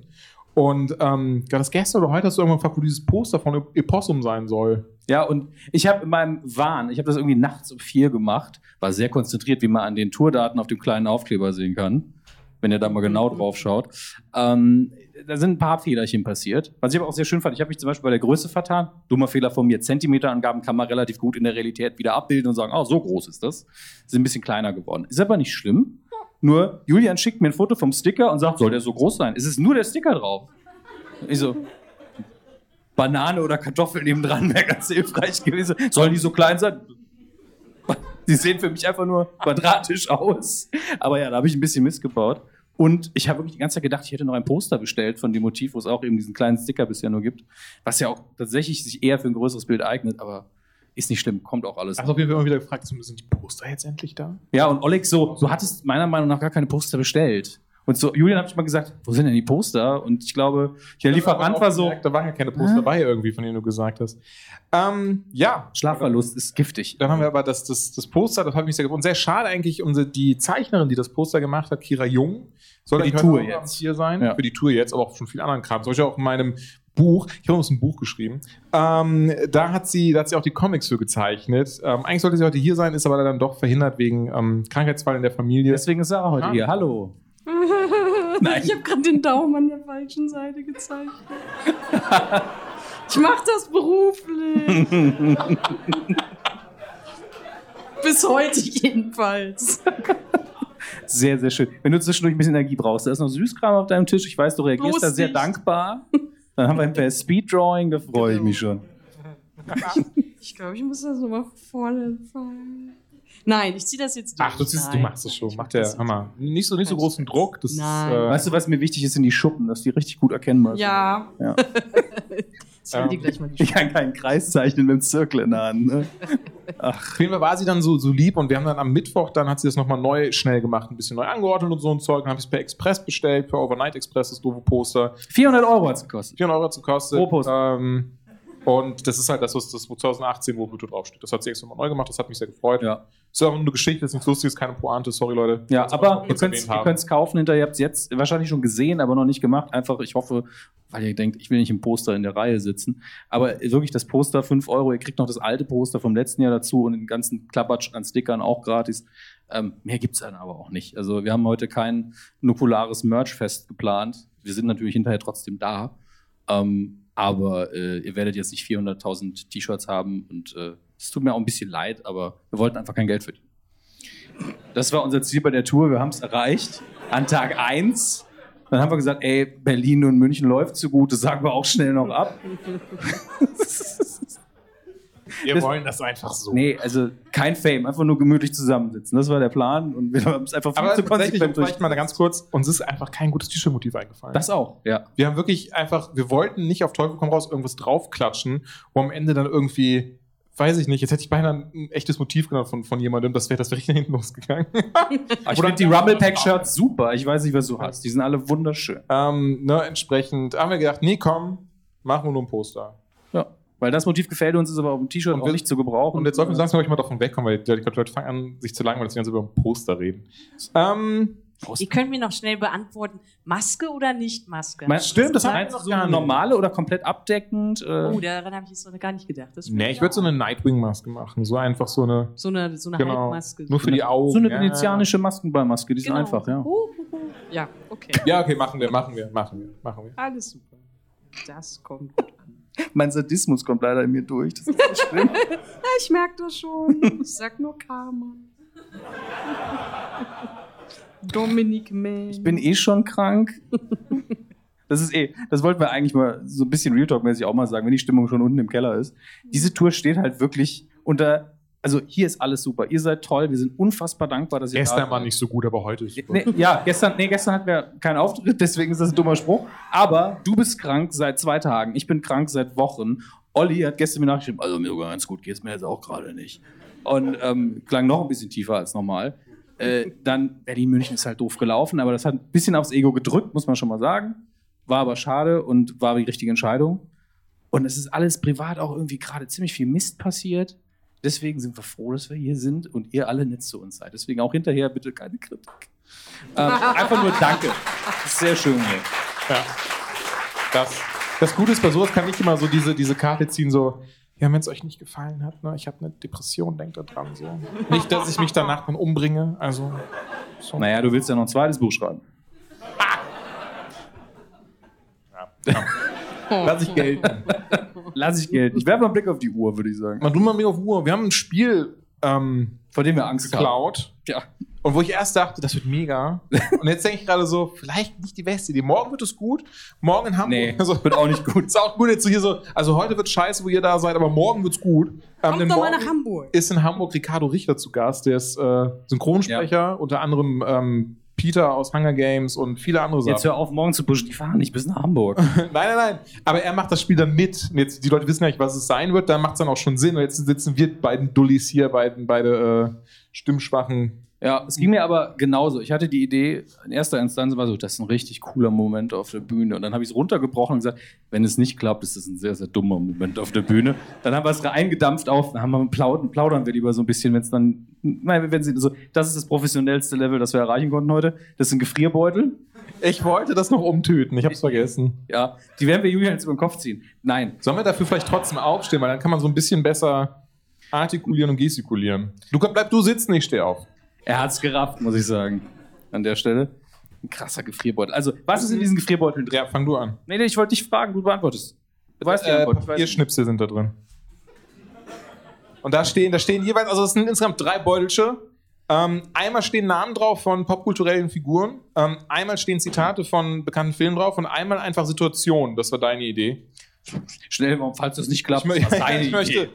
C: Und ähm, ja, das gestern oder heute hast du irgendwann gefragt, wo dieses Poster von Epossum sein soll.
E: Ja, und ich habe in meinem Wahn, ich habe das irgendwie nachts um vier gemacht, war sehr konzentriert, wie man an den Tourdaten auf dem kleinen Aufkleber sehen kann, wenn ihr da mal genau drauf schaut. Ähm, da sind ein paar Fehlerchen passiert. Was ich aber auch sehr schön fand, ich habe mich zum Beispiel bei der Größe vertan. Dummer Fehler von mir. Zentimeterangaben kann man relativ gut in der Realität wieder abbilden und sagen, oh, so groß ist das. Sind ein bisschen kleiner geworden. Ist aber nicht schlimm. Nur Julian schickt mir ein Foto vom Sticker und sagt, soll der so groß sein? Es ist nur der Sticker drauf. Ich so, Banane oder Kartoffel nebendran wäre ganz hilfreich gewesen. Sollen die so klein sein? Die sehen für mich einfach nur quadratisch aus. Aber ja, da habe ich ein bisschen missgebaut. Und ich habe wirklich die ganze Zeit gedacht, ich hätte noch ein Poster bestellt von dem Motiv, wo es auch eben diesen kleinen Sticker bisher nur gibt. Was ja auch tatsächlich sich eher für ein größeres Bild eignet, aber ist nicht schlimm, kommt auch alles.
C: Also auf jeden Fall immer wieder gefragt, so, sind die Poster jetzt endlich da?
E: Ja, und Oleg, so, du hattest meiner Meinung nach gar keine Poster bestellt. Und so, Julian habe ich mal gesagt, wo sind denn die Poster? Und ich glaube, der Lieferant war so.
C: Da waren ja keine Poster dabei irgendwie, von denen du gesagt hast. Ähm, ja.
E: Schlafverlust ist giftig.
C: Dann haben wir aber das, das, das Poster, das hat mich sehr gefreut. Und sehr schade eigentlich, unsere, die Zeichnerin, die das Poster gemacht hat, Kira Jung, soll
E: Für die
C: eigentlich
E: Tour
C: heute Abend
E: jetzt.
C: hier sein.
E: Ja.
C: Für die Tour jetzt, aber auch schon viel anderen Kram. Zum Beispiel auch in meinem Buch, ich habe uns ein Buch geschrieben, ähm, da, hat sie, da hat sie auch die Comics für gezeichnet. Ähm, eigentlich sollte sie heute hier sein, ist aber dann doch verhindert wegen ähm, Krankheitsfall in der Familie.
E: Deswegen ist er auch heute hier. Hallo.
C: Nein.
H: Ich habe gerade den Daumen an der falschen Seite gezeigt. Ich mache das beruflich. Bis heute jedenfalls.
E: Sehr, sehr schön. Wenn du zwischendurch ein bisschen Energie brauchst, da ist noch Süßkram auf deinem Tisch. Ich weiß, du reagierst
H: Bloß
E: da sehr
H: nicht.
E: dankbar. Dann haben wir hinterher Speeddrawing, da freue ich
C: Genau.
E: mich schon.
H: Ich glaube, ich muss das nochmal vorne anfangen. Nein, ich ziehe das jetzt durch.
C: Ach, du, siehst, du
H: Nein.
C: machst es schon. Macht der Hammer. Nicht so, nicht so großen Druck. Das
H: Nein.
C: Ist, äh,
E: weißt du, was mir wichtig ist, sind die Schuppen, dass die richtig gut erkennbar sind.
H: Ja.
E: Ja.
H: Ich will dir gleich mal die
C: Ähm,
E: ich kann keinen Kreis zeichnen mit einem Zirkel in der Hand. Ne?
C: Auf jeden Fall war sie dann so, so lieb und wir haben dann am Mittwoch, dann hat sie das nochmal neu schnell gemacht, ein bisschen neu angeordnet und so ein Zeug. Dann habe ich es per Express bestellt, per Overnight Express, das doofe Poster.
E: 400 Euro hat es gekostet.
C: 400 Euro hat es gekostet.
E: Pro Poster.
C: Ähm, und das ist halt das, was das 2018, wo Pluto draufsteht. Das hat sie extra mal neu gemacht, das hat mich sehr gefreut.
E: Ja.
C: Ist auch eine Geschichte, das ist nichts Lustiges, keine Pointe, sorry Leute.
E: Ja,
C: Das
E: aber
C: wollte
E: ihr
C: ich
E: könnt
C: kurz erwähnt haben.
E: es kaufen hinterher. Ihr habt es jetzt wahrscheinlich schon gesehen, aber noch nicht gemacht. Einfach, ich hoffe, weil ihr denkt, ich will nicht im Poster in der Reihe sitzen. Aber wirklich das Poster, 5 Euro. Ihr kriegt noch das alte Poster vom letzten Jahr dazu und den ganzen Klappertsch an Stickern auch gratis. Ähm, mehr gibt es dann aber auch nicht. Also wir haben heute kein nukulares Merch-Fest geplant. Wir sind natürlich hinterher trotzdem da. Ähm, aber äh, ihr werdet jetzt nicht 400.000 T-Shirts haben und äh, es tut mir auch ein bisschen leid, aber wir wollten einfach kein Geld verdienen. Das war unser Ziel bei der Tour. Wir haben es erreicht. An Tag 1. Dann haben wir gesagt, ey, Berlin und München läuft so gut, das sagen wir auch schnell noch ab.
C: Wir wollen das einfach so.
E: Nee, also kein Fame, einfach nur gemütlich zusammensitzen. Das war der Plan und wir haben es einfach viel
C: Aber
E: zu
C: tatsächlich, um
E: konsequent durch.
C: vielleicht mal ganz kurz, uns ist einfach kein gutes T-Shirt-Motiv eingefallen.
E: Das auch, ja.
C: Wir haben wirklich einfach, wir wollten nicht auf Teufel komm raus irgendwas draufklatschen, wo am Ende dann irgendwie, weiß ich nicht, jetzt hätte ich beinahe ein echtes Motiv genannt von, von jemandem, das wäre das wäre richtig nach hinten losgegangen.
E: Ich finde die Rumble Pack Shirts super. Ich weiß nicht, was du hast. Die sind alle wunderschön.
C: Ähm, ne, entsprechend haben wir gedacht, nee, komm, machen wir nur ein Poster.
E: Ja, weil das Motiv gefällt uns, ist aber auf dem T-Shirt auch nicht zu gebrauchen.
C: Und jetzt sollten wir langsam euch mal davon wegkommen, weil die die Leute fangen an, sich zu langweilen, dass wir ganz über ein Poster reden. Ähm,
G: Ihr könnt mir noch schnell beantworten, Maske oder nicht Maske?
C: Meinst- stimmt, das
G: war
C: haben wir noch gar nicht.
E: normale oder komplett abdeckend? Äh,
G: Oh, daran habe ich jetzt noch gar nicht gedacht. Das
C: nee, ich würde so eine Nightwing-Maske machen, so einfach so eine.
G: so eine, so eine
C: Genau.
G: Halbmaske.
C: Nur für die Augen.
E: so eine
C: ja.
E: venezianische Maskenballmaske, die sind einfach, ja.
G: Ja, okay.
C: Ja, okay, machen wir, machen wir, machen wir, machen wir.
G: Alles super. Das kommt.
E: Mein Sadismus kommt leider in mir durch. Das ist so schlimm.
G: ich merke das schon. Ich sag nur Karma. Dominik May.
E: Ich bin eh schon krank. Das ist eh, das wollten wir eigentlich mal so ein bisschen Real Talk-mäßig auch mal sagen, wenn die Stimmung schon unten im Keller ist. Diese Tour steht halt wirklich unter, also hier ist alles super. Ihr seid toll, wir sind unfassbar dankbar, dass ihr da
C: Gestern war nicht so gut, aber heute ist
E: Nee, ja, gestern, nee, gestern hatten wir keinen Auftritt, deswegen ist das ein dummer Spruch. Aber du bist krank seit zwei Tagen, ich bin krank seit Wochen. Olli hat gestern mir nachgeschrieben, also mir sogar ganz gut geht's mir jetzt auch gerade nicht. Und ähm, klang noch ein bisschen tiefer als normal. Äh, dann Berlin-München ist halt doof gelaufen, aber das hat ein bisschen aufs Ego gedrückt, muss man schon mal sagen. War aber schade und war die richtige Entscheidung. Und es ist alles privat auch irgendwie gerade ziemlich viel Mist passiert. Deswegen sind wir froh, dass wir hier sind und ihr alle nett zu uns seid. Deswegen auch hinterher bitte keine Kritik. Ähm, einfach nur Danke. Sehr schön hier.
C: Ja. Das, das Gute ist, bei sowas kann ich immer so diese, diese Karte ziehen, so, ja, wenn es euch nicht gefallen hat, ne, ich habe eine Depression, denkt da dran. So. Nicht, dass ich mich danach dann umbringe, also. So.
E: Naja, du willst ja noch ein zweites Buch schreiben.
C: Lass ich gelten.
E: Lass ich gelten. Ich werfe mal einen Blick auf die Uhr, würde ich sagen.
C: Man, du mal mir auf Uhr. Wir haben ein Spiel ähm,
E: Von dem wir Angst
C: geklaut.
E: Ja.
C: Und wo ich erst dachte, das wird mega. Und jetzt denke ich gerade so, vielleicht nicht die beste Idee. Morgen wird es gut. Morgen in Hamburg.
E: Nee,
C: also,
E: wird auch nicht gut.
C: Ist auch gut jetzt so hier so. Also heute wird scheiße, wo ihr da seid, aber morgen wird's gut. Ähm, denn
G: Kommt doch mal
C: morgen
G: nach Hamburg.
C: Ist in Hamburg Ricardo Richter zu Gast. Der ist äh, Synchronsprecher, unter anderem ähm, Peter aus Hunger Games und viele andere Sachen.
E: Jetzt hör auf, morgen zu pushen. Die fahren nicht bis nach Hamburg.
C: Nein, nein, nein. Aber er macht das Spiel dann mit. Und Jetzt, die Leute wissen ja nicht, was es sein wird. Da macht es dann auch schon Sinn. Und jetzt sitzen wir beiden Dullis hier, beiden, beide äh, Stimmschwachen.
E: Ja, es ging mir aber genauso. Ich hatte die Idee, in erster Instanz war so, das ist ein richtig cooler Moment auf der Bühne. Und dann habe ich es runtergebrochen und gesagt, wenn es nicht klappt, ist das ein sehr, sehr dummer Moment auf der Bühne. Dann haben wir es eingedampft auf, dann haben wir plaudern, plaudern wir lieber so ein bisschen, wenn es dann, nein, wenn sie, also, das ist das professionellste Level, das wir erreichen konnten heute. Das sind Gefrierbeutel.
C: Ich wollte das noch umtöten. Ich hab's vergessen.
E: Ja, die werden wir Julian jetzt über den Kopf ziehen. Nein.
C: Sollen wir dafür vielleicht trotzdem aufstehen? Weil dann kann man so ein bisschen besser artikulieren und gestikulieren. Du komm, bleib du sitzen, ich stehe auf.
E: Er hat's gerafft, muss ich sagen. An der Stelle. Ein krasser Gefrierbeutel. Also, was ist in diesen Gefrierbeuteln drin?
C: Ja, fang du an.
E: Nee, nee, ich wollte dich fragen, du beantwortest. Du weißt die
C: Äh,
E: Antwort. Ich weiß nicht.
C: Papierschnipsel sind da drin. Und da stehen, da stehen jeweils, also es sind insgesamt drei Beutelche. Ähm, einmal stehen Namen drauf von popkulturellen Figuren, ähm, einmal stehen Zitate von bekannten Filmen drauf und einmal einfach Situationen. Das war deine Idee.
E: Schnell, warum, falls das nicht klappt,
C: Ich mö-
E: was deine
C: ich möchte-
E: Idee.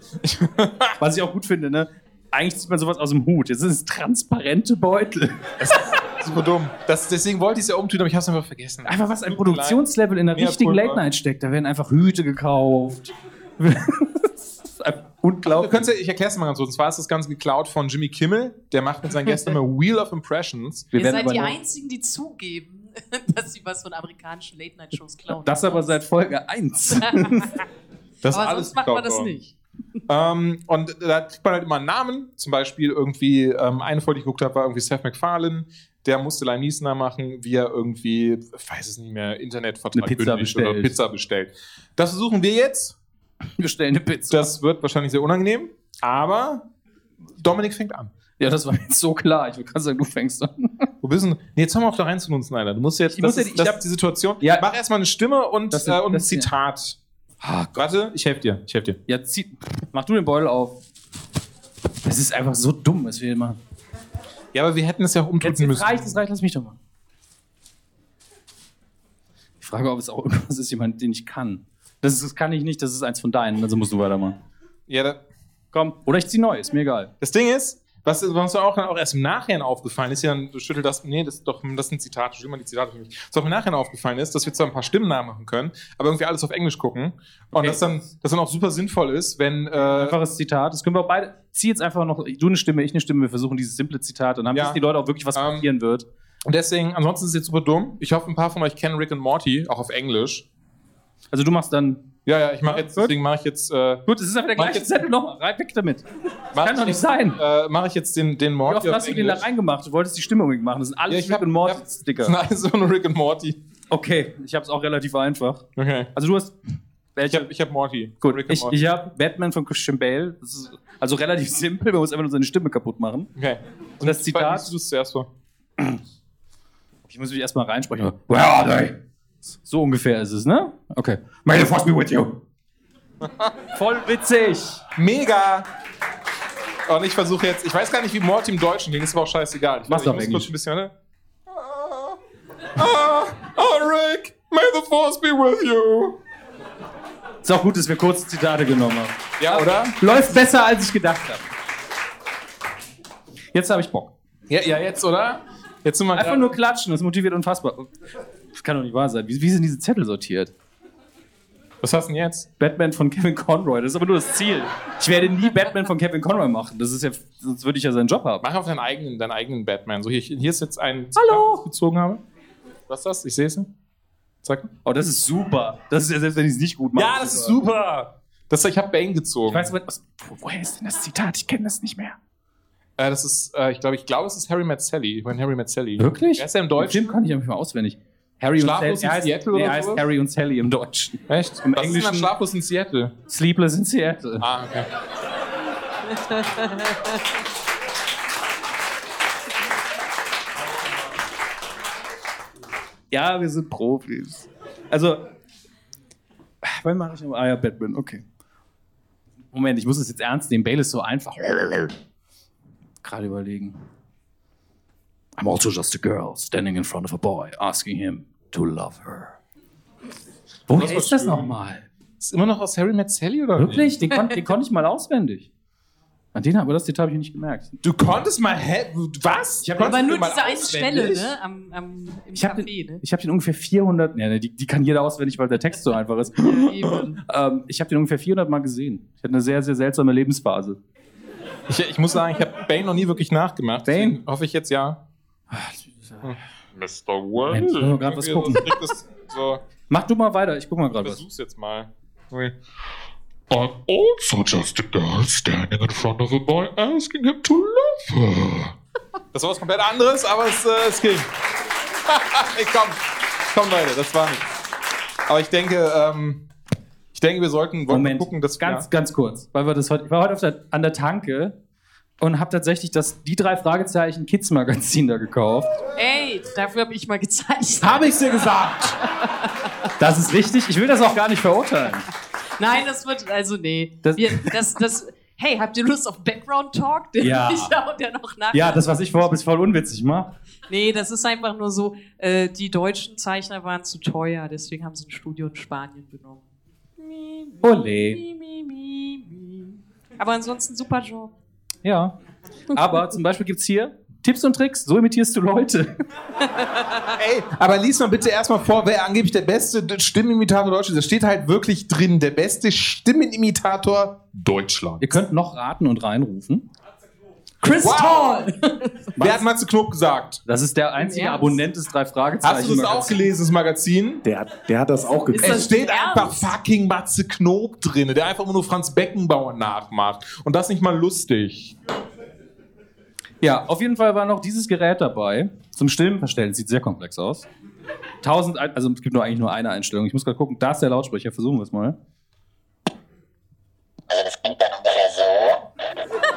E: Was ich auch gut finde, ne? Eigentlich zieht man sowas aus dem Hut. Jetzt sind es transparente Beutel.
C: Super dumm. Das, deswegen wollte ich es ja umtun, aber ich habe es einfach vergessen.
E: Einfach was ein
C: Tut mir leid.
E: Produktionslevel in der
C: Mea
E: richtigen
C: culpa.
E: Late Night steckt. Da werden einfach Hüte gekauft. Das ist einfach-
C: Unglaublich. Also, ich erkläre es mal ganz kurz. Und zwar ist das Ganze geklaut von Jimmy Kimmel. Der macht mit seinen Gästen immer Wheel of Impressions.
L: Wir Ihr seid die Einzigen, die zugeben, dass sie was von amerikanischen Late-Night-Shows klauen.
E: Das aber seit Folge 1.
C: das
L: aber
C: ist alles
L: sonst macht man
C: geklaut
L: das
C: worden.
L: nicht.
C: ähm, und da kriegt man halt immer einen Namen. Zum Beispiel irgendwie, ähm, eine Folge, die ich geguckt habe, war irgendwie Seth MacFarlane. Der musste Lime Neeson machen, wie er irgendwie, ich weiß es nicht mehr, Internetvertrag
E: Eine Pizza
C: kündigt
E: bestellt.
C: oder Pizza bestellt. Das versuchen wir jetzt.
E: Bestellen eine Pizza.
C: Das wird wahrscheinlich sehr unangenehm, aber Dominik fängt an.
E: Ja, das war jetzt so klar. Ich würde gerade sagen, du fängst an.
C: Du bist ein, nee, jetzt hör mal auf da reinzununzen, Alter. Du musst jetzt,
E: Ich muss
C: das
E: ja die-
C: ist-
E: ich
C: das-
E: hab
C: die Situation. Ja. Mach erstmal eine Stimme und,
E: Das-
C: äh, und ein
E: das- Ah,
C: Zitat. Warte, ich helfe dir, ich helfe dir.
E: Ja, zieh, mach du den Beutel auf. Das ist einfach so dumm, was wir hier machen.
C: Ja, aber wir hätten es ja auch
E: umtun müssen. reicht, es reicht, lass mich doch mal. Ich frage, ob es auch irgendwas ist, jemand, den ich kann. Das, ist, das kann ich nicht, das ist eins von deinen, also musst du weitermachen.
C: Ja, da,
E: Komm, oder ich zieh neu, ist mir egal.
C: Das Ding ist, was, was mir auch, auch erst im Nachhinein aufgefallen ist, hier, du schüttelst das, nee, das, ist doch, das sind Zitate, schüttel mal die Zitate für mich. Was auch im Nachhinein aufgefallen ist, dass wir zwar ein paar Stimmen nachmachen können, aber irgendwie alles auf Englisch gucken. Und das dann, das dann auch super sinnvoll ist, wenn. Äh,
E: Einfaches Zitat, das können wir auch beide. Zieh jetzt einfach noch, du eine Stimme, ich eine Stimme, wir versuchen dieses simple Zitat und dann
C: Ja. Ähm.
E: wissen die Leute auch wirklich, was passieren wird.
C: Und deswegen, ansonsten ist es jetzt super dumm. Ich hoffe, ein paar von euch kennen Rick and Morty, auch auf Englisch.
E: Also du machst dann.
C: Ja, ja, ich mache jetzt, deswegen mache ich jetzt. Äh,
E: Gut, es ist einfach der
C: Mach ich
E: gleiche
C: jetzt-
E: Zettel nochmal, rein weg damit. Das
C: mach
E: kann doch
C: ich
E: nicht
C: jetzt,
E: sein.
C: Äh, mache ich jetzt den, den
E: Wie
C: Morty.
E: oft hast du den da reingemacht? Du wolltest die Stimme unbedingt machen. Das sind alles Rick and Morty Sticker.
C: Nein, so ein Also Rick and Morty.
E: Okay, ich hab's auch relativ einfach.
C: Okay.
E: Also du hast. Welche?
C: Ich hab, ich hab Morty.
E: Gut,
C: Rick and
E: ich,
C: Morty.
E: ich habe Batman von Christian Bale. Das ist also relativ simpel, man muss einfach nur seine Stimme kaputt machen.
C: Okay.
E: Und das Zitat.
C: Du es zuerst vor.
E: Ich muss mich erstmal reinsprechen. Where are they? So ungefähr ist es, ne? Okay. May they force me with you. Voll witzig.
C: Mega. Und ich versuche jetzt, ich weiß gar nicht, wie Morty im Deutschen ging, ist aber auch scheißegal. Ich,
E: Mach's
C: ich
E: auf
C: muss
E: Englisch.
C: kurz ein bisschen, ne? Ah, ah, Rick, may the force be with you.
E: Ist auch gut, dass wir kurze Zitate genommen haben.
C: Ja, oder?
E: Läuft besser, als ich gedacht habe. Jetzt habe ich Bock.
C: Ja, ja, jetzt, oder? Jetzt sind wir
E: Einfach
C: grad-
E: nur klatschen, das motiviert unfassbar. Das kann doch nicht wahr sein. Wie, wie sind diese Zettel sortiert?
C: Was hast du denn jetzt?
E: Batman von Kevin Conroy, das ist aber nur das Ziel. Ich werde nie Batman von Kevin Conroy machen. Das ist ja, sonst würde ich ja seinen Job haben.
C: Mach auf deinen eigenen, deinen eigenen Batman. So, hier, hier ist jetzt ein Hallo. das ich gezogen habe. Was ist das? Ich sehe es. Zack.
E: Oh, das ist super. Das ist ja selbst wenn ich es nicht gut mache.
C: Ja, das ist super. Das, ich habe Bane gezogen.
E: Ich weiß aber, was, wo- woher ist denn das Zitat? Ich kenne das nicht mehr.
C: Äh, das ist, äh, ich glaube, ich glaube, es ist Harry Met Sally. Ich meine Harry Met Sally.
E: Wirklich?
C: Er ist ja im Deutschen.
E: Den Film kann ich einfach mal auswendig. Harry
C: Schlaflos
E: er
C: in
E: heißt,
C: Seattle
E: nee,
C: oder
E: er heißt
C: sowas?
E: Harry und Sally im Deutschen.
C: Echt? Was
E: Im
C: ist denn
E: Englischen
C: an Schlaflos in Seattle?
E: Sleepless in Seattle.
C: Ah, okay.
E: Ja, wir sind Profis. Also, wann mache ich nochmal? Ah ja, Batman, okay. Moment, ich muss es jetzt ernst nehmen. Bale ist so einfach. Gerade überlegen. I'm also just a girl standing in front of a boy, asking him to love her. Woher
C: Das war
E: ist das
C: schön.
E: nochmal?
C: Ist immer noch aus Harry Met Sally oder
E: Wirklich? Den, kon den konnte ich mal auswendig. An den aber das Detail habe ich nicht gemerkt.
C: Du konntest mal. Hä? Was? Ich
L: Aber nur diese eine Stelle, ne? Am, am, Im
E: Ich habe
L: Café, ne?
E: den, ich hab den ungefähr 400. Ja, ne, die, die kann jeder auswendig, weil der Text so einfach ist. ähm, ich habe den ungefähr 400 Mal gesehen. Ich hatte eine sehr, sehr seltsame Lebensphase.
C: Ich, ich muss sagen, ich habe Bane noch nie wirklich nachgemacht. Bane? Hoffe ich jetzt ja. Mr. World.
E: Mensch, ich will nur grad was gucken.
C: So,
E: Mach du mal weiter, ich guck mal gerade was.
C: versuch's jetzt mal. Okay.
M: I'm also just a girl standing in front of a boy asking him to love her.
C: Das war was komplett anderes, aber es, äh, es ging. Ey, komm, komm Leute, das war nicht. Aber ich denke, ähm, ich denke, wir sollten wollen
E: Moment,
C: gucken, dass
E: ganz,
C: ja.
E: ganz kurz. Weil wir das heute, ich war heute auf der, an der Tanke und habe tatsächlich das, die drei Fragezeichen Kids Magazin da gekauft.
L: Ey, dafür habe ich mal gezeichnet.
E: Habe ich's dir gesagt? Das ist richtig. Ich will das auch gar nicht verurteilen.
L: Nein, das wird, also nee.
E: Das-
L: Wir, das, das, hey, habt ihr Lust auf Background Talk? Den
E: Ja.
L: Ich da und der noch nach.
E: Ja, das, was ich vorhabe, ist voll unwitzig, ma.
L: Nee, das ist einfach nur so, äh, die deutschen Zeichner waren zu teuer, deswegen haben sie ein Studio in Spanien genommen.
E: Ole.
L: Aber ansonsten super Job.
E: Ja. Aber zum Beispiel gibt's hier Tipps und Tricks, so imitierst du Leute.
C: Ey, aber lies mal bitte erstmal vor, wer angeblich der beste Stimmenimitator Deutschlands ist. Da steht halt wirklich drin, der beste Stimmenimitator Deutschland.
E: Ihr könnt noch raten und reinrufen.
C: Chris wow. Wer hat Matze Knob gesagt?
E: Das ist der einzige
C: Ernst?
E: Abonnent des drei Fragezeichen.
C: Hast du das auch gelesen, das Magazin?
F: Der, der hat das auch
C: Es steht einfach fucking Matze Knob drin, der einfach immer nur Franz Beckenbauer nachmacht. Und das nicht mal lustig.
E: Ja, auf jeden Fall war noch dieses Gerät dabei zum Stimmenverstellen. Sieht sehr komplex aus. 1000, ein- also es gibt nur eigentlich nur eine Einstellung. Ich muss gerade gucken, da ist der Lautsprecher. Versuchen wir es mal.
K: Also, Das klingt dann ungefähr so.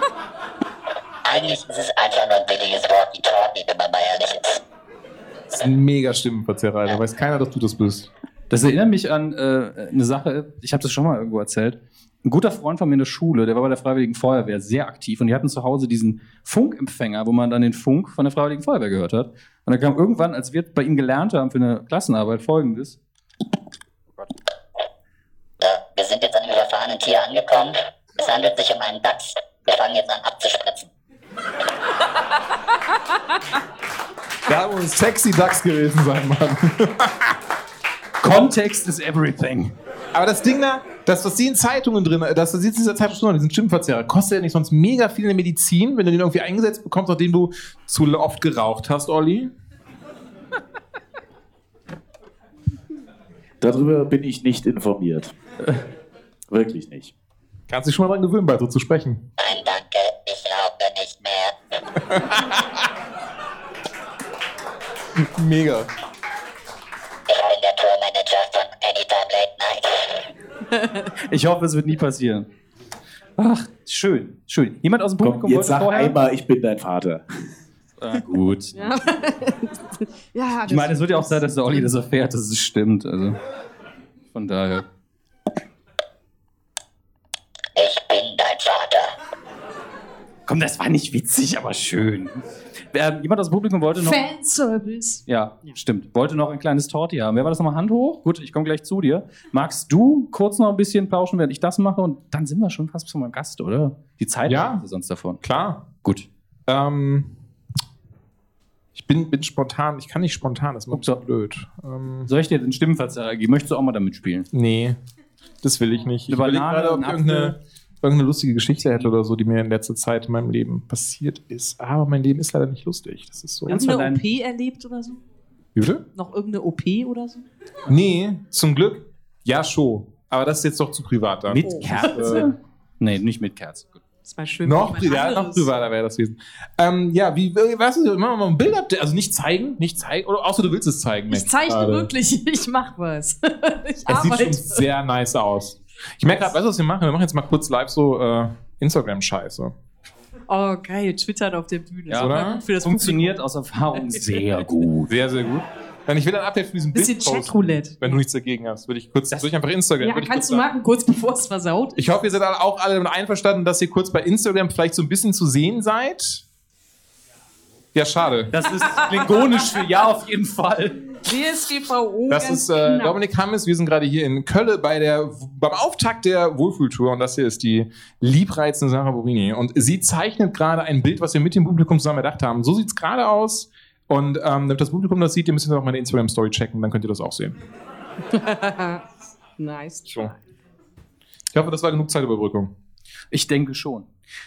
K: Eigentlich ist es einfach nur ein billiges Wort, die Torten, wenn man mal ehrlich ist.
C: Das ist ein mega Stimmenverzerrer, Alter. Weiß keiner, dass du das bist.
E: Das erinnert mich an äh, eine Sache, ich habe das schon mal irgendwo erzählt. Ein guter Freund von mir in der Schule, der war bei der Freiwilligen Feuerwehr sehr aktiv und die hatten zu Hause diesen Funkempfänger, wo man dann den Funk von der Freiwilligen Feuerwehr gehört hat. Und dann kam irgendwann, als wir bei ihm gelernt haben für eine Klassenarbeit, folgendes.
K: Äh, Wir sind jetzt an dem verfahrenen Tier angekommen. Es handelt sich um einen Dachs. Wir fangen jetzt an abzuspritzen.
C: Da muss ein sexy Dachs gewesen sein, Mann.
E: Kontext is everything.
C: Aber das Ding da, das, was die in Zeitungen drin, äh, das, was jetzt in dieser Zeitung drin, diesen Stimmenverzerrer, kostet ja nicht sonst mega viel in der Medizin, wenn du den irgendwie eingesetzt bekommst, nachdem du zu oft geraucht hast, Olli?
F: Darüber bin ich nicht informiert. Wirklich nicht.
C: Kannst dich schon mal dran gewöhnen, bei so zu sprechen.
K: Nein, danke, ich rauche nicht mehr.
C: Mega.
K: Ich bin der Tourmanager von Anytime Late Night.
E: Ich hoffe, es wird nie passieren. Ach, schön, schön. Jemand aus dem Publikum
F: Jetzt sag
E: wollte vorher.
F: einmal, ich bin dein Vater.
E: Ah, gut.
G: Ja. ja,
E: Ich meine, es wird ja auch sein, dass der Olli das erfährt, dass es stimmt. Also von daher.
K: Ich bin dein Vater.
E: Komm, das war nicht witzig, aber schön. Wer, Ähm, jemand aus dem Publikum wollte noch.
G: Fanservice.
E: Ja, stimmt. Wollte noch ein kleines Torti haben. Wer war das nochmal? Hand hoch? Gut, ich komme gleich zu dir. Magst du kurz noch ein bisschen pauschen, während ich das mache? Und dann sind wir schon fast zu meinem Gast, oder? Die Zeit
C: Ja.
E: haben wir sonst davon.
C: Klar.
E: Gut.
C: Ähm, ich bin, bin spontan, ich kann nicht spontan, das macht so blöd. Ähm,
E: Soll ich dir den Stimmenverzerrer geben? Möchtest du auch mal damit spielen?
C: Nee, das will ich nicht. Ich
E: Eine
C: überlege
E: Banane,
C: gerade, ob
E: ein Apfel.
C: irgendeine, irgendeine lustige Geschichte hätte oder so, die mir in letzter Zeit in meinem Leben passiert ist. Aber mein Leben ist leider nicht lustig. Das ist so.
G: Irgendeine OP erlebt oder so?
C: Wie bitte?
G: Noch irgendeine OP oder so?
C: Nee, zum Glück, ja schon. Aber das ist jetzt doch zu privat dann. äh,
E: Mit Kerze? Äh, nee, nicht mit Kerze. Gut.
G: Das war schön.
C: Noch,
G: wenn jemand
C: privat, noch
G: anderes-
C: privater wäre das gewesen. Ähm, ja, wie, äh, was ist, machen wir mal ein Bild ab, also nicht zeigen, nicht zeigen, oder außer du willst es zeigen. merke
G: Ich zeichne
C: gerade.
G: wirklich, ich mach was. ich
C: Es sieht
G: arbeite.
C: schon sehr nice aus. Ich merke gerade, weißt du, was wir machen? Wir machen jetzt mal kurz live so äh, Instagram-Scheiße.
G: Oh, geil, twittern auf der Bühne.
C: Ja,
G: Das war
C: oder?
G: gut Für das
E: Funktioniert aus Erfahrung sehr gut.
C: Sehr, sehr gut. Dann ich will ein Update von diesem
G: Bisschen
C: Bild posten,
G: Chatroulette.
C: Wenn du nichts dagegen hast, würde ich kurz, soll ich einfach Instagram?
G: Ja,
C: würde ich kurz
G: kannst du
C: sagen.
G: machen, kurz bevor es versaut.
C: Ich hoffe, ihr seid alle- auch alle damit einverstanden, dass ihr kurz bei Instagram vielleicht so ein bisschen zu sehen seid. Ja, schade.
E: Das ist klingonisch für ja auf jeden Fall.
G: DSGVO.
C: Das
G: ganz
C: ist äh,
G: knapp.
C: Dominik Hammes. Wir sind gerade hier in Köln bei der, beim Auftakt der Wohlfühltour. Und das hier ist die liebreizende Sarah Borini. Und sie zeichnet gerade ein Bild, was wir mit dem Publikum zusammen erdacht haben. So sieht es gerade aus. Und ähm, damit das Publikum das sieht, ihr müsst jetzt auch meine Instagram-Story checken. Dann könnt ihr das auch sehen.
G: nice.
C: So. Ich hoffe, das war genug Zeitüberbrückung.
E: Ich denke schon.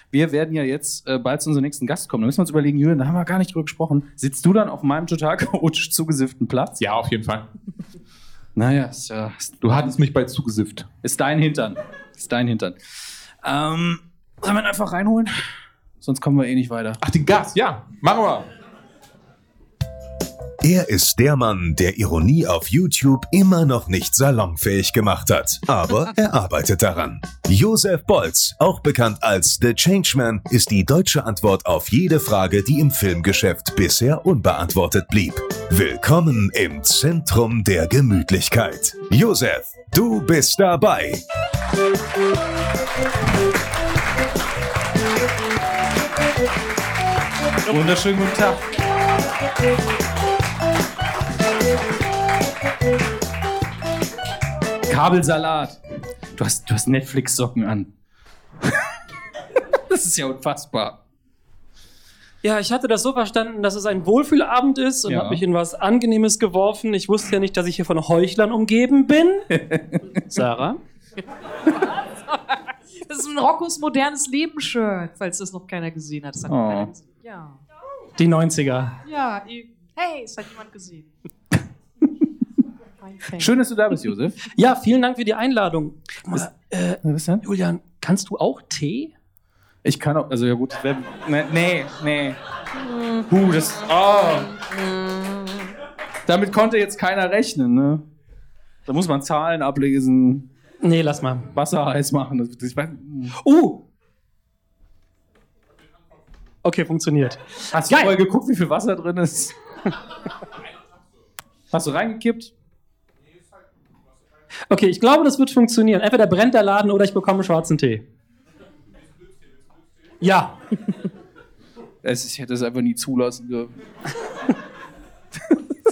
E: Wir werden ja jetzt äh, bald zu unserem nächsten Gast kommen. Da müssen wir uns überlegen, Julian, da haben wir gar nicht drüber gesprochen. Sitzt du dann auf meinem total chaotisch zugesifften Platz?
C: Ja, auf jeden Fall.
E: Naja, ist, ja- ist,
C: Du hattest mich bei zugesifft.
E: ist dein Hintern. Ist dein Hintern. Ähm, sollen wir ihn einfach reinholen? Sonst kommen wir eh nicht weiter.
C: Ach, den Gas, ja. Machen wir.
B: Er ist der Mann, der Ironie auf YouTube immer noch nicht salonfähig gemacht hat. Aber er arbeitet daran. Josef Bolz, auch bekannt als The Changeman, ist die deutsche Antwort auf jede Frage, die im Filmgeschäft bisher unbeantwortet blieb. Willkommen im Zentrum der Gemütlichkeit. Josef, du bist dabei.
E: Wunderschönen guten Tag. Kabelsalat. Du hast, du hast Netflix-Socken an. das ist ja unfassbar.
H: Ja, ich hatte das so verstanden, dass es ein Wohlfühlabend ist und
E: Ja.
H: habe mich in was Angenehmes geworfen. Ich wusste ja nicht, dass ich hier von Heuchlern umgeben bin. Sarah?
L: Das ist ein Roccos modernes Leben-Shirt, falls das noch keiner gesehen hat. Das hat noch
H: Oh.
L: keiner gesehen. Ja.
H: Die 90er.
L: Ja, eben. Hey, es hat jemand gesehen.
H: Schön, dass du da bist, Josef. Ja, vielen Dank für die Einladung. Guck Mal, äh, Julian, kannst du auch Tee?
E: Ich kann auch, also ja gut, das wär, nee, nee, nee.
H: Hm.
E: Huh, das, oh. Damit konnte jetzt keiner rechnen, ne? Da muss man Zahlen ablesen.
H: Nee, lass mal.
E: Wasser heiß machen. Das, ich weiß,
H: Uh! Okay, funktioniert.
E: Hast du vorher geguckt, wie viel Wasser drin ist? Hast du reingekippt?
H: Okay, ich glaube, das wird funktionieren. Entweder brennt der Laden oder ich bekomme schwarzen Tee. Ja.
E: Es ist, ich hätte es einfach nie zulassen dürfen.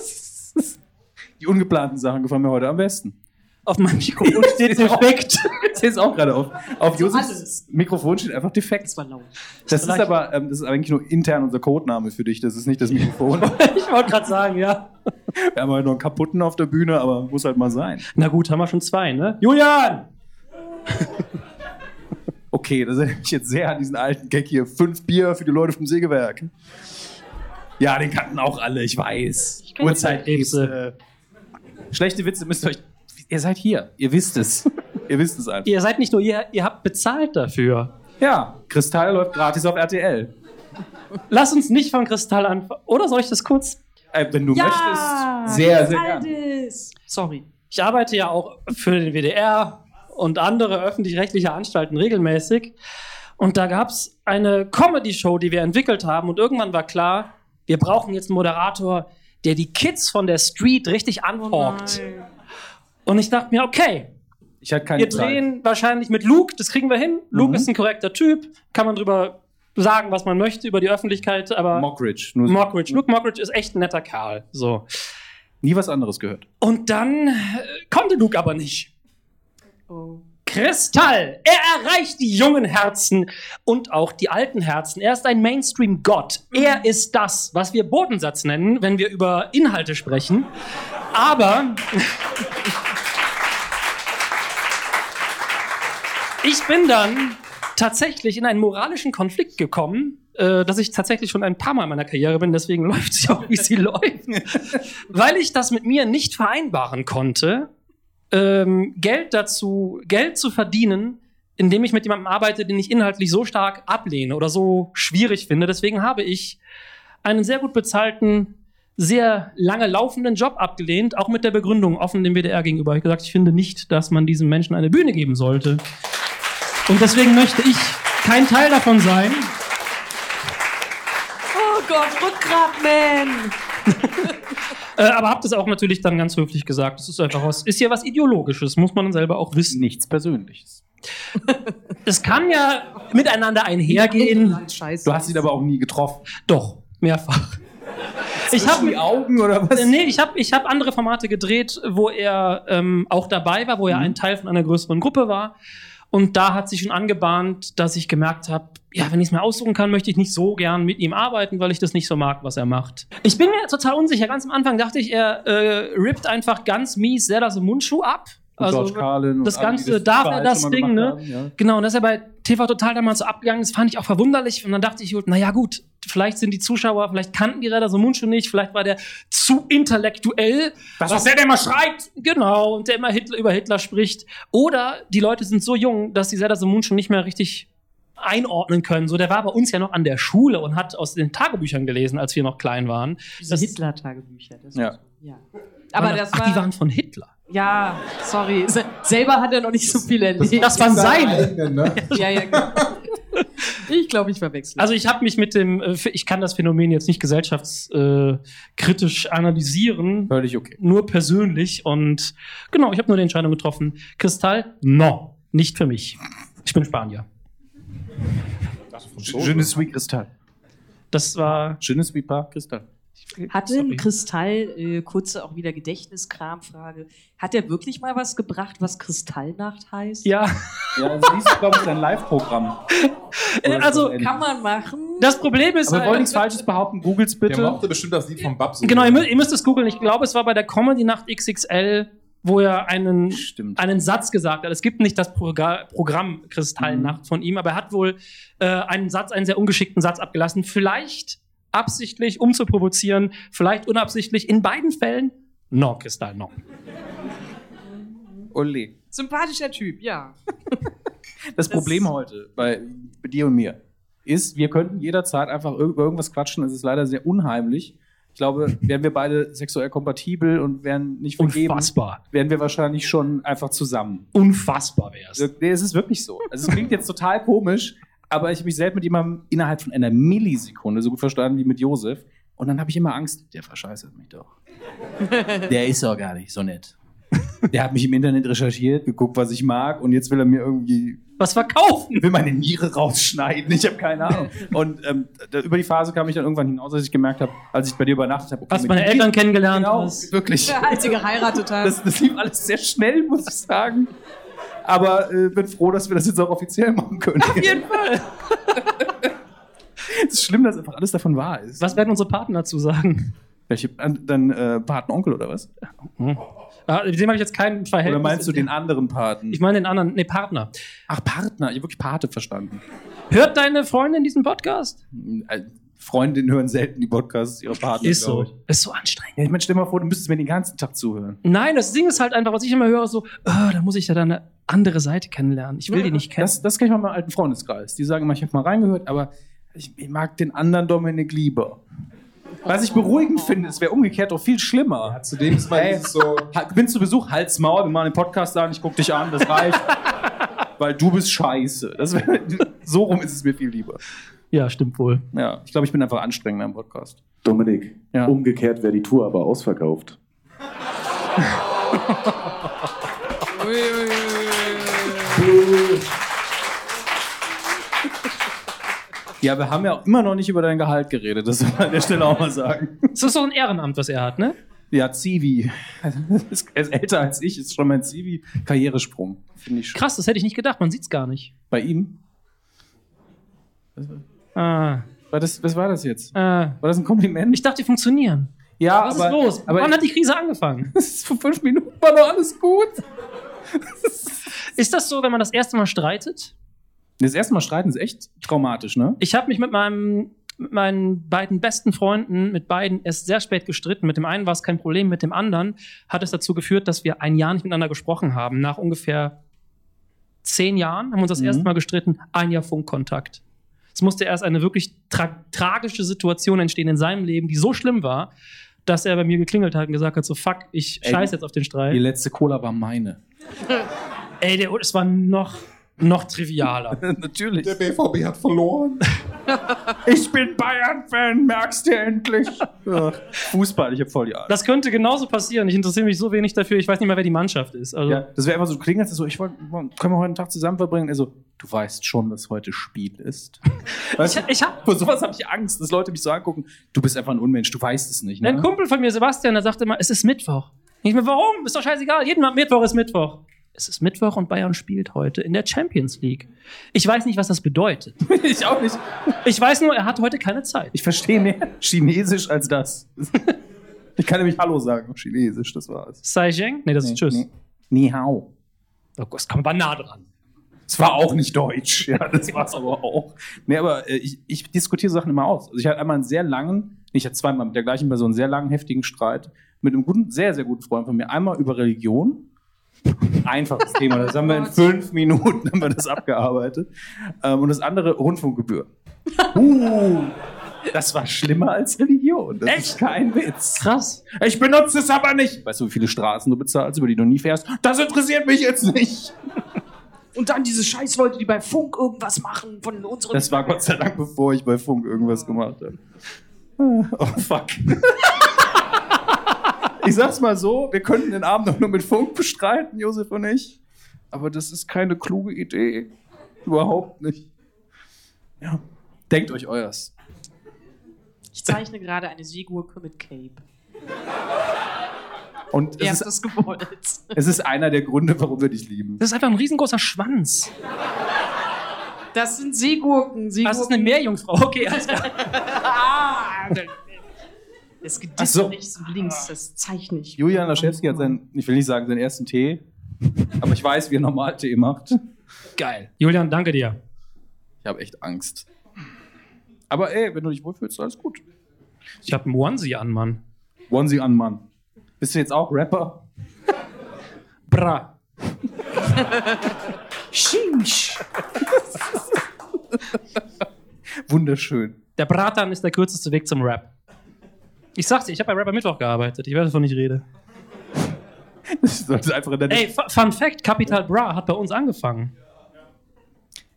E: Die ungeplanten Sachen gefallen mir heute am besten.
H: Auf meinem Mikrofon steht defekt.
E: Ich sehe es auch gerade auf. Auf
H: So
E: Josefs
H: alles.
E: Mikrofon steht einfach defekt. Das
L: war laut.
E: Das ist
H: Vielleicht-
E: aber ähm, das ist eigentlich nur intern unser Codename für dich. Das ist nicht das Mikrofon.
H: Ich wollte gerade sagen, ja.
E: Wir haben halt noch einen kaputten auf der Bühne, aber muss halt mal sein.
H: Na gut, haben wir schon zwei, ne? Julian!
E: Okay, das erinnert mich jetzt sehr an diesen alten Gag hier. Fünf Bier für die Leute vom Sägewerk. Ja, den kannten auch alle, ich weiß.
H: kenn
E: Uhrzeitkrebse. Schlechte Witze müsst ihr euch. Ihr seid hier, ihr wisst es. ihr wisst es einfach.
H: Ihr seid nicht nur ihr, ihr habt bezahlt dafür.
E: Ja, Kristall läuft gratis auf RTL.
H: Lass uns nicht von Kristall anfangen. Oder soll ich das kurz?
E: Äh, wenn du möchtest, sehr, sehr gern.
H: Sorry. Ich arbeite ja auch für den WDR und andere öffentlich-rechtliche Anstalten regelmäßig. Und da gab es eine Comedy-Show, die wir entwickelt haben. Und irgendwann war klar, wir brauchen jetzt einen Moderator, der die Kids von der Street richtig anforkt. und ich dachte mir, okay,
E: Ich hatte keine
H: wir
E: Zeit.
H: drehen wahrscheinlich mit Luke, das kriegen wir hin. Luke ist ein korrekter Typ, kann man drüber sagen, was man möchte über die Öffentlichkeit, aber
E: Mockridge. Nur so.
H: Mockridge. Luke Mockridge ist echt ein netter Kerl. So.
E: Nie was anderes gehört.
H: Und dann äh, konnte Luke aber nicht. Kristall, er erreicht die jungen Herzen und auch die alten Herzen. Er ist ein Mainstream-Gott. Er ist das, was wir Bodensatz nennen, wenn wir über Inhalte sprechen. Aber ich bin dann tatsächlich in einen moralischen Konflikt gekommen, äh, dass ich tatsächlich schon ein paar Mal in meiner Karriere bin, deswegen läuft sie auch, wie sie läuft. Weil ich das mit mir nicht vereinbaren konnte, ähm, Geld dazu, Geld zu verdienen, indem ich mit jemandem arbeite, den ich inhaltlich so stark ablehne oder so schwierig finde. Deswegen habe ich einen sehr gut bezahlten, sehr lange laufenden Job abgelehnt, auch mit der Begründung offen dem WDR gegenüber. Ich habe gesagt, ich finde nicht, dass man diesen Menschen eine Bühne geben sollte. Und deswegen möchte ich kein Teil davon sein.
L: Oh Gott, Rückgratman!
H: Äh, aber habt es auch natürlich dann ganz höflich gesagt. Es ist einfach was, ist ja was Ideologisches, muss man dann selber auch wissen.
E: Nichts Persönliches.
H: es kann ja miteinander einhergehen.
E: Du hast ihn aber auch nie getroffen.
H: Doch, mehrfach. Ich habe die
E: Augen oder was?
H: Nee, ich habe ich hab andere Formate gedreht, wo er ähm, auch dabei war, wo
E: Mhm.
H: er ein Teil von einer größeren Gruppe war. Und da hat sich schon angebahnt, dass ich gemerkt habe, ja, wenn ich es mir aussuchen kann, möchte ich nicht so gern mit ihm arbeiten, weil ich das nicht so mag, was er macht. Ich bin mir total unsicher. Ganz am Anfang dachte ich, er äh, rippt einfach ganz mies sehr das Mundschuh ab. Also
E: Und George Carlin und
H: das
E: alle, die
H: Ganze,
E: das
H: darf
E: überall
H: er das
E: schon mal
H: Ding, ne?
E: gemacht haben, ja.
H: Genau, und dass er bei TV Total damals so abgegangen ist, fand ich auch verwunderlich. Und dann dachte ich, naja gut, vielleicht sind die Zuschauer, vielleicht kannten die Räder so Mundschuh nicht, vielleicht war der zu intellektuell.
E: Das, was der, der immer schreit!
H: Genau, und der immer Hitler, über Hitler spricht. Oder die Leute sind so jung, dass die Räder so Mundschuh nicht mehr richtig einordnen können. So, der war bei uns ja noch an der Schule und hat aus den Tagebüchern gelesen, als wir noch klein waren.
L: Diese Hitler-Tagebücher. das-
H: Ja.
L: ja. Aber das
H: Ach,
L: war.
H: die waren von Hitler.
L: ja, sorry. Se selber hat er noch nicht so viel erlebt.
H: das waren seine eigenen, ne?
L: ja, ja, genau. Ich glaube, ich verwechsel.
H: Also ich habe mich mit dem, äh, ich kann das Phänomen jetzt nicht gesellschaftskritisch äh, analysieren.
E: Völlig okay.
H: Nur persönlich und genau, ich habe nur die Entscheidung getroffen. Kristall, no, nicht für mich. Ich bin Spanier.
E: Schönes wie ne Kristall.
H: Das war.
E: Schönes wie Paar Kristall.
L: Hatte ein Kristall, äh, kurze auch wieder Gedächtniskramfrage, hat er wirklich mal was gebracht, was Kristallnacht heißt?
H: Ja.
E: Ja, also dies ist, glaube ich, sein Live-Programm.
H: Äh, also
L: Kann man machen.
H: Das Problem ist.
E: Aber wir wollen nichts
H: Falsches behaupten, googles bitte.
E: Der mochte bestimmt das Lied von Babs.
H: Genau, ihr müsst, ihr müsst es googeln. Ich glaube, es war bei der Comedy-Nacht XXL, wo er einen, einen Satz gesagt hat. Es gibt nicht das Proga Programm Kristallnacht
E: Mhm.
H: von ihm, aber er hat wohl äh, einen Satz, einen sehr ungeschickten Satz abgelassen. Vielleicht absichtlich, um zu provozieren, vielleicht unabsichtlich. In beiden Fällen, no, Kristall, no.
E: Ole.
G: Sympathischer Typ, ja.
E: Das Problem heute bei, bei dir und mir ist, wir könnten jederzeit einfach ir- über irgendwas quatschen. Es ist leider sehr unheimlich. Ich glaube, wären wir beide sexuell kompatibel und wären nicht vergeben,
H: Unfassbar.
E: wären wir wahrscheinlich schon einfach zusammen.
H: Unfassbar wär's.
E: Wir- Nee, es ist wirklich so. Also es klingt jetzt total komisch, aber ich habe mich selbst mit jemandem innerhalb von einer Millisekunde so gut verstanden wie mit Josef. Und dann habe ich immer Angst, der verscheißert mich doch. Der ist doch gar nicht so nett. Der hat mich im Internet recherchiert, geguckt, was ich mag und jetzt will er mir irgendwie
H: was verkaufen.
E: Will meine Niere rausschneiden. Ich habe keine Ahnung. Und ähm, da, über die Phase kam ich dann irgendwann hinaus, als ich gemerkt habe, als ich bei dir übernachtet habe. Okay,
H: Hast
E: mit
H: meine
E: dir-
H: Eltern kennengelernt.
E: Genau,
H: hast.
E: wirklich.
G: Als sie geheiratet haben.
E: Das, das lief alles sehr schnell, muss ich sagen. Aber äh, bin froh, dass wir das jetzt auch offiziell machen können. Auf jeden
G: Fall.
E: es ist schlimm, dass einfach alles davon wahr ist.
H: Was werden unsere Partner dazu sagen?
E: Welche, an- dein äh, Patenonkel oder was?
H: Ah, Mit dem habe ich jetzt kein Verhältnis.
E: Oder meinst du den anderen Paten?
H: Ich meine den anderen, nee, Partner.
E: Ach, Partner, ich habe wirklich Pate verstanden.
H: Hört deine Freundin diesen Podcast?
E: Äh, Freundinnen hören selten die Podcasts ihrer Partner.
H: Ist
E: glaub
H: so.
E: Ich.
H: Ist so anstrengend.
E: Ja, ich meine, stell dir mal vor, du müsstest mir den ganzen Tag zuhören.
H: Nein, das Ding ist halt einfach, was ich immer höre, so, ah, da muss ich ja dann eine andere Seite kennenlernen. Ich will die nicht kennen.
E: Das, das kenne ich von meinem alten Freundeskreis. Die sagen immer, ich habe mal reingehört, aber ich, ich mag den anderen Dominik lieber. Was ich beruhigend
H: Oh.
E: finde, es wäre umgekehrt doch viel schlimmer. zudem ist man so. Bin zu Besuch, halt's Maul, wir machen den Podcast an, ich guck dich an, das reicht. Weil du bist scheiße. Das wär, so rum ist es mir viel lieber.
H: Ja, stimmt wohl.
E: Ja, ich glaube, ich bin einfach anstrengender im Podcast.
C: Dominik, umgekehrt wäre die Tour aber ausverkauft.
E: Ja, wir haben ja auch immer noch nicht über dein Gehalt geredet, das soll man an der Stelle auch mal sagen.
H: Das ist doch ein Ehrenamt, was er hat, ne?
E: Ja, Zivi. Ist, er ist älter als ich, ist schon mein Zivi-Karrieresprung. Finde ich schon.
H: Krass, das hätte ich nicht gedacht, man sieht's gar nicht.
E: Bei ihm? Was war-
H: Ah.
E: War das, was war das jetzt?
H: War
E: das ein Kompliment?
H: Ich dachte, die funktionieren.
E: Ja,
H: Was
E: aber,
H: ist los?
E: Aber
H: Wann hat die Krise angefangen?
E: Das ist vor fünf Minuten, war doch alles gut.
H: ist das so, wenn man das erste Mal streitet?
E: das erste Mal streiten ist echt traumatisch, ne?
H: Ich habe mich mit meinem mit meinen beiden besten Freunden, mit beiden erst sehr spät gestritten. Mit dem einen war es kein Problem, mit dem anderen hat es dazu geführt, dass wir ein Jahr nicht miteinander gesprochen haben. Nach ungefähr zehn Jahren haben wir uns
E: Mhm.
H: das erste Mal gestritten, ein Jahr Funkkontakt. Es musste erst eine wirklich tra tragische Situation entstehen in seinem Leben, die so schlimm war, dass er bei mir geklingelt hat und gesagt hat: so fuck, ich
E: Ey,
H: scheiß jetzt auf den Streit.
E: Die letzte Cola war meine.
H: Ey, der, es war noch, noch trivialer.
E: Natürlich.
N: Der BVB hat verloren.
E: Ich bin Bayern-Fan, merkst du endlich? Ach, Fußball, ich hab voll die Ahnung.
H: Das könnte genauso passieren. Ich interessiere mich so wenig dafür. Ich weiß nicht mal, wer die Mannschaft ist. Also,
E: Ja, das wäre einfach so, du klingelst so, ich wollt, können wir heute einen Tag zusammen verbringen? Also, du weißt schon, was heute Spiel ist. Weißt
H: ich, ich hab,
E: vor sowas habe ich Angst, dass Leute mich so angucken, du bist einfach ein Unmensch, du weißt es nicht. Ne?
H: Ein Kumpel von mir, Sebastian, der sagt immer, es ist Mittwoch. Ich mir, warum? Ist doch scheißegal. Jeden Mal Mittwoch ist Mittwoch. Es ist Mittwoch und Bayern spielt heute in der Champions League. Ich weiß nicht, was das bedeutet.
E: ich auch nicht.
H: Ich weiß nur, er hat heute keine Zeit.
E: Ich verstehe mehr Chinesisch als das. Ich kann nämlich Hallo sagen auf Chinesisch, das war's.
H: Sai Zheng? Nee, das
E: Nee,
H: ist Tschüss.
E: nee. Ni hao.
H: Oh Gott, es kommt Banane dran.
E: Es war auch nicht deutsch, ja, das war's aber auch. Nee, aber äh, ich, ich diskutiere Sachen immer aus. Also ich hatte einmal einen sehr langen, nee, ich hatte zweimal mit der gleichen Person einen sehr langen, heftigen Streit mit einem guten, sehr, sehr guten Freund von mir. Einmal über Religion. Einfaches Thema, das haben wir in fünf Minuten haben wir das abgearbeitet. Ähm, und das andere Rundfunkgebühr. Uh, das war schlimmer als Religion. Das ist kein Witz.
H: Krass.
E: Ich benutze es aber nicht. Weißt du, wie viele Straßen du bezahlst, über die du nie fährst? Das interessiert mich jetzt nicht.
G: Und dann diese Scheißleute, die bei Funk irgendwas machen von unseren.
E: Das war Gott sei Dank, bevor ich bei Funk irgendwas gemacht habe. Oh, fuck. ich sag's mal so, wir könnten den Abend noch nur mit Funk bestreiten, Josef und ich. Aber das ist keine kluge Idee. Überhaupt nicht. Ja. Denkt euch euers.
G: Ich zeichne gerade eine Seegurke mit Cape.
E: Und es ist,
G: Erstes gewollt.
E: es ist einer der Gründe, warum wir dich lieben.
H: Das ist einfach ein riesengroßer Schwanz.
G: Das sind Seegurken. Seegurken.
H: Das ist eine Meerjungfrau. Okay, alles klar.
G: Es gibt
E: Ach so.
G: rechts und links, das zeichne ich.
E: Julian Laschewski hat seinen, ich will nicht sagen seinen ersten Tee, aber ich weiß, wie er normal Tee macht.
H: Geil. Julian, danke dir.
E: Ich habe echt Angst. Aber ey, wenn du dich wohlfühlst, alles gut.
H: Ich habe einen Onesie an, Mann.
E: Onesie an, Mann. Bist du jetzt auch Rapper?
H: Bra.
G: Schinsch.
E: Wunderschön.
H: Der Bratan ist der kürzeste Weg zum Rap. Ich sag's dir, ich habe bei Rapper Mittwoch gearbeitet. Ich weiß, wovon ich rede.
E: Das ist einfach in der
H: Ey, Fu- Fun Fact: Capital Bra hat bei uns angefangen.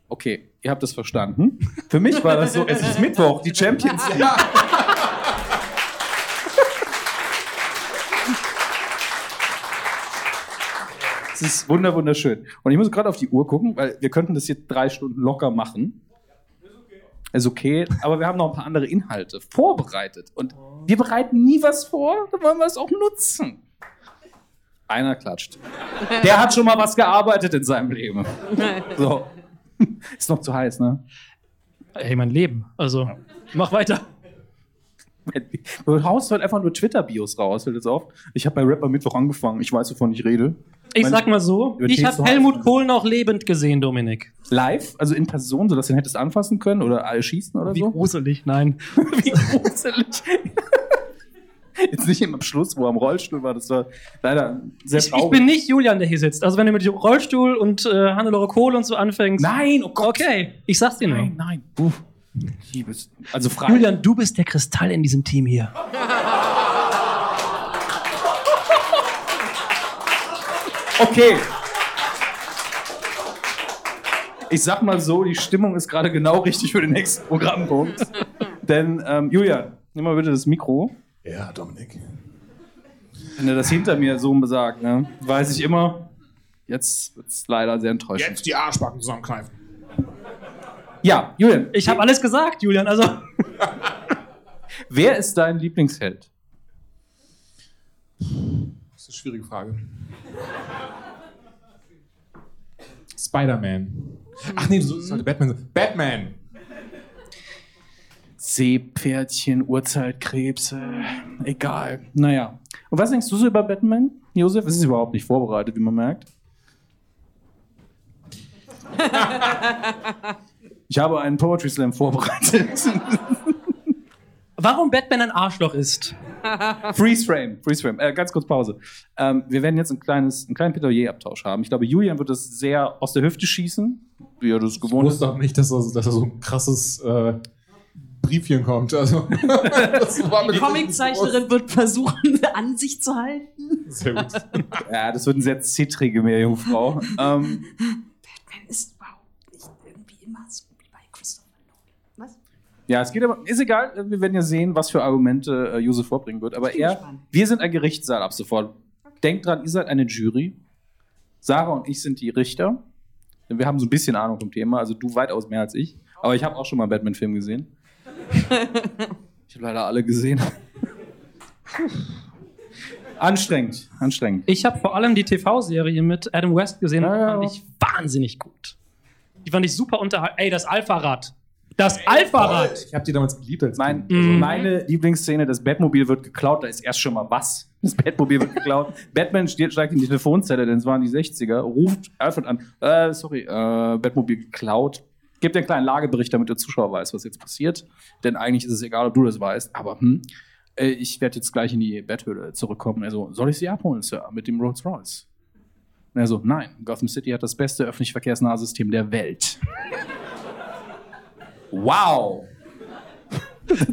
E: Okay, ihr habt das verstanden. Mhm. Für mich war das so, es ist Mittwoch, die Champions League. Es ist wunder wunderschön. Und ich muss gerade auf die Uhr gucken, weil wir könnten das jetzt drei Stunden locker machen. Ist okay, aber wir haben noch ein paar andere Inhalte vorbereitet. Und wir bereiten nie was vor, dann wollen wir es auch nutzen. Einer klatscht. Der hat schon mal was gearbeitet in seinem Leben. So. Ist noch zu heiß, ne?
H: Ey, mein Leben. Also, mach weiter.
E: Du haust heute einfach nur Twitter-Bios raus, fällt jetzt auf. Ich habe bei Rapper Mittwoch angefangen, ich weiß, wovon ich rede.
H: Ich
E: Mein-
H: sag mal so:
E: Über
H: Ich
E: Tees zu
H: habe
E: Hause.
H: Helmut Kohl noch lebend gesehen, Dominik.
E: Live, also in Person, sodass du ihn hättest anfassen können oder äh, schießen oder
H: Wie
E: so?
H: gruselig, nein.
E: Wie gruselig. Jetzt nicht im Schluss, wo er am Rollstuhl war, das war leider sehr
H: Ich, ich bin nicht Julian, der hier sitzt. Also, wenn du mit dem Rollstuhl und äh, Hannelore Kohl und so anfängst.
E: Nein, oh Gott.
H: Okay, ich sag's dir nur.
E: nein. Uff. Liebes. Also frei.
H: Julian, du bist der Kristall in diesem Team hier.
E: Okay. Ich sag mal so, die Stimmung ist gerade genau richtig für den nächsten Programmpunkt. Denn, ähm, Julian, nimm mal bitte das Mikro.
C: Ja, Dominik.
E: Wenn er das hinter mir so besagt, ne, weiß ich immer, jetzt wird's leider sehr enttäuschend.
C: Jetzt die Arschbacken zusammenkneifen.
E: Ja, Julian,
H: Ich habe alles gesagt, Julian. Also,
E: wer ist dein Lieblingsheld?
C: Das ist eine schwierige Frage. Spider-Man. Ach nee, so sollte Batman sein. Batman!
E: Seepferdchen, Uhrzeitkrebse, egal. Naja. Und was denkst du so über Batman, Josef? Es ist überhaupt nicht vorbereitet, wie man merkt. ich habe einen Poetry Slam vorbereitet.
H: warum Batman ein Arschloch ist?
E: Freeze Frame, Freeze Frame. Äh, ganz kurz Pause. Ähm, wir werden jetzt ein kleines, einen kleinen Plädoyer-Abtausch haben. Ich glaube, Julian wird das sehr aus der Hüfte schießen, wie er das
C: Ich
E: gewohnt ist.
C: wusste auch nicht, dass da, dass da so ein krasses äh, Briefchen kommt. Also, das war mir
G: Die
C: nicht
G: Comiczeichnerin wird versuchen, an sich zu halten.
C: Sehr gut.
E: Ja, das wird eine sehr zittrige Meerjungfrau. ähm,
G: Batman ist überhaupt nicht irgendwie immer so wie bei Christopher Nolan. Was?
E: Ja, es geht aber, ist egal, wir werden ja sehen, was für Argumente äh, Josef vorbringen wird. Aber
G: Ich bin
E: er,
G: gespannt.
E: wir sind ein Gerichtssaal ab sofort. Denkt dran, ihr seid eine Jury. Sarah und ich sind die Richter. Denn Wir haben so ein bisschen Ahnung vom Thema, also du weitaus mehr als ich. Aber ich habe auch schon mal einen Batman-Film gesehen. ich habe leider alle gesehen. anstrengend, anstrengend.
H: Ich habe vor allem die TV-Serie mit Adam West gesehen und
E: ja.
H: fand ich wahnsinnig gut. Die fand ich super unterhaltsam. Ey, das Alpha-Rad. Das Alpha-Rad.
C: Ich habe die damals geliebt als
E: Mein,
H: Mhm.
E: Meine Lieblingsszene, das Batmobil wird geklaut, da ist erst schon mal was. Das Batmobil wird geklaut. Batman steht, steigt in die Telefonzelle, denn es waren die 60er, ruft Alfred an, äh, sorry, äh, Batmobil geklaut. Gebt einen kleinen Lagebericht, damit der Zuschauer weiß, was jetzt passiert. Denn eigentlich ist es egal, ob du das weißt, aber hm, äh, ich werde jetzt gleich in die Betthöhle zurückkommen. Also, soll ich sie abholen, Sir, mit dem Rolls Royce? Und er so, nein, Gotham City hat das beste öffentlich verkehrsnahe System der Welt. wow!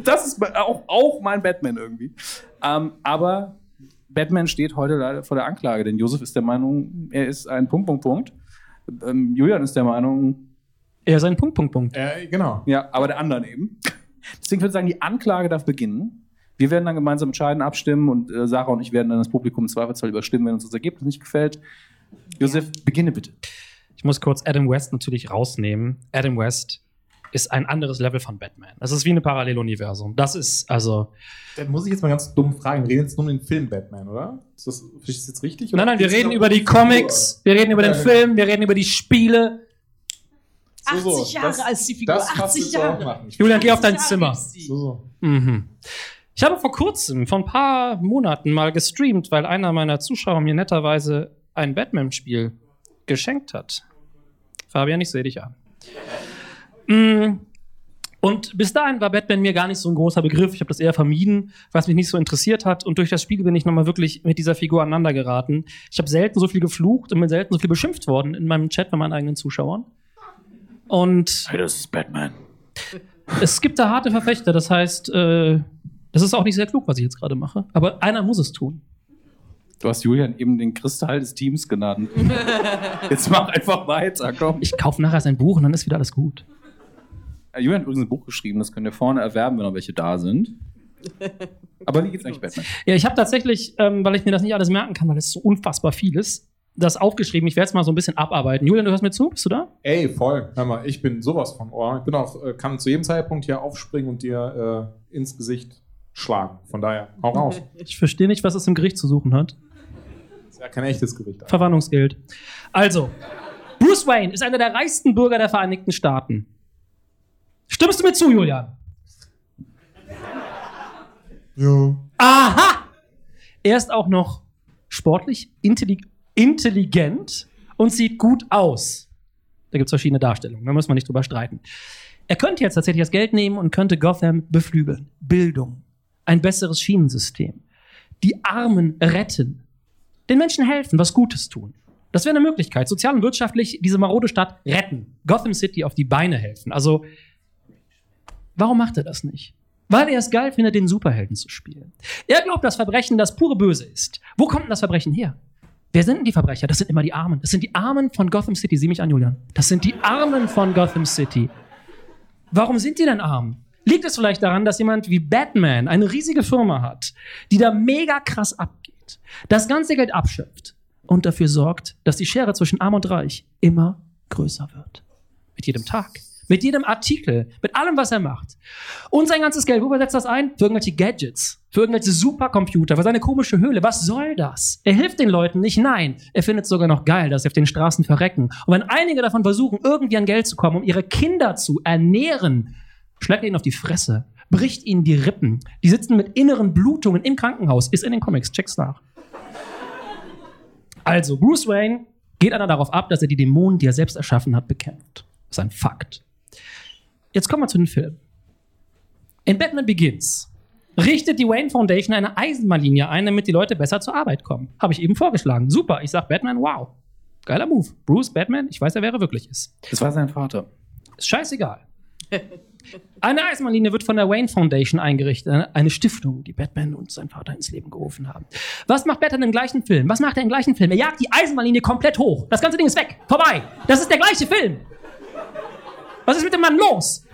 E: das ist me- auch, auch mein Batman irgendwie. Ähm, aber Batman steht heute leider vor der Anklage, denn Josef ist der Meinung, er ist ein Punkt, Punkt, Punkt. Ähm, Julian ist der Meinung,
H: Er ist ein Punkt, Punkt, Punkt.
C: Äh, genau.
E: ja, aber der anderen eben. Deswegen würde ich sagen, die Anklage darf beginnen. Wir werden dann gemeinsam entscheiden, abstimmen und äh, Sarah und ich werden dann das Publikum im Zweifelsfall überstimmen, wenn uns das Ergebnis nicht gefällt. Josef, beginne bitte.
H: Ich muss kurz Adam West natürlich rausnehmen. Adam West ist ein anderes Level von Batman. Das ist wie ein Paralleluniversum. Das ist, also.
C: Dann muss ich jetzt mal ganz dumm fragen. Wir reden jetzt nur um den Film Batman, oder? Ist das, ist das jetzt richtig?
H: Nein,
C: Oder
H: nein, wir
C: geht's
H: reden
C: noch
H: über
C: um
H: die Comics, wir reden über den
C: Ja,
H: Film, wir reden über die Spiele.
L: 80 Jahre als die Figur. 80 Jahre.
H: Julian, geh auf dein
L: 80
H: Zimmer.
L: Jahre ist sie.
H: Mhm. Ich habe vor kurzem, vor ein paar Monaten mal gestreamt, weil einer meiner Zuschauer mir netterweise ein Batman-Spiel geschenkt hat. Fabian, ich sehe dich an. Mm. Und bis dahin war Batman mir gar nicht so ein großer Begriff. Ich habe das eher vermieden, was mich nicht so interessiert hat. Und durch das Spiel bin ich nochmal wirklich mit dieser Figur aneinander geraten. Ich habe selten so viel geflucht und bin selten so viel beschimpft worden in meinem Chat bei meinen eigenen Zuschauern. Und
O: Hey, das ist Batman.
H: es gibt da harte Verfechter, das heißt, äh, das ist auch nicht sehr klug, was ich jetzt gerade mache. Aber einer muss es tun.
O: Du hast Julian eben den Kristall des Teams genannt. Jetzt mach einfach weiter, komm.
H: Ich kaufe nachher sein Buch und dann ist wieder alles gut.
O: Äh, Julian hat übrigens ein Buch geschrieben, das könnt ihr vorne erwerben, wenn noch welche da sind. Aber wie geht's eigentlich Batman?
H: Ja, ich habe tatsächlich, ähm, weil ich mir das nicht alles merken kann, weil es so unfassbar viel ist, das aufgeschrieben. Ich werde es mal so ein bisschen abarbeiten. Julian, du hörst mir zu? Bist du da?
P: Ey, voll. Hör mal, ich bin sowas von Ohr. Ich bin auch, äh, kann zu jedem Zeitpunkt hier aufspringen und dir äh, ins Gesicht schlagen. Von daher, hau raus.
H: Ich verstehe nicht, was es im Gericht zu suchen hat.
P: Ist ja kein echtes Gericht.
H: Verwarnungsgeld. Also, Bruce Wayne ist einer der reichsten Bürger der Vereinigten Staaten. Stimmst du mir zu, Julian?
P: Ja.
H: Aha! Er ist auch noch sportlich, intelli intelligent und sieht gut aus. Da gibt es verschiedene Darstellungen, da muss man nicht drüber streiten. Er könnte jetzt tatsächlich das Geld nehmen und könnte Gotham beflügeln. Bildung, ein besseres Schienensystem, die Armen retten, den Menschen helfen, was Gutes tun. Das wäre eine Möglichkeit, sozial und wirtschaftlich diese marode Stadt retten, Gotham City auf die Beine helfen. Also, warum macht er das nicht? Weil er es geil findet, den Superhelden zu spielen. Er glaubt, dass Verbrechen das pure Böse ist. Wo kommt denn das Verbrechen her? Wer sind denn die Verbrecher? Das sind immer die Armen. Das sind die Armen von Gotham City. Sieh mich an, Julian. Das sind die Armen von Gotham City. Warum sind die denn arm? Liegt es vielleicht daran, dass jemand wie Batman eine riesige Firma hat, die da mega krass abgeht, das ganze Geld abschöpft und dafür sorgt, dass die Schere zwischen arm und reich immer größer wird? Mit jedem Tag, mit jedem Artikel, mit allem, was er macht. Und sein ganzes Geld, wofür setzt das ein? Für irgendwelche Gadgets, für irgendwelche Supercomputer, für seine komische Höhle. Was soll das? Er hilft den Leuten nicht, nein. Er findet es sogar noch geil, dass sie auf den Straßen verrecken. Und wenn einige davon versuchen, irgendwie an Geld zu kommen, um ihre Kinder zu ernähren, schlägt er ihnen auf die Fresse, bricht ihnen die Rippen. Die sitzen mit inneren Blutungen im Krankenhaus. Ist in den Comics, check's nach. Also, Bruce Wayne geht einer darauf ab, dass er die Dämonen, die er selbst erschaffen hat, bekämpft. Das ist ein Fakt. Jetzt kommen wir zu den Filmen. In Batman Begins richtet die Wayne Foundation eine Eisenbahnlinie ein, damit die Leute besser zur Arbeit kommen. Habe ich eben vorgeschlagen. Super, ich sag Batman, wow. Geiler Move. Bruce, Batman, ich weiß ja, wer er wirklich ist.
O: Das war sein Vater.
H: Ist scheißegal. Eine Eisenbahnlinie wird von der Wayne Foundation eingerichtet, eine- eine Stiftung, die Batman und sein Vater ins Leben gerufen haben. Was macht Batman im gleichen Film? Was macht er im gleichen Film? Er jagt die Eisenbahnlinie komplett hoch. Das ganze Ding ist weg, vorbei. Das ist der gleiche Film. Was ist mit dem Mann los?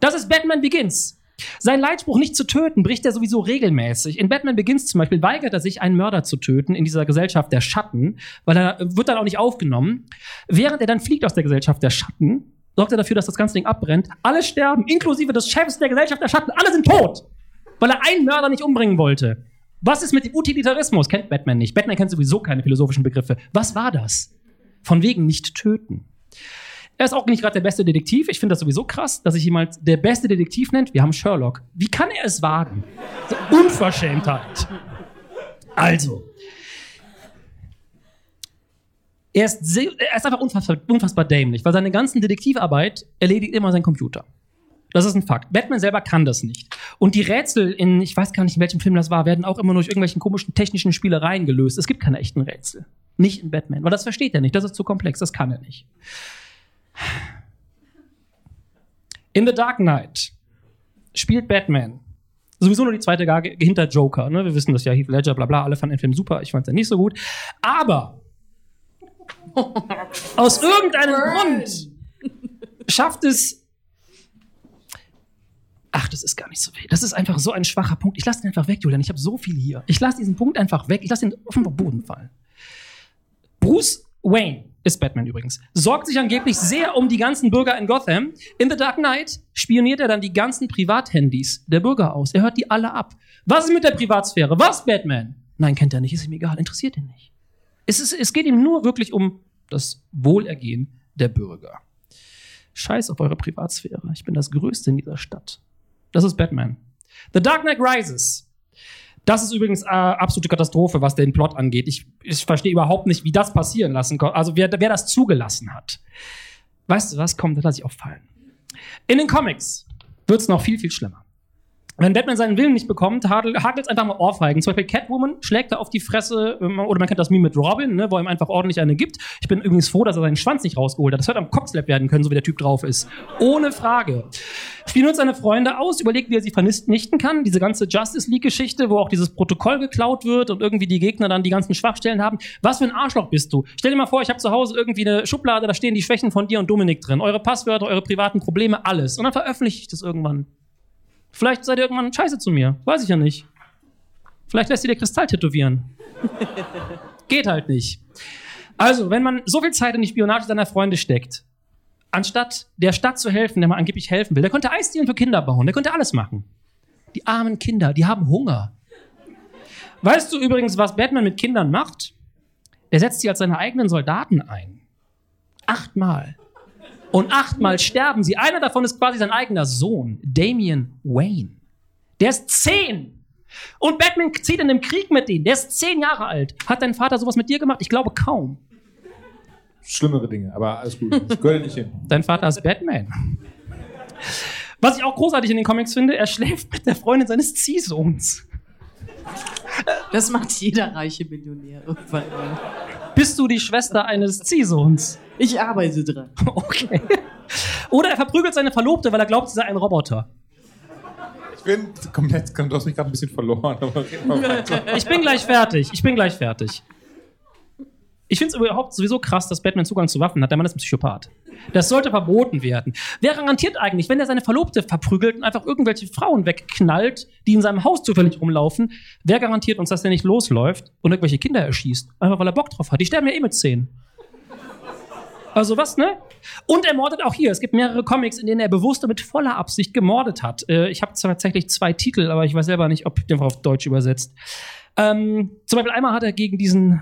H: Das ist Batman Begins. Sein Leitspruch, nicht zu töten, bricht er sowieso regelmäßig. In Batman Begins zum Beispiel weigert er sich, einen Mörder zu töten in dieser Gesellschaft der Schatten, weil er äh, wird dann auch nicht aufgenommen. Während er dann fliegt aus der Gesellschaft der Schatten, sorgt er dafür, dass das ganze Ding abbrennt. Alle sterben, inklusive des Chefs der Gesellschaft der Schatten. Alle sind tot, weil er einen Mörder nicht umbringen wollte. Was ist mit dem Utilitarismus? Kennt Batman nicht. Batman kennt sowieso keine philosophischen Begriffe. Was war das? Von wegen nicht töten. Er ist auch nicht gerade der beste Detektiv. Ich finde das sowieso krass, dass sich jemand der beste Detektiv nennt. Wir haben Sherlock. Wie kann er es wagen? So Unverschämtheit. Also. Er ist, sehr, er ist einfach unfassbar, unfassbar dämlich, weil seine ganzen Detektivarbeit erledigt immer sein Computer. Das ist ein Fakt. Batman selber kann das nicht. Und die Rätsel in, ich weiß gar nicht, in welchem Film das war, werden auch immer durch irgendwelchen komischen technischen Spielereien gelöst. Es gibt keine echten Rätsel. Nicht in Batman. Weil das versteht er nicht. Das ist zu komplex. Das kann er nicht. In The Dark Knight spielt Batman. Sowieso nur die zweite Gage hinter Joker. Ne? Wir wissen das ja, Heath Ledger, bla bla, alle fanden den Film super, ich fand es ja nicht so gut. Aber aus irgendeinem Grund schafft es. Ach, das ist gar nicht so viel. Das ist einfach so ein schwacher Punkt. Ich lasse den einfach weg, Julian. Ich habe so viel hier. Ich lasse diesen Punkt einfach weg. Ich lasse den auf den Boden fallen. Bruce Wayne ist Batman übrigens. Sorgt sich angeblich sehr um die ganzen Bürger in Gotham. In The Dark Knight spioniert er dann die ganzen Privathandys der Bürger aus. Er hört die alle ab. Was ist mit der Privatsphäre? Was, Batman? Nein, kennt er nicht. Ist ihm egal. Interessiert ihn nicht. Es, ist, es geht ihm nur wirklich um das Wohlergehen der Bürger. Scheiß auf eure Privatsphäre. Ich bin das Größte in dieser Stadt. Das ist Batman. The Dark Knight Rises. Das ist übrigens äh, absolute Katastrophe, was den Plot angeht. Ich, ich verstehe überhaupt nicht, wie das passieren lassen konnte. Also wer, wer das zugelassen hat. Weißt du was? Komm, das lasse ich auffallen. In den Comics wird es noch viel, viel schlimmer. Wenn Batman seinen Willen nicht bekommt, hagelt es einfach mal Ohrfeigen. Zum Beispiel Catwoman schlägt er auf die Fresse, ähm, oder man kennt das Meme mit Robin, ne, wo er ihm einfach ordentlich eine gibt. Ich bin übrigens froh, dass er seinen Schwanz nicht rausgeholt hat. Das hätte am Cockslap werden können, so wie der Typ drauf ist. Ohne Frage. Spielen uns seine Freunde aus, überlegt, wie er sie vernichten kann. Diese ganze Justice League-Geschichte, wo auch dieses Protokoll geklaut wird und irgendwie die Gegner dann die ganzen Schwachstellen haben. Was für ein Arschloch bist du? Stell dir mal vor, ich habe zu Hause irgendwie eine Schublade, da stehen die Schwächen von dir und Dominik drin. Eure Passwörter, eure privaten Probleme, alles. Und dann veröffentliche ich das irgendwann. Vielleicht seid ihr irgendwann scheiße zu mir. Weiß ich ja nicht. Vielleicht lässt ihr dir Kristall tätowieren. Geht halt nicht. Also, wenn man so viel Zeit in die Spionage seiner Freunde steckt, anstatt der Stadt zu helfen, der man angeblich helfen will, der könnte Eisdielen für Kinder bauen, der könnte alles machen. Die armen Kinder, die haben Hunger. Weißt du übrigens, was Batman mit Kindern macht? Der setzt sie als seine eigenen Soldaten ein. Achtmal. Und achtmal sterben sie. Einer davon ist quasi sein eigener Sohn, Damian Wayne. Der ist zehn. Und Batman zieht in dem Krieg mit denen. Der ist zehn Jahre alt. Hat dein Vater sowas mit dir gemacht? Ich glaube kaum.
C: Schlimmere Dinge, aber alles gut. Ich gehöre nicht hin.
H: Dein Vater ist Batman. Was ich auch großartig in den Comics finde, er schläft mit der Freundin seines Ziehsohns.
G: Das macht jeder reiche Millionär irgendwann mal.
H: Bist du die Schwester eines Ziehsohns?
G: Ich arbeite dran.
H: Okay. Oder er verprügelt seine Verlobte, weil er glaubt, sie sei ein Roboter.
C: Ich bin komplett, du hast mich gerade ein bisschen verloren. Aber red mal weiter.
H: Ich bin gleich fertig. Ich bin gleich fertig. Ich finde es überhaupt sowieso krass, dass Batman Zugang zu Waffen hat. Der Mann ist ein Psychopath. Das sollte verboten werden. Wer garantiert eigentlich, wenn er seine Verlobte verprügelt und einfach irgendwelche Frauen wegknallt, die in seinem Haus zufällig rumlaufen, wer garantiert uns, dass er nicht losläuft und irgendwelche Kinder erschießt? Einfach weil er Bock drauf hat. Die sterben ja eh mit zehn. Also was, ne? Und er mordet auch hier. Es gibt mehrere Comics, in denen er bewusst und mit voller Absicht gemordet hat. Äh, ich habe tatsächlich zwei Titel, aber ich weiß selber nicht, ob der auf Deutsch übersetzt. Ähm, zum Beispiel einmal hat er gegen diesen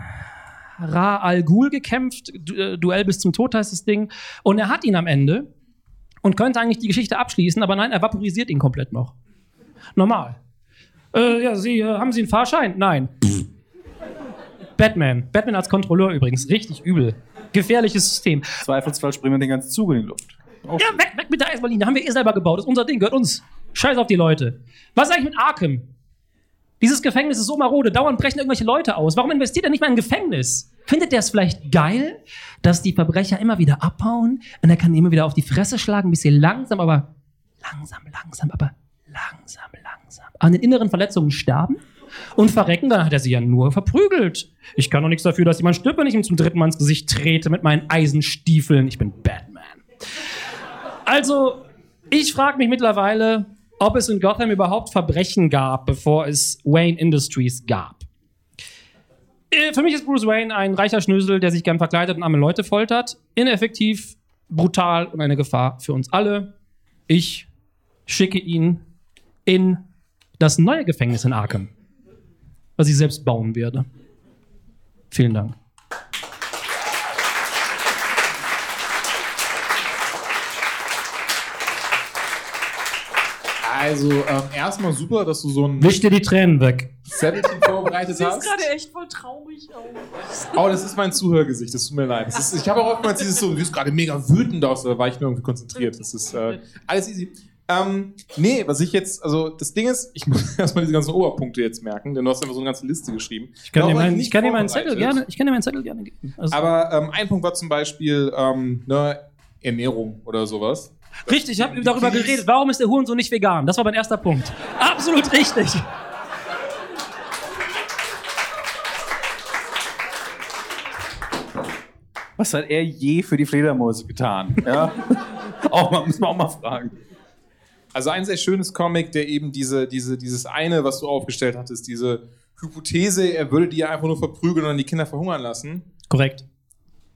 H: Ra Al Ghul gekämpft. Du äh, Duell bis zum Tod heißt das Ding. Und er hat ihn am Ende und könnte eigentlich die Geschichte abschließen, aber nein, er vaporisiert ihn komplett noch. Normal. Äh, ja, Sie, äh, haben Sie einen Fahrschein? Nein. Batman. Batman als Kontrolleur übrigens. Richtig übel. Gefährliches System.
E: Zweifelsfall springen wir den ganzen Zug in die Luft.
H: Ja, weg, weg mit der Eismaline. Haben wir eh selber gebaut. Das ist unser Ding, gehört uns. Scheiß auf die Leute. Was ist eigentlich mit Arkham? Dieses Gefängnis ist so marode. Dauernd brechen irgendwelche Leute aus. Warum investiert er nicht mal in ein Gefängnis? Findet er es vielleicht geil, dass die Verbrecher immer wieder abhauen und er kann immer wieder auf die Fresse schlagen, ein bisschen langsam, aber langsam, langsam, aber langsam, langsam. An den inneren Verletzungen sterben? und verrecken, dann hat er sie ja nur verprügelt. Ich kann doch nichts dafür, dass jemand stirbt, wenn ich ihm zum dritten Mal ins Gesicht trete mit meinen Eisenstiefeln. Ich bin Batman. Also, ich frage mich mittlerweile, ob es in Gotham überhaupt Verbrechen gab, bevor es Wayne Industries gab. Äh, Für mich ist Bruce Wayne ein reicher Schnösel, der sich gern verkleidet und arme Leute foltert. Ineffektiv, brutal und eine Gefahr für uns alle. Ich schicke ihn in das neue Gefängnis in Arkham was ich selbst bauen werde. Vielen Dank.
C: Also, ähm, erstmal super, dass du so ein
H: Wisch dir die Tränen weg.
C: Setting vorbereitet
G: Siehst
C: hast.
G: gerade echt voll traurig aus.
C: Oh, das ist mein Zuhörgesicht, das tut mir leid. Das ist, ich habe auch oftmals dieses so, du siehst gerade mega wütend aus, da war ich nur irgendwie konzentriert. Das ist äh, alles easy. Ähm, nee, was ich jetzt, also das Ding ist, ich muss erstmal diese ganzen Oberpunkte jetzt merken, denn du hast einfach so eine ganze Liste geschrieben.
H: Ich kann, dir
C: Darauf war
H: meinen,
C: nicht
H: ich kann dir meinen Zettel
C: vorbereitet.
H: gerne, ich kann dir meinen Zettel gerne geben. Also-
C: Aber ähm, ein Punkt war zum Beispiel ähm, ne, Ernährung oder sowas.
H: richtig, ich habe darüber geredet, warum ist der Hurensohn nicht vegan? Das war mein erster Punkt. Absolut richtig.
E: Was hat er je für die Fledermäuse getan? Ja? auch mal, müssen wir auch mal fragen.
C: Also ein sehr schönes Comic, der eben diese, diese, dieses eine, was du aufgestellt hattest, diese Hypothese, er würde die ja einfach nur verprügeln und dann die Kinder verhungern lassen.
H: Korrekt.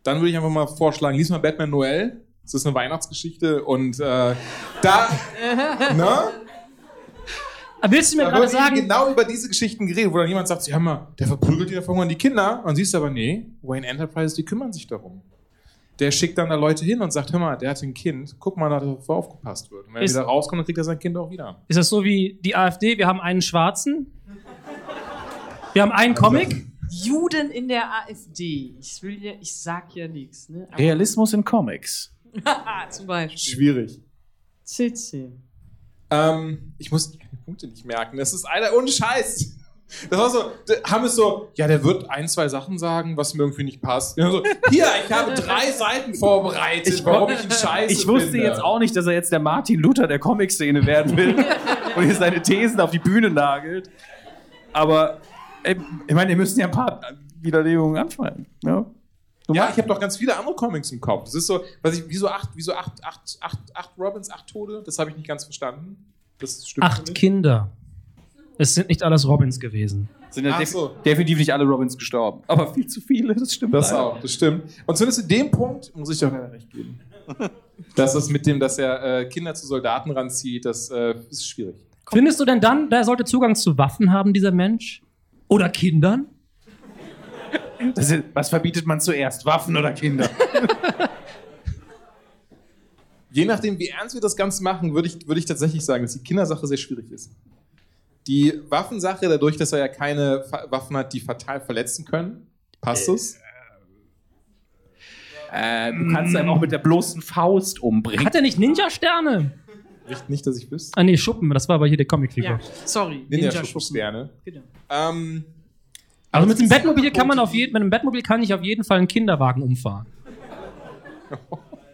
C: Dann würde ich einfach mal vorschlagen, lies mal Batman Noel. Das ist eine Weihnachtsgeschichte und äh, da, ne?
H: Ah, Willst du mir
C: Da
H: gerade
C: wird eben
H: sagen,
C: genau über diese Geschichten geredet, wo dann jemand sagt, ja mal, der verprügelt die, der verhungern die Kinder. Und siehst aber, nee, Wayne Enterprise, die kümmern sich darum. der schickt dann da Leute hin und sagt, hör mal, der hat ein Kind, guck mal, dass er aufgepasst wird. Und wenn
H: Ist-
C: er wieder rauskommt, dann kriegt er sein Kind auch wieder.
H: Ist das so wie die AfD? Wir haben einen Schwarzen. Wir haben einen Comic.
G: Juden in der AfD. Ich, will ja, ich sag ja nichts. Ne? Aber-
Q: Realismus in Comics.
G: Zum Beispiel.
C: Schwierig.
G: CC.
C: Ähm, ich muss die Punkte nicht merken. Das ist einer ohne Scheiß. Das war so, d- haben es so, ja, der wird ein, zwei Sachen sagen, was mir irgendwie nicht passt. Ja, so, hier, ich habe drei Seiten vorbereitet, warum ich einen Scheiß
E: Ich wusste
C: finde.
E: jetzt auch nicht, dass er jetzt der Martin Luther der Comic-Szene werden will und hier seine Thesen auf die Bühne nagelt. Aber ey, ich meine, wir müssen ja ein paar Widerlegungen anschreiben. Ja,
C: ja ich habe doch ganz viele andere Comics im Kopf. Das ist so, was ich, wieso acht, wieso acht, acht, acht, acht Robins, acht Tode? Das habe ich nicht ganz verstanden. Das stimmt
H: Acht Kinder. Es sind nicht alles Robins gewesen.
E: Sind ja
C: Ach
E: def
C: so.
E: definitiv nicht alle Robins gestorben. Aber viel zu viele, das stimmt.
C: Das
E: leider.
C: auch, das stimmt. Und zumindest in dem Punkt muss ich doch leider recht geben. Dass das mit dem, dass er äh, Kinder zu Soldaten ranzieht, das äh, ist schwierig.
H: Findest du denn dann, da sollte Zugang zu Waffen haben, dieser Mensch? Oder Kindern?
E: Das ist, was verbietet man zuerst, Waffen oder Kinder?
C: Je nachdem, wie ernst wir das Ganze machen, würde ich, würde ich tatsächlich sagen, dass die Kindersache sehr schwierig ist. Die Waffensache, dadurch, dass er ja keine Fa- Waffen hat, die fatal verletzen können, passt es?
E: Äh, du kannst einen auch mit der bloßen Faust umbringen.
H: Hat er nicht Ninja-Sterne?
C: Nicht, nicht, dass ich wüsste.
H: Ah, nee, Schuppen, das war aber hier der Comicfigur.
G: Ja, sorry.
C: Ninja-Schubsterne. Ähm,
H: Also mit dem Bettmobil kann man auf jeden, mit dem Bettmobil kann ich auf jeden Fall einen Kinderwagen umfahren.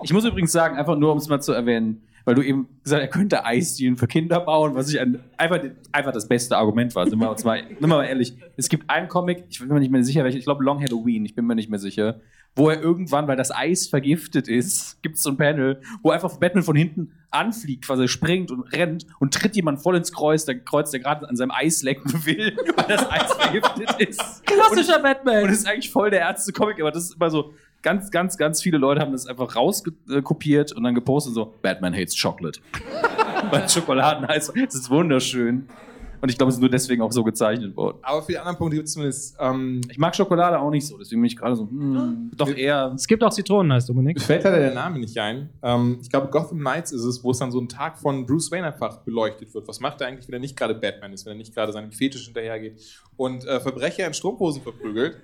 E: Ich muss übrigens sagen, einfach nur um es mal zu erwähnen, weil du eben gesagt hast, er könnte Eisdielen für Kinder bauen, was ich ein, einfach, einfach das beste Argument war. Sind wir, uns mal, sind wir mal ehrlich. Es gibt einen Comic, ich bin mir nicht mehr sicher, welcher, ich glaube Long Halloween, ich bin mir nicht mehr sicher, wo er irgendwann, weil das Eis vergiftet ist, gibt es so ein Panel, wo einfach Batman von hinten anfliegt, quasi springt und rennt und tritt jemand voll ins Kreuz, der Kreuz, der gerade an seinem Eis lecken will, weil das Eis vergiftet ist.
H: Klassischer Batman!
E: Und das ist eigentlich voll der ernste Comic, aber das ist immer so, ganz, ganz, ganz viele Leute haben das einfach rauskopiert und dann gepostet und so, Batman hates Chocolate. Weil Schokoladeneis, das ist wunderschön. Und ich glaube, es ist nur deswegen auch so gezeichnet worden.
C: aber für die anderen Punkte gibt es zumindest. ähm,
E: Ich mag Schokolade auch nicht so, deswegen bin ich gerade so, hm, doch eher.
H: Es gibt auch Zitroneneis, Dominik.
C: Mir fällt leider der Name nicht ein. Ähm, ich glaube, Gotham Knights ist es, wo es dann so ein Tag von Bruce Wayne einfach beleuchtet wird. Was macht er eigentlich, wenn er nicht gerade Batman ist, wenn er nicht gerade seinem Fetisch hinterhergeht und äh, Verbrecher in Strumpfhosen verprügelt,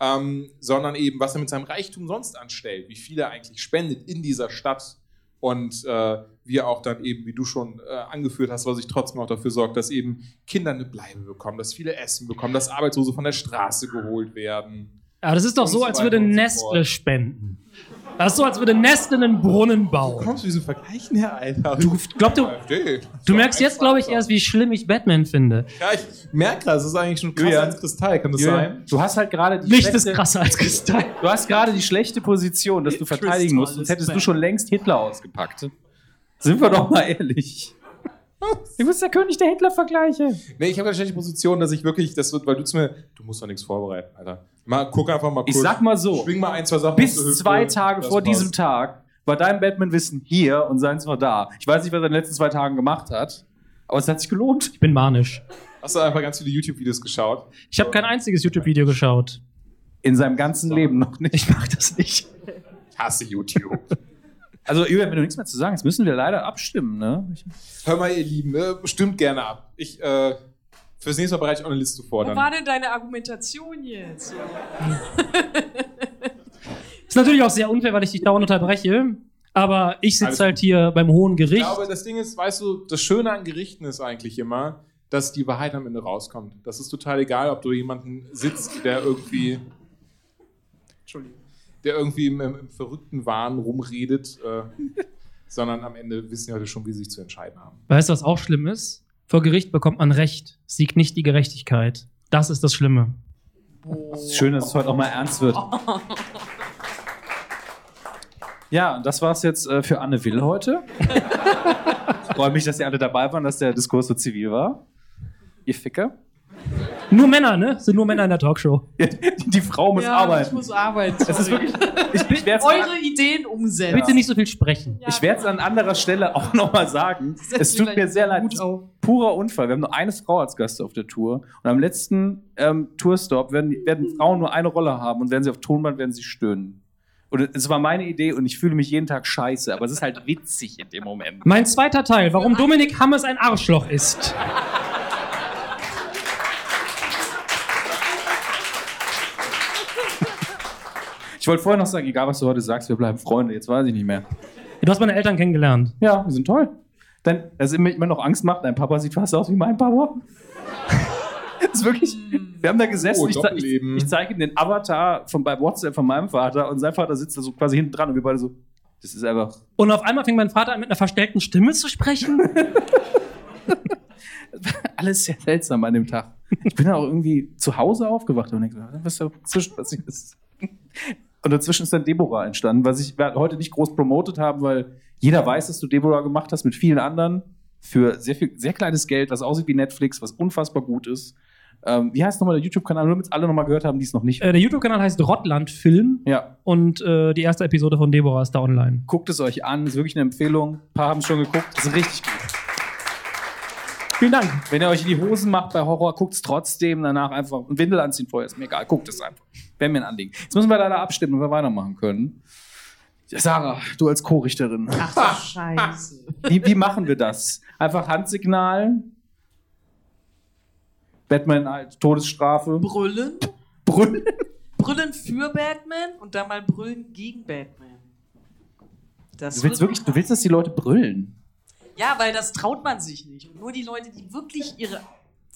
C: ähm, sondern eben, was er mit seinem Reichtum sonst anstellt, wie viel er eigentlich spendet in dieser Stadt und äh, wie er auch dann eben, wie du schon äh, angeführt hast, was sich trotzdem auch dafür sorgt, dass eben Kinder eine Bleibe bekommen, dass viele Essen bekommen, dass Arbeitslose von der Straße geholt werden.
H: Aber das ist doch
C: Und
H: so, als
C: weiter
H: würde
C: und so
H: Nestle
C: fort.
H: spenden. Das ist so, als würde Nestle einen Brunnen bauen.
C: kommst du diesen Vergleichen her, Alter?
H: Du, glaub, du, du merkst jetzt, glaube ich, erst, wie schlimm ich Batman finde.
C: Ja, ich merke das, das ist eigentlich schon krasser
E: Julian.
C: als Kristall, kann das
E: Julian,
C: sein?
E: Du hast halt gerade die
H: Nichts ist krasser als Kristall.
E: Du hast gerade die schlechte Position, dass du verteidigen musst, sonst hättest du schon längst Hitler ausgepackt. Sind wir doch mal ehrlich. Du bist der König der Hitler-Vergleiche.
C: Nee, ich habe eine schlechte Position, dass ich wirklich, das wird, weil du zu mir, du musst doch nichts vorbereiten, Alter. Mal, guck einfach mal
E: Ich sag mal so,
C: Schwing mal ein, zwei Sachen aus der
E: bis
C: Hüfte,
E: zwei Tage
C: das
E: vor
C: passt.
E: diesem Tag war dein Batman-Wissen hier und seins war da. Ich weiß nicht, was er in den letzten zwei Tagen gemacht hat, aber es hat sich gelohnt.
H: Ich bin manisch.
C: Hast du einfach ganz viele YouTube-Videos geschaut?
H: Ich habe kein einziges YouTube-Video geschaut.
E: In seinem ganzen Leben noch nicht. Ich
H: mach das nicht.
C: Ich hasse YouTube.
E: Also, Julian, wenn du nichts mehr zu sagen hast, müssen wir leider abstimmen, ne? Ich-
C: Hör mal, ihr Lieben, äh, stimmt gerne ab. Ich, äh, fürs nächste Mal bereite ich auch eine Liste vor.
G: Wo war
C: Dann.
G: denn deine Argumentation jetzt?
H: Ist natürlich auch sehr unfair, weil ich dich dauernd unterbreche. Aber ich
C: Alles
H: sitze halt hier beim Hohen
C: Ich
H: Gericht.
C: glaube, das Ding ist, weißt du, das Schöne an Gerichten ist eigentlich immer, dass die Wahrheit am Ende rauskommt. Das ist total egal, ob du jemanden sitzt, der irgendwie. Entschuldigung. Der irgendwie im, im, im verrückten Wahn rumredet, äh, sondern am Ende wissen die Leute schon, wie sie sich zu entscheiden haben.
H: Weißt du, was auch schlimm ist? Vor Gericht bekommt man Recht, siegt nicht die Gerechtigkeit. Das ist das Schlimme.
E: Es ist schön, dass es heute auch mal ernst wird. Ja, und das war's jetzt äh, für Anne Will heute. Ich freue mich, dass ihr alle dabei waren, dass der Diskurs so zivil war. Ihr Ficker.
H: Nur Männer, ne? Sind nur Männer in der Talkshow.
E: Die Frau muss arbeiten.
G: ich muss arbeiten.
E: Es ist wirklich. Ich, ich werd's
G: Eure Ideen umsetzen.
E: Bitte nicht
H: so viel sprechen.
E: Ich werde es an anderer Stelle auch nochmal sagen.
G: Setz
E: Es
G: dir
E: tut
G: gleich
E: mir sehr leid. Es ist Purer Unfall. Wir haben nur eine Frau als Gast auf der Tour. Und am letzten ähm, Tourstop werden, werden Frauen nur eine Rolle haben und werden sie auf Tonband werden sie stöhnen. Und es war meine Idee und ich fühle mich jeden Tag scheiße, aber es ist halt witzig in dem Moment.
H: Mein zweiter Teil, warum Dominik Hammers ein Arschloch ist.
E: Ich wollte vorher noch sagen, egal was du heute sagst, wir bleiben Freunde, jetzt weiß ich nicht mehr.
H: Du hast meine Eltern kennengelernt.
E: Ja, die sind toll. Dann, dass es mir immer noch Angst macht, dein Papa sieht fast aus wie mein Papa. das ist wirklich. Wir haben da gesessen,
C: Oh,
E: ich, zei- ich,
C: Doppelleben.
E: ich zeige ihm den Avatar von, bei WhatsApp von meinem Vater und sein Vater sitzt da so quasi hinten dran und wir beide so, das ist einfach.
H: Und auf einmal fing mein Vater an, mit einer verstellten Stimme zu sprechen.
E: alles sehr seltsam an dem Tag. Ich bin auch irgendwie zu Hause aufgewacht und denke, so, was ist da dazwischen passiert ist. Und dazwischen ist dann Deborah entstanden, was ich heute nicht groß promotet habe, weil jeder weiß, dass du Deborah gemacht hast mit vielen anderen für sehr viel, sehr kleines Geld, was aussieht wie Netflix, was unfassbar gut ist. Ähm, wie heißt nochmal der YouTube-Kanal, nur damit es alle nochmal gehört haben, die es noch nicht
H: äh, der YouTube-Kanal heißt Rottland Film.
E: Ja.
H: Und äh, die erste Episode von Deborah ist da online.
E: Guckt es euch an, ist wirklich eine Empfehlung. Ein paar haben es schon geguckt, ist richtig gut. Vielen Dank. Wenn ihr euch in die Hosen macht bei Horror, guckt es trotzdem danach einfach. Und Windel anziehen vorher, ist mir egal. Guckt es einfach. Wäre mir ein Anliegen. Jetzt müssen wir leider abstimmen, ob wir weitermachen können. Ja, Sarah, du als Co-Richterin.
G: Ach du Scheiße.
E: Wie, wie machen wir das? Einfach Handsignal. Batman, halt, Todesstrafe.
G: Brüllen.
E: Brüllen.
G: Brüllen für Batman und dann mal brüllen gegen Batman. Das
E: Du willst, wirklich, du willst, dass die Leute brüllen.
G: Ja, weil das traut man sich nicht. Und nur die Leute, die wirklich ihre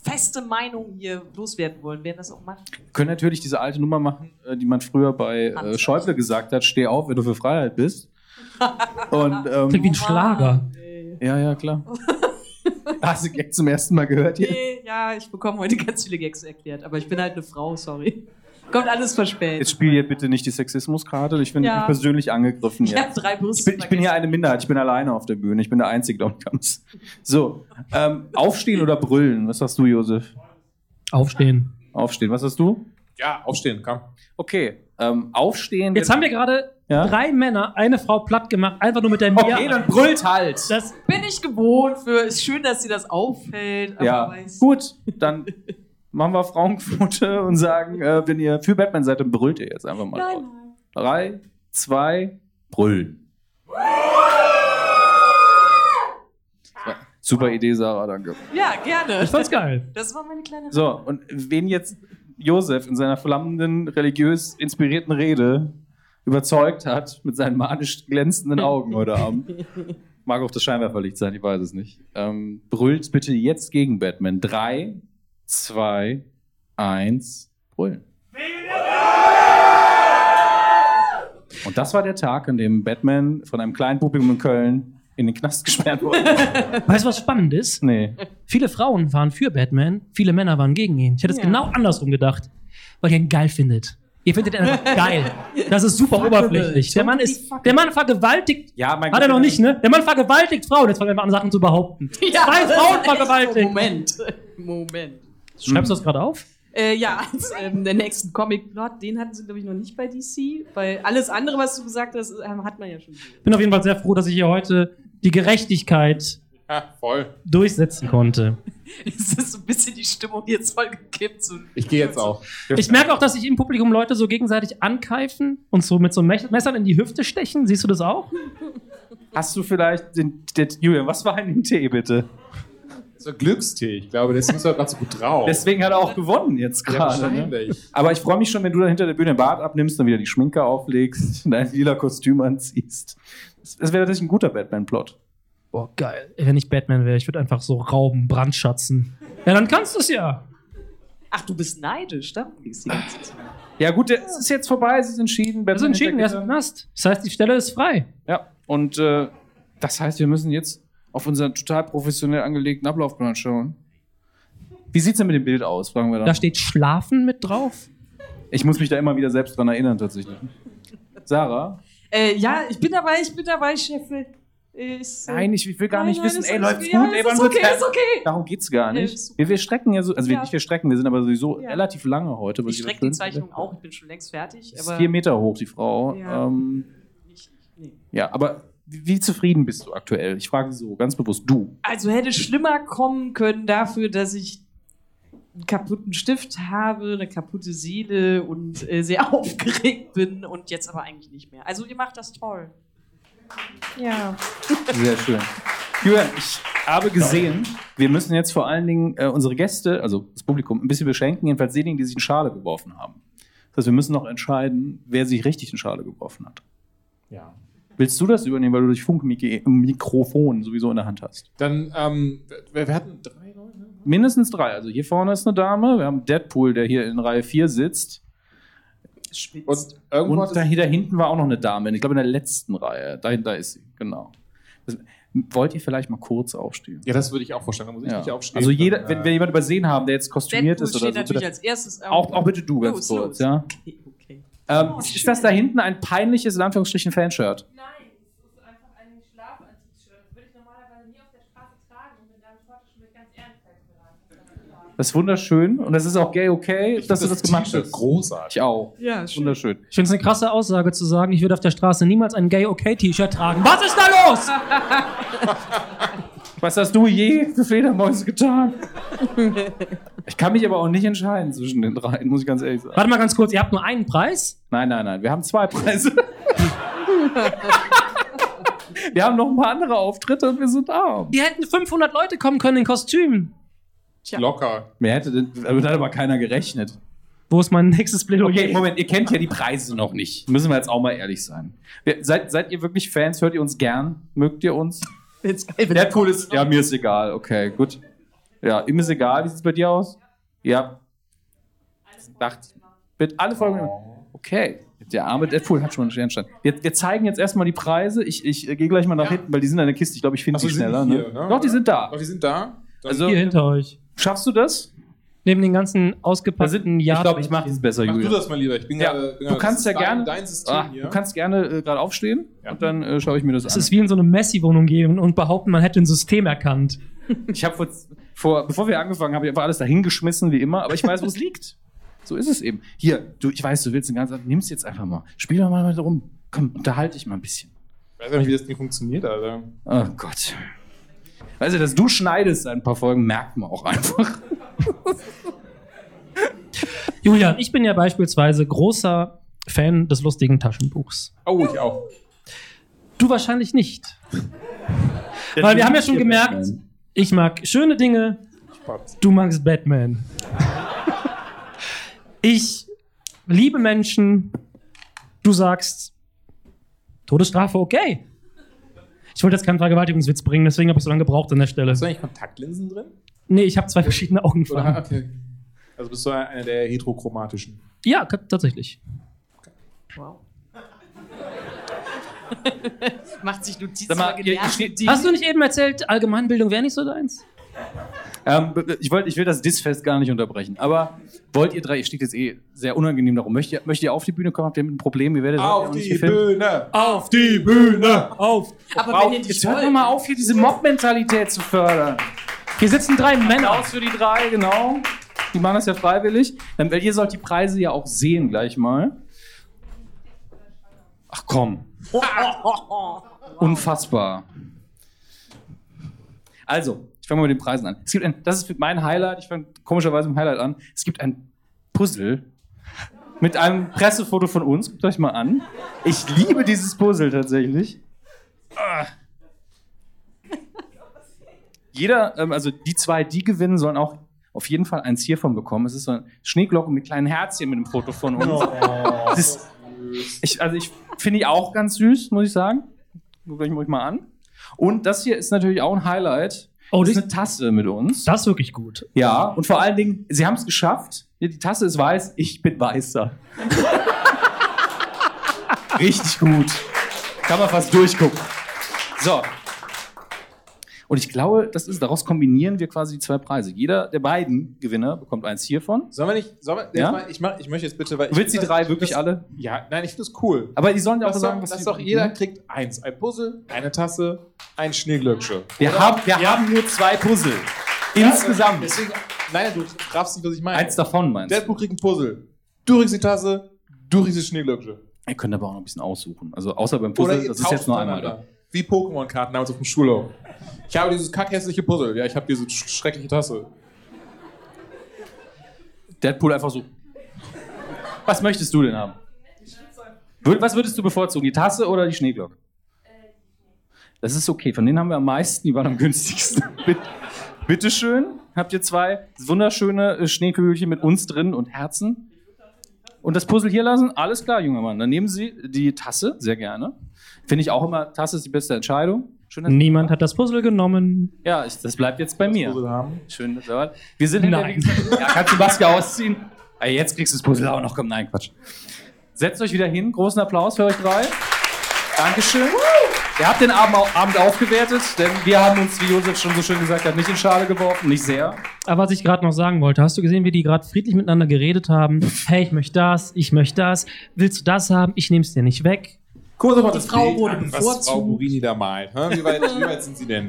G: feste Meinung hier loswerden wollen, werden das auch machen.
E: Wir können natürlich diese alte Nummer machen, äh, die man früher bei äh, Schäuble gesagt hat: Steh auf, wenn du für Freiheit bist. Und, ähm,
H: Klingt wie ein
G: Oh,
H: Schlager.
E: Ja, ja, klar. Hast du Gag zum ersten Mal gehört hier?
G: Nee, ja, ich bekomme heute ganz viele Gags erklärt, aber ich bin halt eine Frau, sorry. Kommt alles verspätet.
E: Jetzt spiel jetzt bitte nicht die Sexismuskarte. Ich bin
G: Ja.
E: ich bin persönlich angegriffen
G: Ich habe
E: jetzt.
G: drei
E: Ich
G: Brüste.
E: bin, ich bin hier eine Minderheit. Ich bin alleine auf der Bühne. Ich bin der Einzige, der umkommst. So, ähm, aufstehen oder brüllen? Was sagst du, Josef?
H: Aufstehen.
E: Aufstehen. Was hast du?
C: Ja, aufstehen, komm.
E: Okay, ähm, aufstehen.
H: Jetzt haben wir gerade
E: Ja?
H: drei Männer, eine Frau platt gemacht, einfach nur mit der Mia.
E: Okay, dann brüllt halt.
H: Das
G: bin ich gewohnt für. Ist schön, dass dir das auffällt. Aber
E: Ja,
G: weiß-
E: gut, dann machen wir Frauenquote und sagen, äh, wenn ihr für Batman seid, dann brüllt ihr jetzt einfach mal.
G: Nein,
E: laut. Drei, zwei, brüllen. So, Super Idee, Sarah, danke.
G: Ja, gerne.
E: Ich fand's geil.
G: Das war meine kleine
E: So, und wen jetzt Josef in seiner flammenden, religiös inspirierten Rede überzeugt hat mit seinen manisch glänzenden Augen heute Abend. Mag auch das Scheinwerferlicht sein, ich weiß es nicht. Ähm, brüllt bitte jetzt gegen Batman. Drei, zwei, eins, brüllen. Und das war der Tag, an dem Batman von einem kleinen Publikum in Köln in den Knast gesperrt wurde.
H: Weißt du, was spannend ist?
E: Nee.
H: Viele Frauen waren für Batman, viele Männer waren gegen ihn. Ich hätte es
E: Ja.
H: genau andersrum gedacht, weil ihr ihn geil findet. Ihr findet ihn einfach geil. Das ist super oberflächlich. Der Mann ist, der Mann vergewaltigt.
E: Ja, mein
H: Hat er
E: Gott,
H: noch nicht, ne? Der Mann vergewaltigt Frauen. Jetzt fangen wir mal an, Sachen zu behaupten.
G: Ja,
H: Zwei
G: das
H: Frauen
G: ist echt
H: vergewaltigt.
G: Moment. Moment.
H: Schreibst du das gerade auf?
G: Äh, ja, als, ähm, der nächsten Comic-Plot, den hatten sie, glaube ich, noch nicht bei DC, weil alles andere, was du gesagt hast, ähm, hat man ja schon.
H: Bin auf jeden Fall sehr froh, dass ich hier heute die Gerechtigkeit
C: Ja, voll.
H: durchsetzen konnte.
G: Es ist so ein bisschen die Stimmung jetzt voll gekippt. So.
C: Ich gehe jetzt auch.
H: Ich merke auch, dass sich im Publikum Leute so gegenseitig ankeifen und so mit so Mech- Messern in die Hüfte stechen. Siehst du das auch?
E: Hast du vielleicht den, den Julian, was war in dem Tee bitte?
C: So Glückstee, ich glaube, deswegen ist er gerade so gut drauf.
E: Deswegen hat er auch gewonnen jetzt
C: Ja,
E: gerade. ne?
C: wahrscheinlich.
E: Aber ich freue mich schon, wenn du dann hinter der Bühne den Bart abnimmst, dann wieder die Schminke auflegst und dein lila Kostüm anziehst. Das, das wäre tatsächlich ein guter Batman-Plot.
H: Boah, geil. Wenn ich Batman wäre, ich würde einfach so rauben, brandschatzen. Ja, dann kannst du es ja.
G: Ach, du bist neidisch, da ist die ganze Zeit.
E: Ja, gut, der- es ist jetzt vorbei, es ist entschieden. Batman
H: Das ist entschieden, er ist im Knast. Das heißt, die Stelle ist frei.
E: Ja, und äh, das heißt, wir müssen jetzt auf unseren total professionell angelegten Ablaufplan schauen. Wie sieht's denn mit dem Bild aus, fragen wir dann.
H: Da steht Schlafen mit drauf.
E: Ich muss mich da immer wieder selbst dran erinnern, tatsächlich. Sarah?
G: Äh, ja, ich bin dabei, ich bin dabei, Chefe. Ist, äh,
E: Nein, ich will gar
G: nein,
E: nicht
G: nein,
E: wissen,
G: ist
E: ey,
G: alles-
E: läuft's
G: ja,
E: gut, ey,
G: ist
E: wann
G: okay,
E: wird's
G: ist okay.
E: Darum geht's gar
G: Ja,
E: nicht.
G: ist
E: Wir, wir strecken ja so, also wir
G: Ja.
E: nicht wir strecken, wir sind aber sowieso
G: Ja.
E: relativ lange heute. was
G: Ich strecke die
E: schön
G: Zeichnung
E: finde.
G: auch, ich bin schon längst fertig.
E: Ist
G: Aber
E: vier Meter hoch, die Frau.
G: Ja.
E: Ja, ähm, ja aber wie wie zufrieden bist du aktuell? Ich frage so ganz bewusst, du.
G: Also hätte schlimmer kommen können dafür, dass ich einen kaputten Stift habe, eine kaputte Seele und äh, sehr aufgeregt bin und jetzt aber eigentlich nicht mehr. Also ihr macht das toll. Ja.
E: Sehr schön. Julian, ich habe gesehen, wir müssen jetzt vor allen Dingen äh, unsere Gäste, also das Publikum, ein bisschen beschenken, jedenfalls diejenigen, die sich in Schale geworfen haben. Das heißt, wir müssen noch entscheiden, wer sich richtig in Schale geworfen hat.
C: Ja.
E: Willst du das übernehmen, weil du durch Funkmikrofon äh, sowieso in der Hand hast?
C: Dann, ähm, wir, wir hatten drei
E: Mindestens drei. Also hier vorne ist eine Dame, wir haben Deadpool, der hier in Reihe 4 sitzt.
C: Spitzt.
E: Und, Und da, hier da hinten war auch noch eine Dame. Ich glaube, in der letzten Reihe. Dahinter ist sie, genau. Das, wollt ihr vielleicht mal kurz aufstehen?
C: Ja, das würde ich auch vorstellen. Da muss ich nicht aufstehen.
E: Also jeder, wenn wir jemanden übersehen haben, der jetzt kostümiert
G: Deadpool
E: ist oder
G: steht
E: so.
G: natürlich
E: bitte-
G: als erstes auf.
E: auch, auch bitte du ganz
G: Los,
E: kurz,
G: los.
E: ja.
G: Okay, okay.
E: Ähm,
G: Oh,
E: ist das da hinten ein peinliches, in Anführungsstrichen, Fanshirt? Das ist wunderschön und das ist auch gay okay, dass du das gemacht hast.
C: Großartig.
E: Ich auch.
G: Ja, schön.
E: Wunderschön.
H: Ich finde es eine krasse Aussage zu sagen, ich würde auf der Straße niemals ein Gay-Okay-T-Shirt tragen. Was ist da los?
E: Was hast du je für Fledermäuse getan? ich kann mich aber auch nicht entscheiden zwischen den dreien, muss ich ganz ehrlich sagen.
H: Warte mal ganz kurz, ihr habt nur einen Preis?
E: Nein, nein, nein, wir haben zwei Preise. wir haben noch ein paar andere Auftritte und wir sind arm.
H: Hier hätten 500 Leute kommen können in Kostümen.
C: Locker.
E: Mir hätte, damit hat aber keiner gerechnet.
H: Wo ist mein nächstes Plädoyer?
E: Okay, Moment, ihr kennt ja die Preise noch nicht. Müssen wir jetzt auch mal ehrlich sein. Wir, seid, seid ihr wirklich Fans? Hört ihr uns gern? Mögt ihr uns? Deadpool ist. Ja, mir ist egal. Okay, gut. Ja, ihm ist egal. Wie sieht's bei dir aus? Ja. Dacht, bitte alle Folgen. Okay. Der arme Deadpool hat schon einen Sternstein. Wir, wir zeigen jetzt erstmal die Preise. Ich, ich äh, gehe gleich mal nach hinten, weil die sind in der Kiste. Ich glaube, ich finde
C: Ach so,
E: die
C: die sind
E: schneller.
C: nicht
E: ne?
C: hier, ne?
E: Doch, die sind da.
C: Doch, die sind da. Dann
E: Also,
H: Hier hinter euch.
E: Schaffst du das?
H: Neben den ganzen ausgepackten Jahren.
E: ich glaube, ich mache das besser,
C: Mach du
E: Julia.
C: das mal lieber. Ich bin
E: Ja,
C: gerade. bin
E: du
C: gerade-
E: kannst
C: Äh, genau, das
E: ja
C: ist dein-
E: gerne.
C: Dein System
E: Ah,
C: hier.
E: du kannst gerne äh, gerade aufstehen und dann äh, schaue ich mir das
H: Es
E: an.
H: ist wie in so eine Messi-Wohnung gehen und behaupten, man hätte ein System erkannt.
E: Ich habe vor, vor, bevor wir angefangen haben, habe ich einfach alles dahingeschmissen, wie immer, aber ich weiß, wo es liegt. So ist es eben. Hier, du, ich weiß, du willst den ganzen Tag, nimm's jetzt einfach mal. Spiel doch mal mit rum. Komm, unterhalte dich mal ein bisschen.
C: Ich weiß ja nicht, wie das Ding funktioniert, Alter.
E: Oh Gott. Weißt du, dass du schneidest seit ein paar Folgen, merkt man auch einfach.
H: Julian, ich bin ja beispielsweise großer Fan des lustigen Taschenbuchs.
C: Oh, ich auch.
H: Du wahrscheinlich nicht. Weil wir haben ja schon gemerkt, ich mag schöne Dinge, du magst Batman. Ich liebe Menschen, du sagst Todesstrafe, okay. Ich wollte jetzt keinen Vergewaltigungswitz bringen, deswegen habe ich so lange gebraucht an der Stelle.
C: Hast du eigentlich Kontaktlinsen drin?
H: Nee, ich habe zwei verschiedene Augenfarben.
C: Oder, okay. Also bist du einer der heterochromatischen.
H: Ja, ka- tatsächlich.
G: Wow. Macht sich Notizen.
E: Sag mal,
G: über
E: ihr- ihr
G: genervte
E: steht-
G: Dinge.
H: Hast du nicht eben erzählt, Allgemeinbildung wäre nicht so deins?
E: Ähm, ich, wollt, ich will das Disfest gar nicht unterbrechen, aber wollt ihr drei, ihr steht jetzt eh sehr unangenehm darum. Möchtet ihr, möchtet ihr auf die Bühne kommen? Habt ihr ein Problem? Ihr werdet
C: Auf
E: auch nicht
C: die
E: gefilmt.
C: Bühne!
E: Auf die Bühne! Auf!
G: Aber wenn ihr nicht
E: Jetzt hört doch mal auf, hier diese Mob-Mentalität zu fördern.
H: Hier sitzen drei Männer.
E: Applaus für die drei, genau. Die machen das ja freiwillig. Ähm, Weil ihr sollt die Preise ja auch sehen gleich mal. Ach komm. Unfassbar. Also, ich fange mal mit den Preisen an. Es gibt ein, das ist mein Highlight, ich fange komischerweise mit dem Highlight an. Es gibt ein Puzzle mit einem Pressefoto von uns. Guckt euch mal an. Ich liebe dieses Puzzle tatsächlich. Ah. Jeder, ähm, also die zwei, die gewinnen, sollen auch auf jeden Fall eins hiervon bekommen. Es ist so eine Schneeglocke mit kleinen Herzchen mit einem Foto von uns. Das ist, ich, also ich finde ich auch ganz süß, muss ich sagen. Guckt euch ruhig mal an. Und das hier ist natürlich auch ein Highlight.
H: Oh,
E: das ist
H: das-
E: eine Tasse mit uns.
H: Das ist wirklich gut.
E: Ja, und vor allen Dingen, sie haben es geschafft. Die Tasse ist weiß, ich bin weißer. Richtig gut. Kann man fast durchgucken. So. Und ich glaube, das ist, daraus kombinieren wir quasi die zwei Preise. Jeder der beiden Gewinner bekommt eins hiervon.
C: Sollen wir nicht. Sollen wir, jetzt
E: Ja?
C: mal, ich, mach, ich möchte jetzt bitte. Weil
E: Du willst die
C: ich,
E: drei wirklich alle?
C: Ja, nein, ich finde das cool.
E: Aber die sollen ja auch
C: Lass doch,
E: sagen, was
C: lass
E: sie-
C: doch jeder
E: ne?
C: kriegt eins. Ein Puzzle, eine Tasse, ein Schneeglöckchen.
E: Wir, haben, wir haben nur zwei Puzzel. Insgesamt.
C: Deswegen, nein, du darfst nicht, was ich meine.
E: Eins davon meinst du?
C: Deadpool kriegt ein Puzzle. Du kriegst die Tasse, du kriegst das Schneeglöckchen.
E: Ihr könnt aber auch noch ein bisschen aussuchen. Also außer beim Puzzle, das ist
C: tauscht
E: jetzt nur einmal.
C: miteinander. Wie Pokémon-Karten damals auf dem Schulhof. Ich habe dieses kackhässliche Puzzle. Ja, ich habe diese sch- schreckliche Tasse.
E: Deadpool einfach so. Was möchtest du denn haben? Wür- Was würdest du bevorzugen, die Tasse oder die Schneeglocke? Das ist okay, von denen haben wir am meisten, die waren am günstigsten. Bitte, bitteschön, habt ihr zwei wunderschöne äh, Schneekügelchen mit uns drin und Herzen. Und das Puzzle hier lassen? Alles klar, junger Mann. Dann nehmen Sie die Tasse, sehr gerne. Finde ich auch immer, Tasse ist die beste Entscheidung. Schön, dass-
H: Niemand hat das Puzzle genommen.
E: ja, ich, das bleibt jetzt bei mir. Schön, dass ihr Wir sind in der Nein. Ja, kannst du Maske ausziehen? Ah, jetzt kriegst du das Puzzle auch noch. Komm, nein, Quatsch. Setzt euch wieder hin. Großen Applaus für euch drei. Dankeschau. Ihr habt den Abend, au- Abend aufgewertet, denn wir haben uns, wie Josef schon so schön gesagt hat, nicht in Schale geworfen. Nicht sehr.
H: Aber was ich gerade noch sagen wollte, hast du gesehen, wie die gerade friedlich miteinander geredet haben? Hey, ich möchte das, ich möchte das, willst du das haben? Ich nehme es dir nicht weg.
C: Guck mal,
G: Die
C: das
G: Frau
C: Bild
G: wurde
C: an, was
G: bevorzugt.
C: Frau Burini da malt. hä? Wie weit, wie weit sind Sie denn?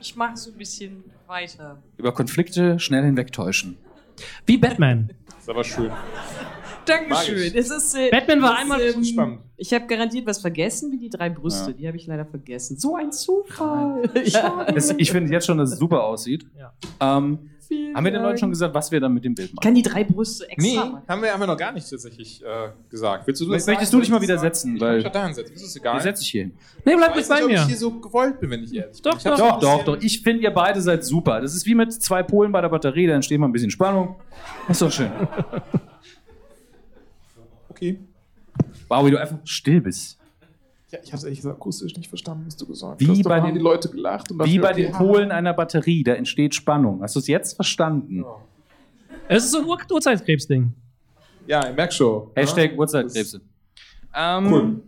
G: Ich mache so ein bisschen weiter.
E: Über Konflikte schnell hinwegtäuschen.
H: Wie Batman.
C: Ist aber schön.
G: Dankeschön.
C: Magisch.
G: Es ist, äh,
H: Batman war
G: es,
H: einmal
G: ähm,
H: spannend.
G: Ich habe garantiert was vergessen, wie die drei Brüste.
E: Ja.
G: Die habe ich leider vergessen. So ein Zufall. Ja.
E: Es, ich finde jetzt schon, dass es super aussieht. Ähm,
G: Vielen
E: haben wir den
G: Dank.
E: Leuten schon gesagt, was wir dann mit dem Bild machen?
G: Kann die drei Brüste
C: Nee,
G: extra machen?
C: haben wir, haben wir noch gar nicht tatsächlich äh, gesagt. Willst du das
E: Möchtest
C: sagen?
E: du dich mal wieder setzen?
C: Ich kann
E: Weil
C: mich auch dahin setzen. Ist es egal?
E: Ich setz dich hier hin.
H: Nee,
C: bleib jetzt bei mir. Ich weiß nicht, ob ich hier so gewollt bin, wenn ich ehrlich bin.
E: Doch,
C: Ich
E: doch,
C: hab
E: doch,
C: so ein
E: doch, doch. Ich finde, ihr beide seid super. Das ist wie mit zwei Polen bei der Batterie, da entsteht mal ein bisschen Spannung. Ist doch schön.
C: Okay.
E: Wow, wie du einfach still bist.
C: Ja, ich habe es ehrlich gesagt akustisch nicht verstanden, was du gesagt
E: Wie
C: hast. Davor
E: bei den-
C: haben die Leute gelacht. Und
E: Wie
C: dafür-
E: bei den
C: Ja.
E: Polen einer Batterie, da entsteht Spannung. Hast du es jetzt verstanden?
H: Es ist so ein Ur Urzeitkrebsding.
C: Ja, ich merk schon. ne?
E: Hashtag Uhrzeitkrebse. Ähm, cool.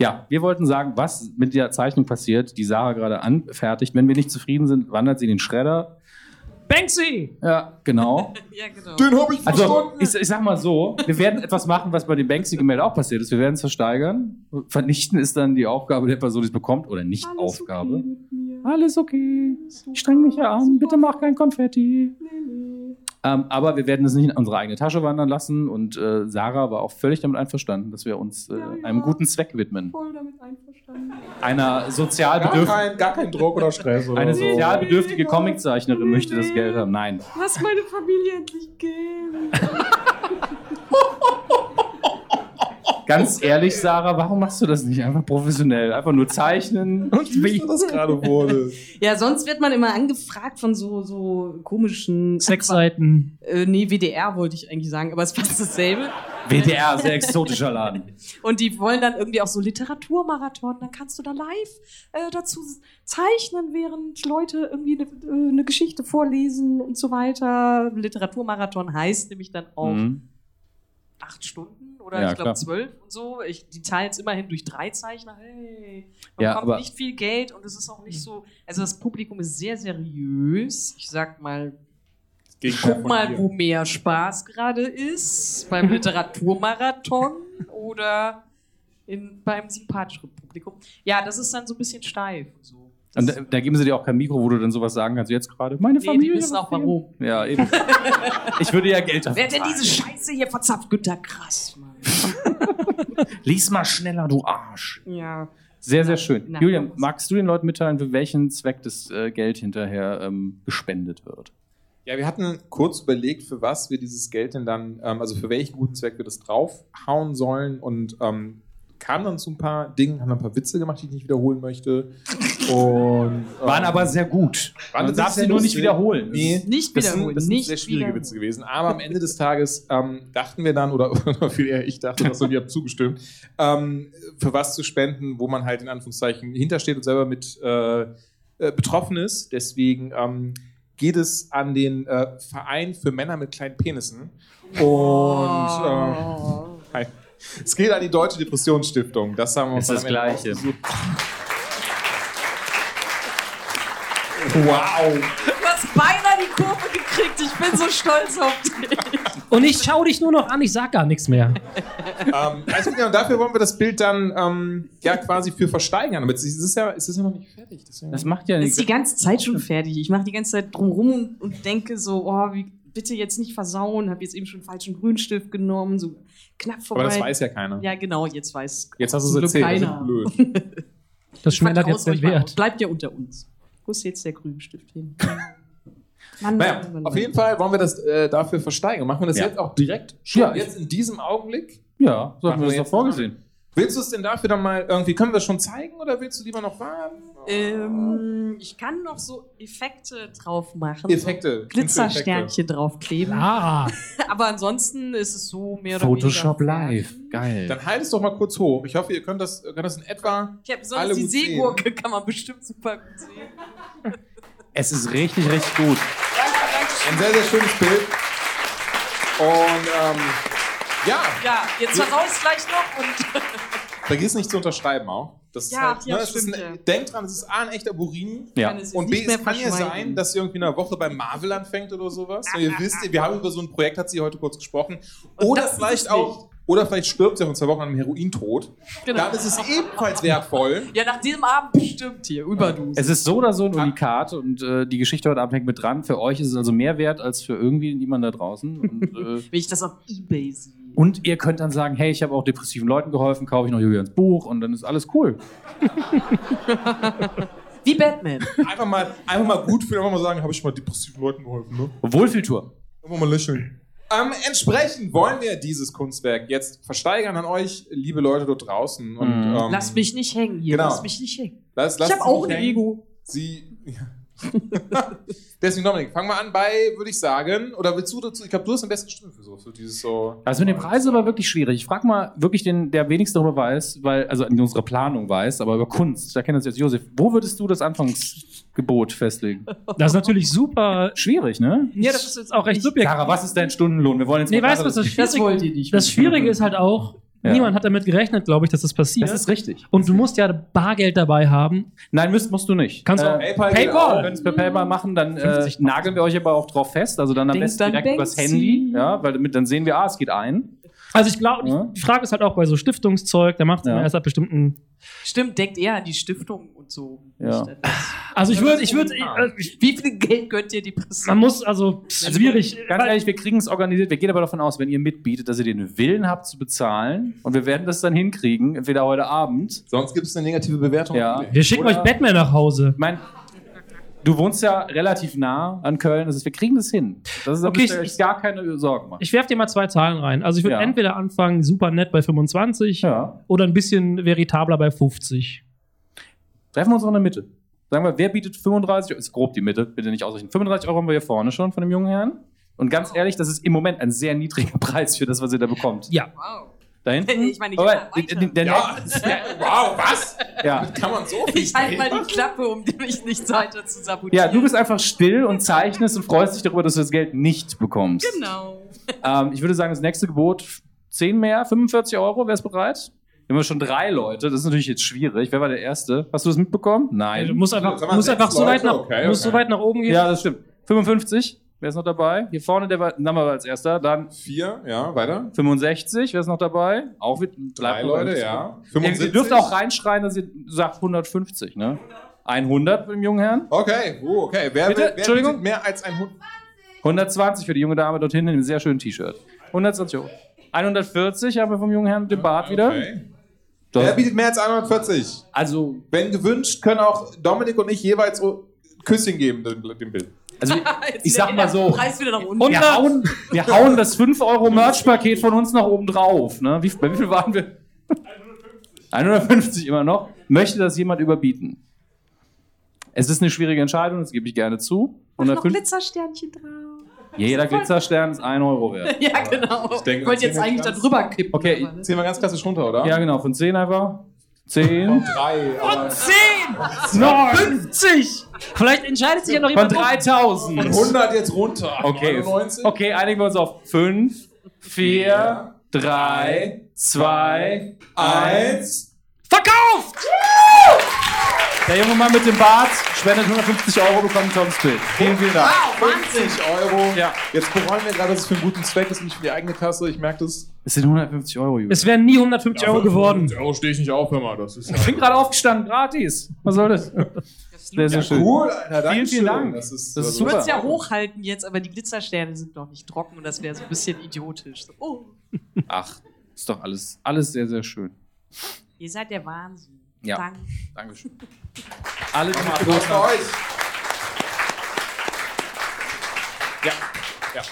E: Ja, wir wollten sagen, was mit der Zeichnung passiert, die Sarah gerade anfertigt. Wenn wir nicht zufrieden sind, wandert sie in den Schredder.
H: Banksy!
E: Ja, genau.
G: Ja, genau.
E: Also, ich, ich sag mal so, wir werden etwas machen, was bei dem Banksy-Gemälde auch passiert ist. Wir werden es versteigern. Vernichten ist dann die Aufgabe der Person, die es bekommt, oder nicht Aufgabe. Alles okay. Ich streng mich ja an. Bitte mach kein Konfetti. Ähm, aber wir werden es nicht in unsere eigene Tasche wandern lassen und äh, Sarah war auch völlig damit einverstanden, dass wir uns äh, einem guten Zweck widmen.
R: Voll damit einverstanden.
E: Einer sozial
C: Gar
E: bedürftigen.
C: kein, gar kein Druck oder Stress. Oder
G: Oh.
E: Eine
C: so.
E: sozial bedürftige Comiczeichnerin möchte das Geld haben. Nein.
G: Lass meine Familie endlich gehen.
E: Ganz ehrlich, Sarah, warum machst du das nicht einfach professionell? Einfach nur zeichnen und wie das
C: gerade wurde.
G: Ja, sonst wird man immer angefragt von so, so komischen.
H: Sexseiten.
G: Äh, nee, WDR wollte ich eigentlich sagen, aber es ist fast dasselbe.
E: WDR, sehr exotischer Laden.
G: Und die wollen dann irgendwie auch so Literaturmarathon. Dann kannst du da live äh, dazu zeichnen, während Leute irgendwie eine äh, eine Geschichte vorlesen und so weiter. Literaturmarathon heißt nämlich dann auch
E: Mhm.
G: acht Stunden oder
E: Ja,
G: ich glaube
E: klar.
G: zwölf und so. Ich, die teilen es immerhin durch drei Zeichner. Hey, man
E: Ja,
G: bekommt
E: aber-
G: nicht viel Geld und es ist auch nicht so. Also das Publikum ist sehr seriös. Ich sag mal, guck mal, wo mehr Spaß gerade ist. Beim Literaturmarathon oder in, beim sympathischen Publikum. Ja, das ist dann so ein bisschen steif. und So.
E: Und da, da geben sie dir auch kein Mikro, wo du dann sowas sagen kannst. Jetzt gerade. Meine
G: Nee, die
E: Familie.
G: wissen auch
E: verfehlt.
G: warum.
E: Ja, eben. ich würde ja Geld dafür.
G: Wer denn diese
E: zahlen.
G: Scheiße hier verzapft? Günther Krass, Mann.
E: Lies mal schneller, du Arsch.
G: Ja.
E: Sehr, sehr schön.
G: Na,
E: Julian, magst du den Leuten mitteilen, für welchen Zweck das äh, Geld hinterher ähm, gespendet wird?
C: Ja, wir hatten kurz überlegt, für was wir dieses Geld denn dann, ähm, also für welchen guten Zweck wir das draufhauen sollen und ähm, kamen dann zu ein paar Dingen, haben ein paar Witze gemacht, die ich nicht wiederholen möchte. Und, ähm,
E: Waren aber sehr gut. Man darf sie nur nicht wiederholen.
C: Nee,
G: Nicht
C: das
G: wiederholen,
C: Sind, das sind
G: nicht
C: sehr schwierige
G: wiederholen.
C: Witze gewesen. Aber am Ende des Tages ähm, dachten wir dann, oder, oder viel eher ich dachte das und ihr habt zugestimmt, ähm, für was zu spenden, wo man halt in Anführungszeichen hintersteht und selber mit äh, äh, betroffen ist. Deswegen ähm, geht es an den äh, Verein für Männer mit kleinen Penissen. Und
G: Oh.
C: äh, hi. es geht an die Deutsche Depressionsstiftung. Das haben wir uns
E: Ist das
C: dann am Ende
E: Gleiche.
C: ausgesucht. Wow.
G: Du hast beinahe die Kurve gekriegt. Ich bin so stolz auf dich.
H: Und ich schau dich nur noch an, ich sag gar nichts mehr.
C: ähm, also genau, dafür wollen wir das Bild dann ähm, ja quasi für versteigern. Aber es ist ja, es ist ja noch nicht fertig. Deswegen
E: Das macht ja
G: Das ist
E: nichts.
G: die ganze Zeit schon fertig. Ich mache die ganze Zeit drumrum und, und denke so, oh, wie, bitte jetzt nicht versauen. Habe jetzt eben schon falschen Grünstift genommen, so knapp vorbei.
C: das weiß ja keiner.
G: Ja, genau, jetzt weiß
C: Jetzt hast du es
G: zum Glück
C: erzählt, das ist
G: keiner.
C: blöd.
H: Das schmälert
G: Haut
H: jetzt den
G: euch mal
H: Wert.
G: aus. Bleibt ja unter uns. Wo ist jetzt der Grünstift hin? Mann,
C: naja,
G: Mann, Mann,
C: auf
G: Mann.
C: jeden Fall wollen wir das äh, dafür versteigern. Machen wir das
E: Ja.
C: jetzt auch direkt schon
E: Ja, ich-
C: jetzt in diesem Augenblick?
E: Ja, so
C: Machen
E: hatten wir das
C: wir
E: doch
C: jetzt
E: vorgesehen.
C: Willst du es denn dafür dann mal irgendwie, können wir das schon zeigen oder willst du lieber noch warten?
G: Ähm, ich kann noch so Effekte drauf machen.
C: Effekte,
G: So Glitzersternchen draufkleben.
H: Ah.
C: Klar.
G: Aber ansonsten ist es so mehr oder
E: Photoshop
G: weniger.
E: Live. Geil.
C: Dann halt es doch mal kurz hoch. Ich hoffe, ihr könnt das, könnt das in etwa.
G: Ich habe besonders
C: alle
G: die
C: gut sehen.
G: Seegurke, kann man bestimmt super gut sehen.
E: Es ist richtig, richtig gut.
C: Ein sehr, sehr schönes Bild. Und ähm, ja,
G: Ja, jetzt heraus gleich noch und.
C: vergiss nicht zu unterschreiben auch. Das ist
G: Ja,
C: halt,
G: ja,
C: ne, es ist
G: stimmt,
C: ein,
G: ja.
C: Denk dran, es ist A, ein echter Burin.
E: Ja. Kann es
C: Und B,
E: nicht
C: es
E: mehr
C: kann ja
E: verschweigen.
C: sein, dass ihr irgendwie in einer Woche bei Marvel anfängt oder sowas. Und
G: Ah,
C: ihr wisst, wir haben über so ein Projekt, hat sie heute kurz gesprochen. Oder
E: das ist
C: vielleicht
E: es
C: auch, oder vielleicht stirbt sie auch in zwei Wochen an einem Herointod.
G: Genau.
C: Dann ist es ebenfalls wertvoll.
G: Ja, nach diesem Abend bestimmt hier, Überdosis.
E: Es ist so oder so ein Unikat und äh, die Geschichte heute Abend hängt mit dran. Für euch ist es also mehr wert als für irgendwie jemanden da draußen. Und, äh,
G: Will ich das auf Ebay sehe.
E: und ihr könnt dann sagen, hey, ich habe auch depressiven Leuten geholfen, kaufe ich noch Julians Buch und dann ist alles cool.
G: Wie Batman.
C: Einfach mal, einfach mal gut fühlen, einfach mal sagen, habe ich mal depressiven Leuten geholfen, ne?
E: Wohlfühltour.
C: Einfach mal lächeln. Ähm, entsprechend wollen wir dieses Kunstwerk jetzt versteigern an euch, liebe Leute dort draußen. Und,
E: Mhm.
C: ähm,
G: Lass mich nicht hängen hier,
C: Genau.
G: lass mich nicht hängen.
C: lass- lass
G: ich habe
C: sie
G: auch
C: nicht
G: ein
C: hängen.
G: Ego.
C: Sie. Ja. Deswegen, Dominik, fangen wir an bei, würde ich sagen, oder willst du dazu? Ich glaube, du hast am besten Stimme für so, für dieses so.
E: Also mit dem Preis ist aber wirklich schwierig. Ich frage mal wirklich den, der wenigstens darüber weiß, weil, also in unserer Planung weiß, aber über Kunst, da kennt das jetzt Josef. Wo würdest du das Anfangsgebot festlegen?
H: Das ist natürlich super
E: schwierig, ne?
H: Ja, das ist jetzt auch recht subjektiv.
E: Clara, was ist dein Stundenlohn? Wir wollen jetzt
H: Nee,
E: mal
H: weißt du,
E: Clara
H: was das
E: das-
H: Schwierige, das,
E: wollen die nicht.
H: das Schwierige ist halt auch,
E: Ja.
H: niemand hat damit gerechnet, glaube ich, dass das passiert.
E: Das ist richtig.
H: Und du musst ja Bargeld dabei haben.
E: Nein, müsst, musst du nicht. Äh,
H: Kannst du auch-
E: PayPal.
H: PayPal.
E: geht auch. Wenn wir es per PayPal machen, dann äh, nageln wir euch aber auch drauf fest. Also dann am
H: Ding,
E: besten
H: dann
E: direkt
H: denkt
E: übers
H: sie.
E: Handy, ja, weil damit, dann sehen wir, ah, es geht ein.
H: Also ich glaube,
E: Ja.
H: die Frage ist halt auch bei so Stiftungszeug, da macht es
E: Ja.
H: erst ab bestimmten
G: Stimmt, denkt eher an die Stiftung und so. Genau.
E: Ja.
H: Also ich würde, ich würde,
G: Wie viel Geld gönnt ihr die Presse?
H: man muss also schwierig.
E: Ganz ehrlich, wir kriegen es organisiert. Wir gehen aber davon aus, wenn ihr mitbietet, dass ihr den Willen habt zu bezahlen und wir werden das dann hinkriegen, entweder heute Abend.
C: Sonst gibt es eine negative Bewertung.
E: Ja.
H: Wir schicken euch Batman nach Hause.
E: Mein, du wohnst ja relativ nah an Köln. Das ist, wir kriegen das hin. Das ist
H: Okay,
E: okay,
H: ich-
E: euch gar keine Sorgen machen.
H: Ich werfe dir mal zwei Zahlen rein. Also ich würde
E: Ja.
H: entweder anfangen super nett bei 25 oder ein bisschen veritabler bei 50.
E: Treffen wir uns auch in der Mitte. Sagen wir, wer bietet 35 Euro? Ist grob die Mitte, bitte nicht ausrechnen. 35 Euro haben wir hier vorne schon von dem jungen Herrn. Und ganz ehrlich, das ist im Moment ein sehr niedriger Preis für das, was ihr da bekommt.
H: Ja.
G: Wow.
E: Da hinten?
G: Ich meine, ja,
E: Aber,
G: weiter.
E: der, der,
G: Ja.
C: Wow, was?
E: Ja.
C: Kann man so viel
G: Ich halte mal
C: Geld
G: die Klappe, um mich nicht weiter zu sabotieren.
E: ja, du bist einfach still und zeichnest und freust dich darüber, dass du das Geld nicht bekommst.
G: Genau.
E: Ähm, ich würde sagen, das nächste Gebot 10 mehr, 45 Euro, wer ist bereit? Wir haben schon drei Leute, das ist natürlich jetzt schwierig. Wer war der Erste? Hast du das mitbekommen? Nein.
H: Du musst Also einfach, musst einfach so, weit nach, musst so weit nach oben gehen.
E: Ja, das stimmt. 55, wer ist noch dabei? Hier vorne, der war, Name war als erster. Dann
C: 4, ja, weiter.
E: 65, wer ist noch dabei? Auch mit
C: Drei Leute, ja.
E: 75.
C: 75.
E: Ihr dürft auch reinschreien, dass ihr sagt 150, ne? 100 für den jungen Herrn.
C: Okay, oh, okay. Wer,
E: Bitte?
C: will- wer
E: Entschuldigung?
C: bietet mehr als ein Hund?
E: 120 für die junge Dame dort hinten in einem sehr schönen T-Shirt. 120 Euro. 140 haben wir vom jungen Herrn mit dem Bart wieder. Doch.
C: Wer bietet mehr als 140?
E: Also,
C: wenn gewünscht, können auch Dominik und ich jeweils o- Küsschen geben, dem, dem Bild.
E: Also,
G: Jetzt
E: ich sag
G: geht
E: mal
G: der
E: so.
G: Preis wieder nach unten.
E: wir hauen, wir hauen das 5 Euro Merch-Paket von uns nach oben drauf. Ne? Wie, bei wie viel waren wir? 150 immer noch. Möchte das jemand überbieten? Es ist eine schwierige Entscheidung, das gebe ich gerne zu.
G: noch
E: 150,
G: Glitzersternchen drauf.
E: jeder Glitzerstern ist 1 Euro wert.
G: Ja, genau. Ich
C: denke,
G: wollte
C: das
G: jetzt
C: sehen wir
G: eigentlich da drüber kippen.
E: Okay,
C: Ziehen wir ganz klassisch runter, oder?
E: Ja, genau, von 10 einfach. 10.
C: Drei. aber-
H: 10! 50! Vielleicht entscheidet sich ja noch
E: Von
H: jemand.
E: 3000.
C: Von 100 jetzt runter.
E: Okay. okay, einigen wir uns auf 5, 4, 3, 2, 1.
H: Verkauft!
E: Der junge Mann mit dem Bart spendet 150 Euro, bekommt Toms Bild. Vielen, vielen Dank.
C: 50 Euro. Jetzt bereuen wir gerade, dass es für einen guten Zweck ist, nicht für die eigene Kasse. Ich merke das.
E: Es sind 150 Euro, Junge.
H: Es wären nie 150 Euro geworden.
C: Euro stehe ich nicht auf, hör mal. Das ist
E: Ich bin gerade aufgestanden, gratis. Was soll das? Sehr, sehr
C: Ja,
E: schön.
C: cool, Alter,
E: vielen,
C: Dankeschön.
E: vielen Dank.
C: Das ist-
E: das ist
G: Du
E: super.
G: würdest ja hochhalten jetzt, aber die Glitzersterne sind noch nicht trocken und das wäre so ein bisschen idiotisch. So, oh,
E: Ach, ist doch alles, alles sehr, sehr schön.
G: ihr seid der Wahnsinn.
E: Ja.
G: Danke.
E: Dankeschön. Alle, die
C: Applaus für euch. Ja. ja.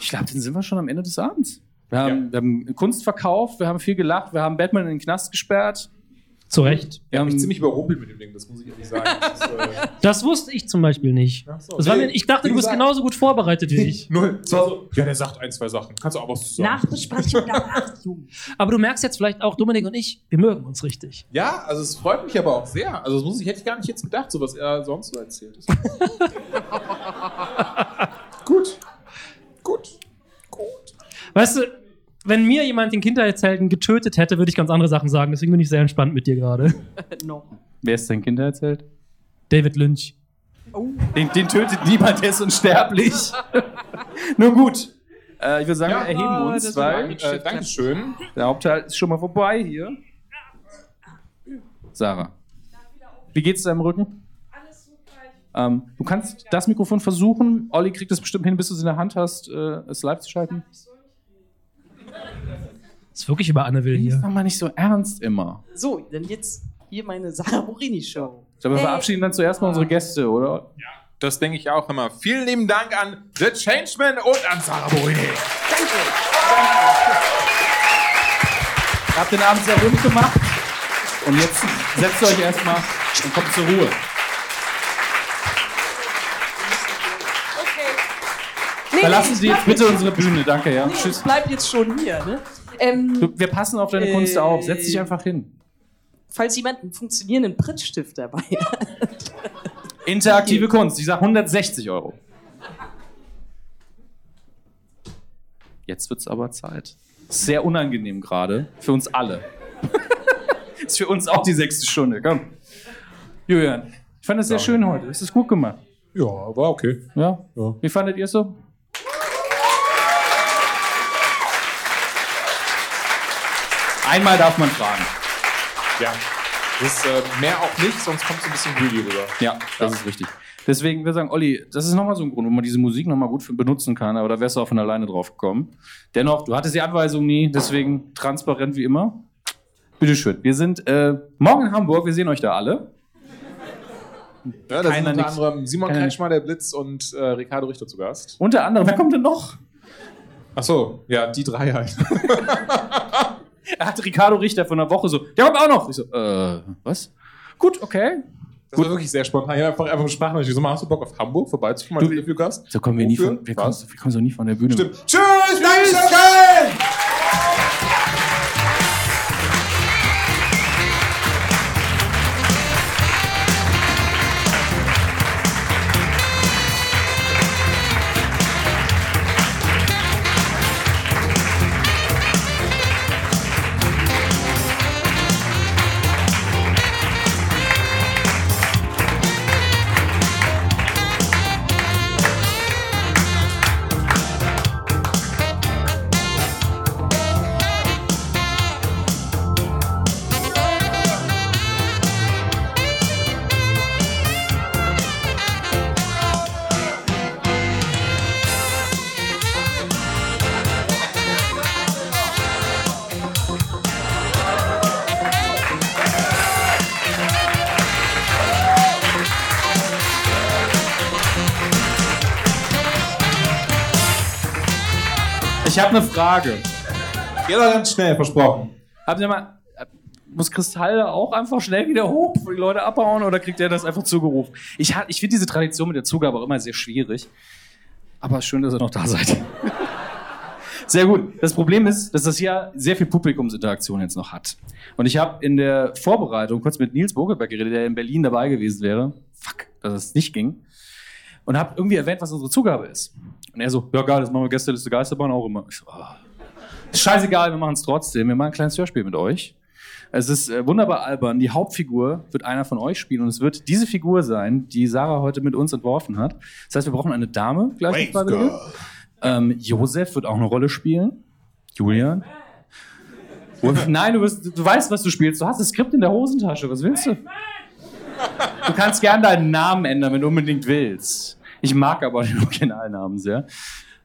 E: Ich glaube, dann sind wir schon am Ende des Abends. Wir haben, wir haben Kunst verkauft, wir haben viel gelacht, wir haben Batman in den Knast gesperrt.
H: Zu Recht.
C: Wir haben mich ziemlich überrumpelt mit dem Ding, das muss ich ehrlich sagen. Das, äh,
H: Das wusste ich zum Beispiel nicht.
C: so.
H: das war
C: Nee,
H: mir, ich dachte,
C: wie
H: du bist
C: gesagt.
H: genauso gut vorbereitet wie ich.
C: null. Es war so, ja, der sagt ein, zwei Sachen. Kannst du auch was zu sagen.
H: Nachbesprechung Aber du merkst jetzt vielleicht auch, Dominik und ich, wir mögen uns richtig.
C: Ja, also es freut mich aber auch sehr. Also das muss ich, hätte ich gar nicht jetzt gedacht, so was er sonst so erzählt. Ist. Gut.
H: Weißt du, wenn mir jemand den Kindheitshelden getötet hätte, würde ich ganz andere Sachen sagen. Deswegen bin ich sehr entspannt mit dir gerade.
G: no.
E: Wer ist dein Kindheitsheld?
H: David Lynch.
E: Den, den tötet niemand, der ist unsterblich. Nun gut. Äh, ich würde sagen,
C: Ja,
E: wir erheben
C: das
E: uns,
C: war
E: weil.
C: mit Chef
E: Äh,
C: Klepp.
E: Dankeschön. Der Hauptteil ist schon mal vorbei hier. Sarah. Wie geht's deinem Rücken? Ähm, du kannst das Mikrofon versuchen. Olli kriegt es bestimmt hin, bis du es in der Hand hast, äh, es live zu schalten.
H: Ist wirklich über Anne Will hier.
E: Ist doch mal nicht so ernst immer.
G: So, dann jetzt hier meine Sarah Borini Show.
E: Ich glaube, wir verabschieden dann zuerst mal unsere Gäste, oder?
C: Das denke ich auch immer. Vielen lieben Dank an The Changeman und an Sarah Borini.
E: Ihr habt den Abend sehr rund gemacht. Und jetzt setzt euch erstmal und kommt zur Ruhe.
G: Nee,
E: Verlassen
G: nee,
E: Sie
G: ich
E: jetzt
G: bleib
E: bitte unsere Bühne. Danke, ja.
G: Jetzt,
E: Tschüss.
G: ich bleib jetzt schon hier. Ne? Ähm,
E: Du, wir passen auf deine Kunst
G: Äh,
E: auf. Setz dich einfach hin.
G: falls jemand einen funktionierenden Prittstift dabei hat.
E: Interaktive Kunst. Ich sag 160 Euro. Jetzt wird's aber Zeit. Sehr unangenehm gerade. Für uns alle. ist für uns auch die sechste Stunde. Komm. Julian, ich fand das sehr schön heute. Es ist gut gemacht.
C: Ja, war okay.
E: Ja? Wie fandet ihr es so? Einmal darf man fragen.
C: Ja. Das ist äh, mehr auch nicht, sonst kommt es ein bisschen greedy rüber.
E: Ja, das ist richtig. Deswegen, wir sagen, Olli, das ist nochmal so ein Grund, wo man diese Musik nochmal gut für, benutzen kann, aber da wärst du auch von alleine drauf gekommen. Dennoch, du hattest die Anweisung nie, deswegen transparent wie immer. Bitteschön. Wir sind äh, morgen in Hamburg, wir sehen euch da alle.
C: Ja, da sind
E: Keiner
C: unter
E: nix.
C: anderem Simon
E: Keiner
C: Kretschmer, der Blitz und äh, Ricardo Richter zu Gast.
E: Unter anderem, wer kommt denn noch?
C: Achso, ja, die drei halt.
E: Er hat Ricardo Richter von einer Woche so, der kommt auch noch. Ich so, äh, was? Gut, okay.
C: Das war wirklich sehr spontan. Ich habe einfach, einfach eine Sprachnachricht. So, hast du Bock auf Hamburg vorbeizukommen als Interviewgast?
E: So kommen wir nie
C: Wofür?
E: von, wir kommen, wir kommen so nie von der Bühne. Stimmt.
C: Tschüss, Dankeschön!
E: Ich habe eine Frage.
C: Geht doch ganz schnell, versprochen.
E: Haben Sie mal, muss Kristall da auch einfach schnell wieder hoch, wo die Leute abhauen, oder kriegt er das einfach zugerufen? Ich, ha- ich finde diese Tradition mit der Zugabe auch immer sehr schwierig. Aber schön, dass ihr noch da seid. Sehr gut. Das Problem ist, dass das hier sehr viel Publikumsinteraktion jetzt noch hat. Und ich habe in der Vorbereitung kurz mit Nils Bogelberg geredet, der in Berlin dabei gewesen wäre. Fuck, dass es nicht ging. Und habe irgendwie erwähnt, was unsere Zugabe ist. Und er so, ja geil, das machen wir Gästeliste Geisterbahn auch immer. Ich so, ah. Ist Scheißegal, wir machen es trotzdem. Wir machen ein kleines Hörspiel mit euch. Es ist äh, wunderbar albern. Die Hauptfigur wird einer von euch spielen und es wird diese Figur sein, die Sarah heute mit uns entworfen hat. Das heißt, wir brauchen eine Dame gleich.
C: Wave
E: Girl. Ähm, Josef wird auch eine Rolle spielen. Julian. Wolf- Nein, du, wirst, du weißt, was du spielst. Du hast das Skript in der Hosentasche. Was willst du? Du kannst gern deinen Namen ändern, wenn du unbedingt willst. Ich mag aber den Originalnamen sehr.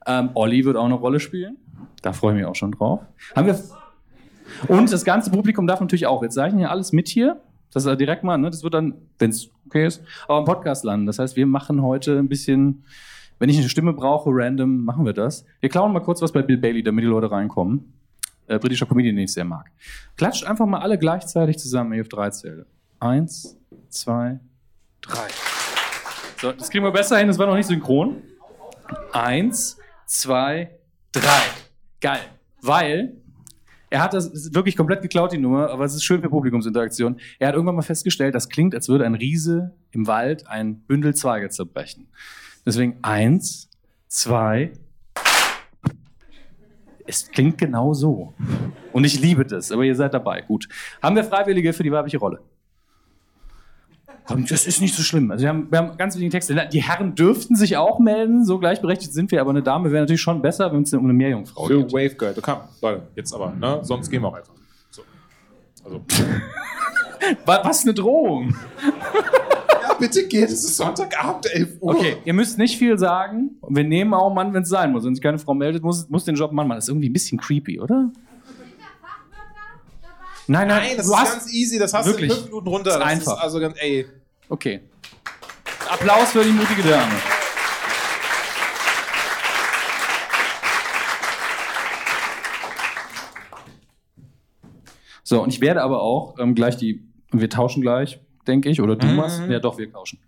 E: Ähm, Olli wird auch eine Rolle spielen. Da freue ich mich auch schon drauf. Haben wir und das ganze Publikum darf natürlich auch. Wir zeichnen ja alles mit hier. Das ist direkt mal, ne? Das wird dann, wenn es okay ist, auch im Podcast landen. Das heißt, wir machen heute ein bisschen wenn ich eine Stimme brauche, random, machen wir das. Wir klauen mal kurz was bei Bill Bailey, damit die Leute reinkommen. Äh, britischer Comedian, den ich sehr mag. Klatscht einfach mal alle gleichzeitig zusammen, ihr auf drei Zähle. Eins, zwei, drei. So, das kriegen wir besser hin, das war noch nicht synchron. Eins, zwei, drei. Geil. Weil er hat das es ist wirklich komplett geklaut, die Nummer, aber es ist schön für Publikumsinteraktion. Er hat irgendwann mal festgestellt, das klingt, als würde ein Riese im Wald ein Bündel Zweige zerbrechen. Deswegen eins, zwei. Es klingt genau so. Und ich liebe das, aber ihr seid dabei. Gut. Haben wir Freiwillige für die weibliche Rolle? Und das ist nicht so schlimm. Also wir haben, wir haben ganz wenige Texte. Die Herren dürften sich auch melden, so gleichberechtigt sind wir, aber eine Dame wäre natürlich schon besser, wenn es um eine Meerjungfrau
C: Für Wave Guide. Komm, Leute, jetzt aber, ne? Sonst gehen wir auch einfach. So. Also.
E: Wa- Was eine Drohung.
C: ja, bitte geht, es ist Sonntagabend, 11 Uhr.
E: Okay, ihr müsst nicht viel sagen. Und Wir nehmen auch einen Mann, wenn es sein muss. Wenn sich keine Frau meldet, muss, muss den Job ein Mann machen. Das ist irgendwie ein bisschen creepy, oder? Nein, nein,
C: Nein, das
E: du
C: ist
E: hast-
C: ganz easy, das hast du in
E: wirklich.
C: fünf Minuten runter.
E: Das ist
C: Das
E: einfach.
C: Ist also ganz, ey.
E: Okay. Applaus für die mutige Dame. So, und ich werde aber auch ähm, gleich die. Wir tauschen gleich, denke ich. Oder du
C: Mhm.
E: machst? Ja, doch, wir tauschen.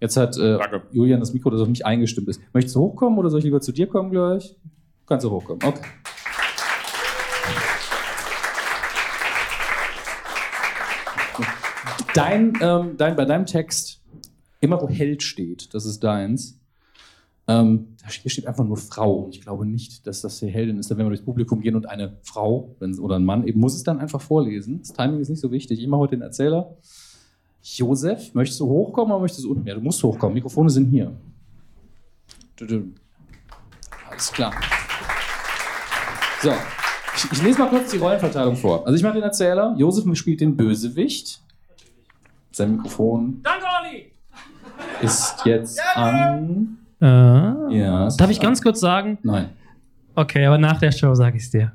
E: Jetzt hat äh, Julian das Mikro, das auf mich eingestimmt ist. Möchtest du hochkommen oder soll ich lieber zu dir kommen gleich? Kannst du hochkommen. Okay. Dein, ähm, dein, bei deinem Text, immer wo Held steht, das ist deins. Ähm, da- hier steht einfach nur Frau. Und ich glaube nicht, dass das hier Heldin ist. Denn Wenn wir durchs Publikum gehen und eine Frau wenn, oder ein Mann, eben muss es dann einfach vorlesen. Das Timing ist nicht so wichtig. Ich mache heute den Erzähler. Josef, möchtest du hochkommen oder möchtest du unten? Ja, du musst hochkommen. Mikrofone sind hier. Du, du. Alles klar. So, ich, ich lese mal kurz die Rollenverteilung vor. Also ich mache den Erzähler. Josef spielt den Bösewicht. Sein Mikrofon
H: Danke, Olli!
E: ist jetzt an. Ja, es
H: Äh, Darf
E: ist
H: ich
E: an.
H: ganz kurz sagen?
E: Nein.
H: Okay, aber nach der Show sage ich es dir.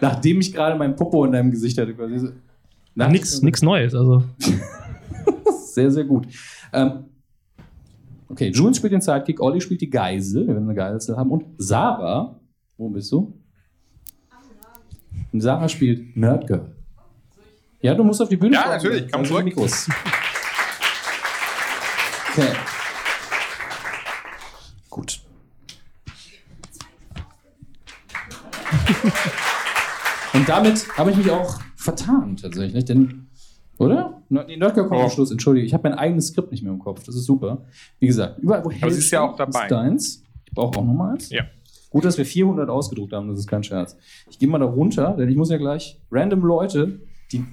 E: Nachdem ich gerade mein Popo in deinem Gesicht hatte, quasi. so-
H: Na, nix, nix Neues, also.
E: Sehr, sehr gut. Ähm, okay, Jules spielt den Sidekick, Olli spielt die Geisel, wir werden eine Geisel haben. Und Sarah, wo bist du? Und Sarah spielt Nerdgirl. Ja, du musst auf die Bühne
C: Ja,
E: kommen.
C: natürlich, komm
E: Da sind
C: zurück.
E: Mikros. Okay. Gut. Und damit habe ich mich auch vertan tatsächlich, denn oder? Ne- Nee, Nerdgirl kommt
C: Oh.
E: am Schluss, entschuldige. Ich habe mein eigenes Skript nicht mehr im Kopf. Das ist super. Wie gesagt, überall wo
C: Aber sie ist ja auch
E: steht,
C: dabei.
E: Ist deins. Ich brauche auch noch mal eins.
C: Ja.
E: Gut, dass wir 400 ausgedruckt haben, das ist kein Scherz. Ich gehe mal da runter, denn ich muss ja gleich random Leute, die.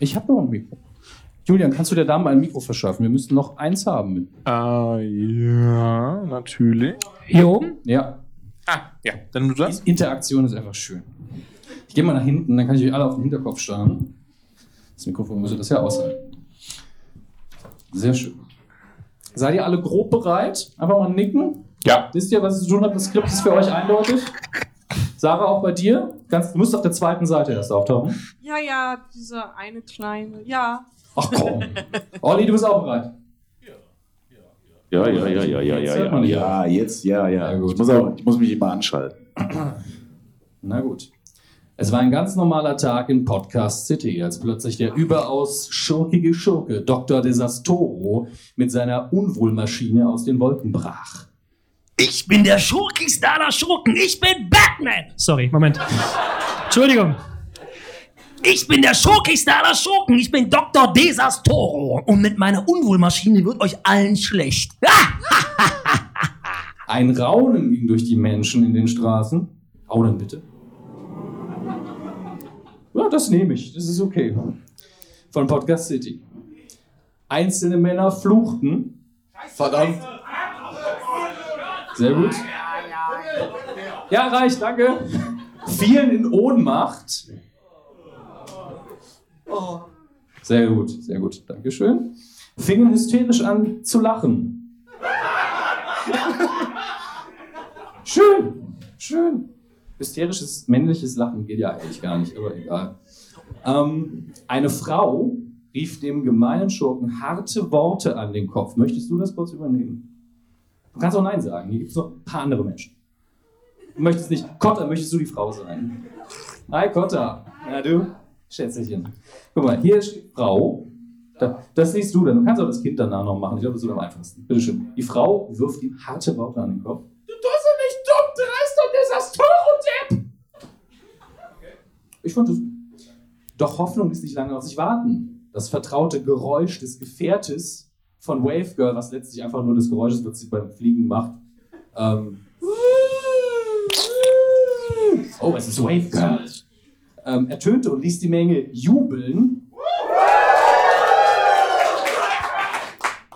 E: Ich habe noch ein Mikro. Julian, kannst du der Dame ein Mikro verschaffen? Wir müssen noch eins haben. Ah, ja, natürlich.
H: Hier oben?
E: Ja. Ah, ja. Dann du das? Interaktion ist einfach schön. Ich gehe mal nach hinten, dann kann ich euch alle auf den Hinterkopf starren. Das Mikrofon müsste das ja aushalten. Sehr schön. Seid ihr alle grob bereit? Einfach mal nicken. Ja. Wisst ihr, was es zu tun hat? Das Skript ist für euch eindeutig. Sarah, auch bei dir? Ganz, du musst auf der zweiten Seite erst auftauchen.
G: Ja, ja, dieser eine kleine. Ja.
E: Ach komm. Olli, du bist auch bereit.
K: Ja, ja, ja, ja, ja,
E: Jetzt
K: ja,
E: hört
K: ja.
E: man nicht.
K: Ja, jetzt, ja, ja. ich, muss auch, ich muss mich immer anschalten.
E: Na gut. Es war ein ganz normaler Tag in Podcast City, als plötzlich der überaus schurkige Schurke Dr. Desastoro mit seiner Unwohlmaschine aus den Wolken brach.
H: Ich bin der Schurkigste aller Schurken. Ich bin Batman. Sorry, Moment. Entschuldigung. Ich bin der Schurkigste aller Schurken. Ich bin Dr. Desastoro. Und mit meiner Unwohlmaschine wird euch allen schlecht.
E: Ein Raunen ging durch die Menschen in den Straßen. Raunen bitte. Ja, das nehme ich. Das ist okay. Von Podcast City. Einzelne Männer fluchten. Verdammt. Sehr gut. Ja, reicht, danke. Fielen in Ohnmacht. Sehr gut, sehr gut. Dankeschön. Fingen hysterisch an zu lachen. Schön, schön. Hysterisches männliches Lachen geht ja eigentlich gar nicht, aber egal. Ähm, eine Frau rief dem gemeinen Schurken harte Worte an den Kopf. Möchtest du das kurz übernehmen? Du kannst auch Nein sagen. Hier gibt es noch ein paar andere Menschen. Du möchtest nicht. Kotta, möchtest du die Frau sein? Hi, Kotta. Na du? Schätzelchen. Guck mal, hier steht Frau. Da, das siehst du dann. Du kannst auch das Kind danach noch machen. Ich glaube, das ist am einfachsten. Bitte schön. Die Frau wirft ihm harte Worte an den Kopf.
S: Du tust doch nicht dumm, du reißt doch Desastoro-Depp!
E: Ich fand es. Doch Hoffnung ist nicht lange auf sich warten. Das vertraute Geräusch des Gefährtes von Wave Girl, was letztlich einfach nur das Geräusch ist, was sie beim Fliegen macht. Ähm, oh, es ist Wave Girl. Ähm, ertönte und ließ die Menge jubeln.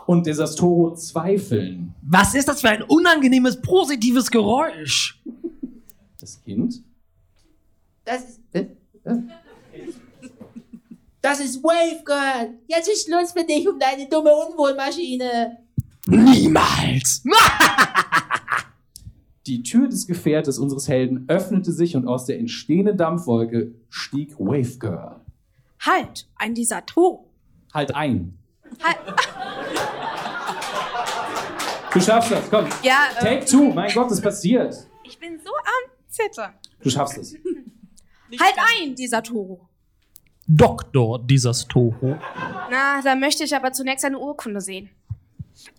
E: Und Desastoro zweifeln.
H: Was ist das für ein unangenehmes, positives Geräusch?
E: Das Kind
T: Das ist. äh, Das ist Wave Girl. Jetzt ist Schluss für dich und deine dumme Unwohlmaschine.
E: Niemals! Die Tür des Gefährtes unseres Helden öffnete sich und aus der entstehenden Dampfwolke stieg Wave Girl.
I: Halt, ein Desatro.
E: Halt ein.
I: Halt.
E: Du schaffst das, komm.
I: Ja, äh,
E: Take two, mein Gott, es passiert.
I: Ich bin so am Zittern.
E: Du schaffst es.
I: halt ein, Desatoro.
H: Doktor Desastoro.
I: Na, da möchte ich aber zunächst eine Urkunde sehen.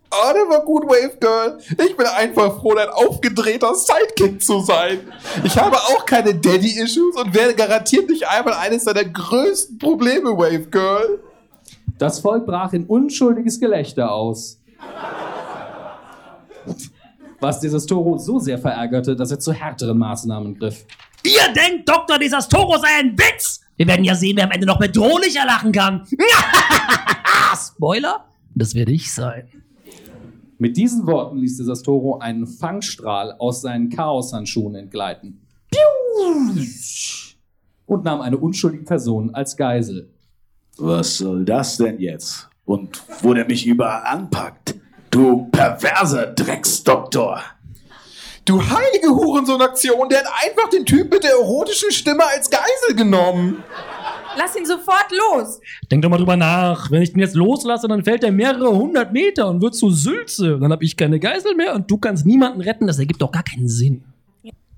C: Oh, der war gut, Wave Girl. Ich bin einfach froh, dein aufgedrehter Sidekick zu sein. Ich habe auch keine Daddy-Issues und werde garantiert nicht einmal eines deiner größten Probleme, Wave Girl.
E: Das Volk brach in unschuldiges Gelächter aus. Was Desastoro so sehr verärgerte, dass er zu härteren Maßnahmen griff.
H: Ihr denkt, Dr. Desastoro sei ein Witz? Wir werden ja sehen, wer am Ende noch bedrohlicher lachen kann. Spoiler? Das werde ich sein.
E: Mit diesen Worten ließ Desastoro einen Fangstrahl aus seinen Chaoshandschuhen entgleiten und nahm eine unschuldige Person als Geisel.
K: Was soll das denn jetzt? Und wo der mich überall anpackt? Du perverser Drecksdoktor!
C: Du heilige Hurensohn-Aktion, der hat einfach den Typ mit der erotischen Stimme als Geisel genommen.
I: Lass ihn sofort los.
H: Denk doch mal drüber nach. Wenn ich den jetzt loslasse, dann fällt er mehrere hundert Meter und wird zu Sülze. Dann habe ich keine Geisel mehr und du kannst niemanden retten. Das ergibt doch gar keinen Sinn.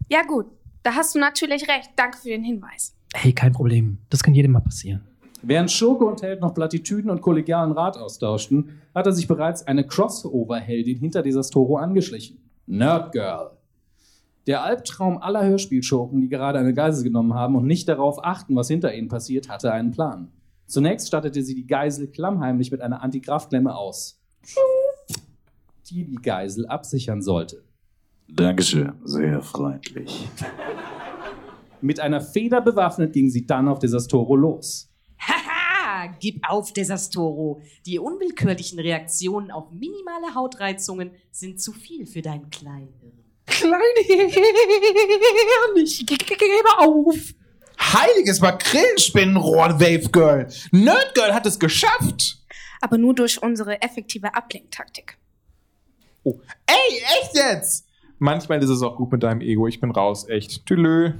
I: Ja gut, da hast du natürlich recht. Danke für den Hinweis.
H: Hey, kein Problem. Das kann jedem mal passieren.
E: Während Schurke und Held noch Plattitüden und kollegialen Rat austauschten, hatte sich bereits eine Crossover-Heldin hinter Desastoro angeschlichen. Nerd Girl. Der Albtraum aller Hörspielschurken, die gerade eine Geisel genommen haben und nicht darauf achten, was hinter ihnen passiert, hatte einen Plan. Zunächst stattete sie die Geisel klammheimlich mit einer Antikraftklemme aus, die die Geisel absichern sollte.
K: Dankeschön, sehr freundlich.
E: Mit einer Feder bewaffnet ging sie dann auf Desastoro los.
G: Haha, gib auf, Desastoro. Die unwillkürlichen Reaktionen auf minimale Hautreizungen sind zu viel für dein Kleinhirn.
H: Kleine Herren, ich gebe auf.
C: Heiliges Makrillenspinnenrohr, Wave Girl. Nerd Girl hat es geschafft.
I: Aber nur durch unsere effektive Ablenktaktik.
C: Oh. Ey, echt jetzt?
U: Manchmal ist es auch gut mit deinem Ego. Ich bin raus, echt. Tülö.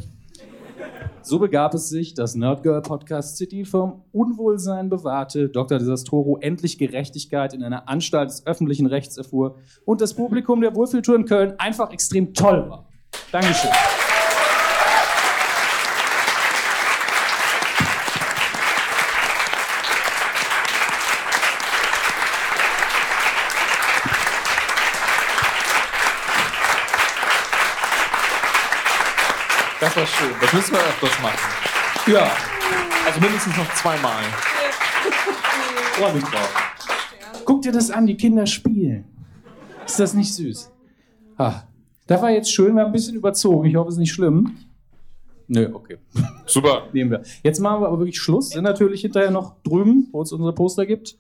E: So begab es sich, dass Nerdgirl Podcast City vom Unwohlsein bewahrte, Dr. Desastoro endlich Gerechtigkeit in einer Anstalt des öffentlichen Rechts erfuhr und das Publikum der Wohlfühltour in Köln einfach extrem toll war. Dankeschön.
C: Das war schön. Das müssen wir öfters machen. Ja. Also mindestens noch zweimal. Freue mich drauf.
E: Guck dir das an, die Kinder spielen. Ist das nicht süß? Ah, das war jetzt schön, wir haben ein bisschen überzogen. Ich hoffe, es ist nicht schlimm. Nö, okay.
C: Super.
E: Nehmen wir. Jetzt machen wir aber wirklich Schluss. Sind natürlich hinterher noch drüben, wo es unsere Poster gibt.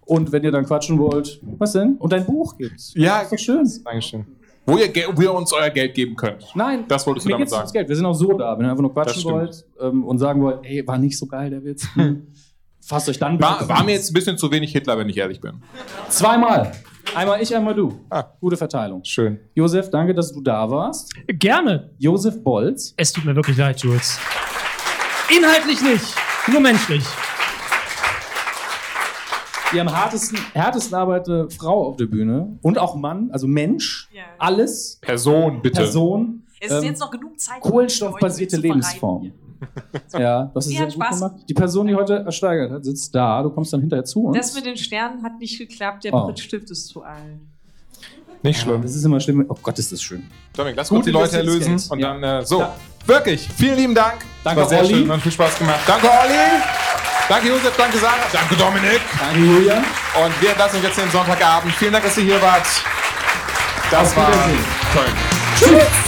E: Und wenn ihr dann quatschen wollt, was denn? Und ein Buch gibt's.
C: Ja,
E: ist doch schön.
C: Dankeschön. Wo ihr, Ge- wo ihr uns euer Geld geben könnt.
E: Nein,
C: Das wolltest du
E: mir
C: damit
E: geht's
C: sagen.
E: ums Geld. Wir sind auch so da. Wenn ihr einfach nur
C: Das
E: quatschen
C: stimmt.
E: wollt ähm, und sagen wollt, ey, war nicht so geil der Witz. Hm. Fasst euch dann
C: War, war mir jetzt ein bisschen zu wenig Hitler, wenn ich ehrlich bin.
E: Zweimal. Einmal ich, einmal du.
C: Ah.
E: Gute Verteilung.
C: Schön.
E: Josef, danke, dass du da warst.
H: Gerne.
E: Josef Bolz.
H: Es tut mir wirklich leid, Jules. Inhaltlich nicht, nur menschlich.
E: die am härtesten, härtesten arbeitende Frau auf der Bühne und auch Mann, also Mensch,
G: Ja.
E: alles.
C: Person, bitte.
E: Person.
G: Es ist
E: ähm,
G: jetzt noch genug Zeit. um
E: Kohlenstoffbasierte
G: Leute zu
E: Lebensform. Ja, das ist
G: Die
E: sehr
G: hat
E: gut
G: Spaß.
E: gemacht. Die Person, die heute ersteigert hat, sitzt da. Du kommst dann hinterher zu uns.
G: Das mit den Sternen hat nicht geklappt, der
E: Oh.
G: Prittstift ist zu allen.
E: Nicht schlimm. Das ist immer schlimm. Oh Gott, ist das schön.
C: Dominik, lass
E: Gut
C: gut die Leute
E: investiertes
C: erlösen
E: Geld.
C: und dann äh, so. Wirklich, vielen lieben Dank.
E: Danke,
C: War sehr
E: Olli.
C: schön, hat viel Spaß gemacht. Danke, Olli. Danke, Josef. Danke, Sarah. Danke, Dominik.
E: Danke, Julian.
C: Und wir lassen uns jetzt den Sonntagabend. Vielen Dank, dass ihr hier wart. Das war Köln. Tschüss.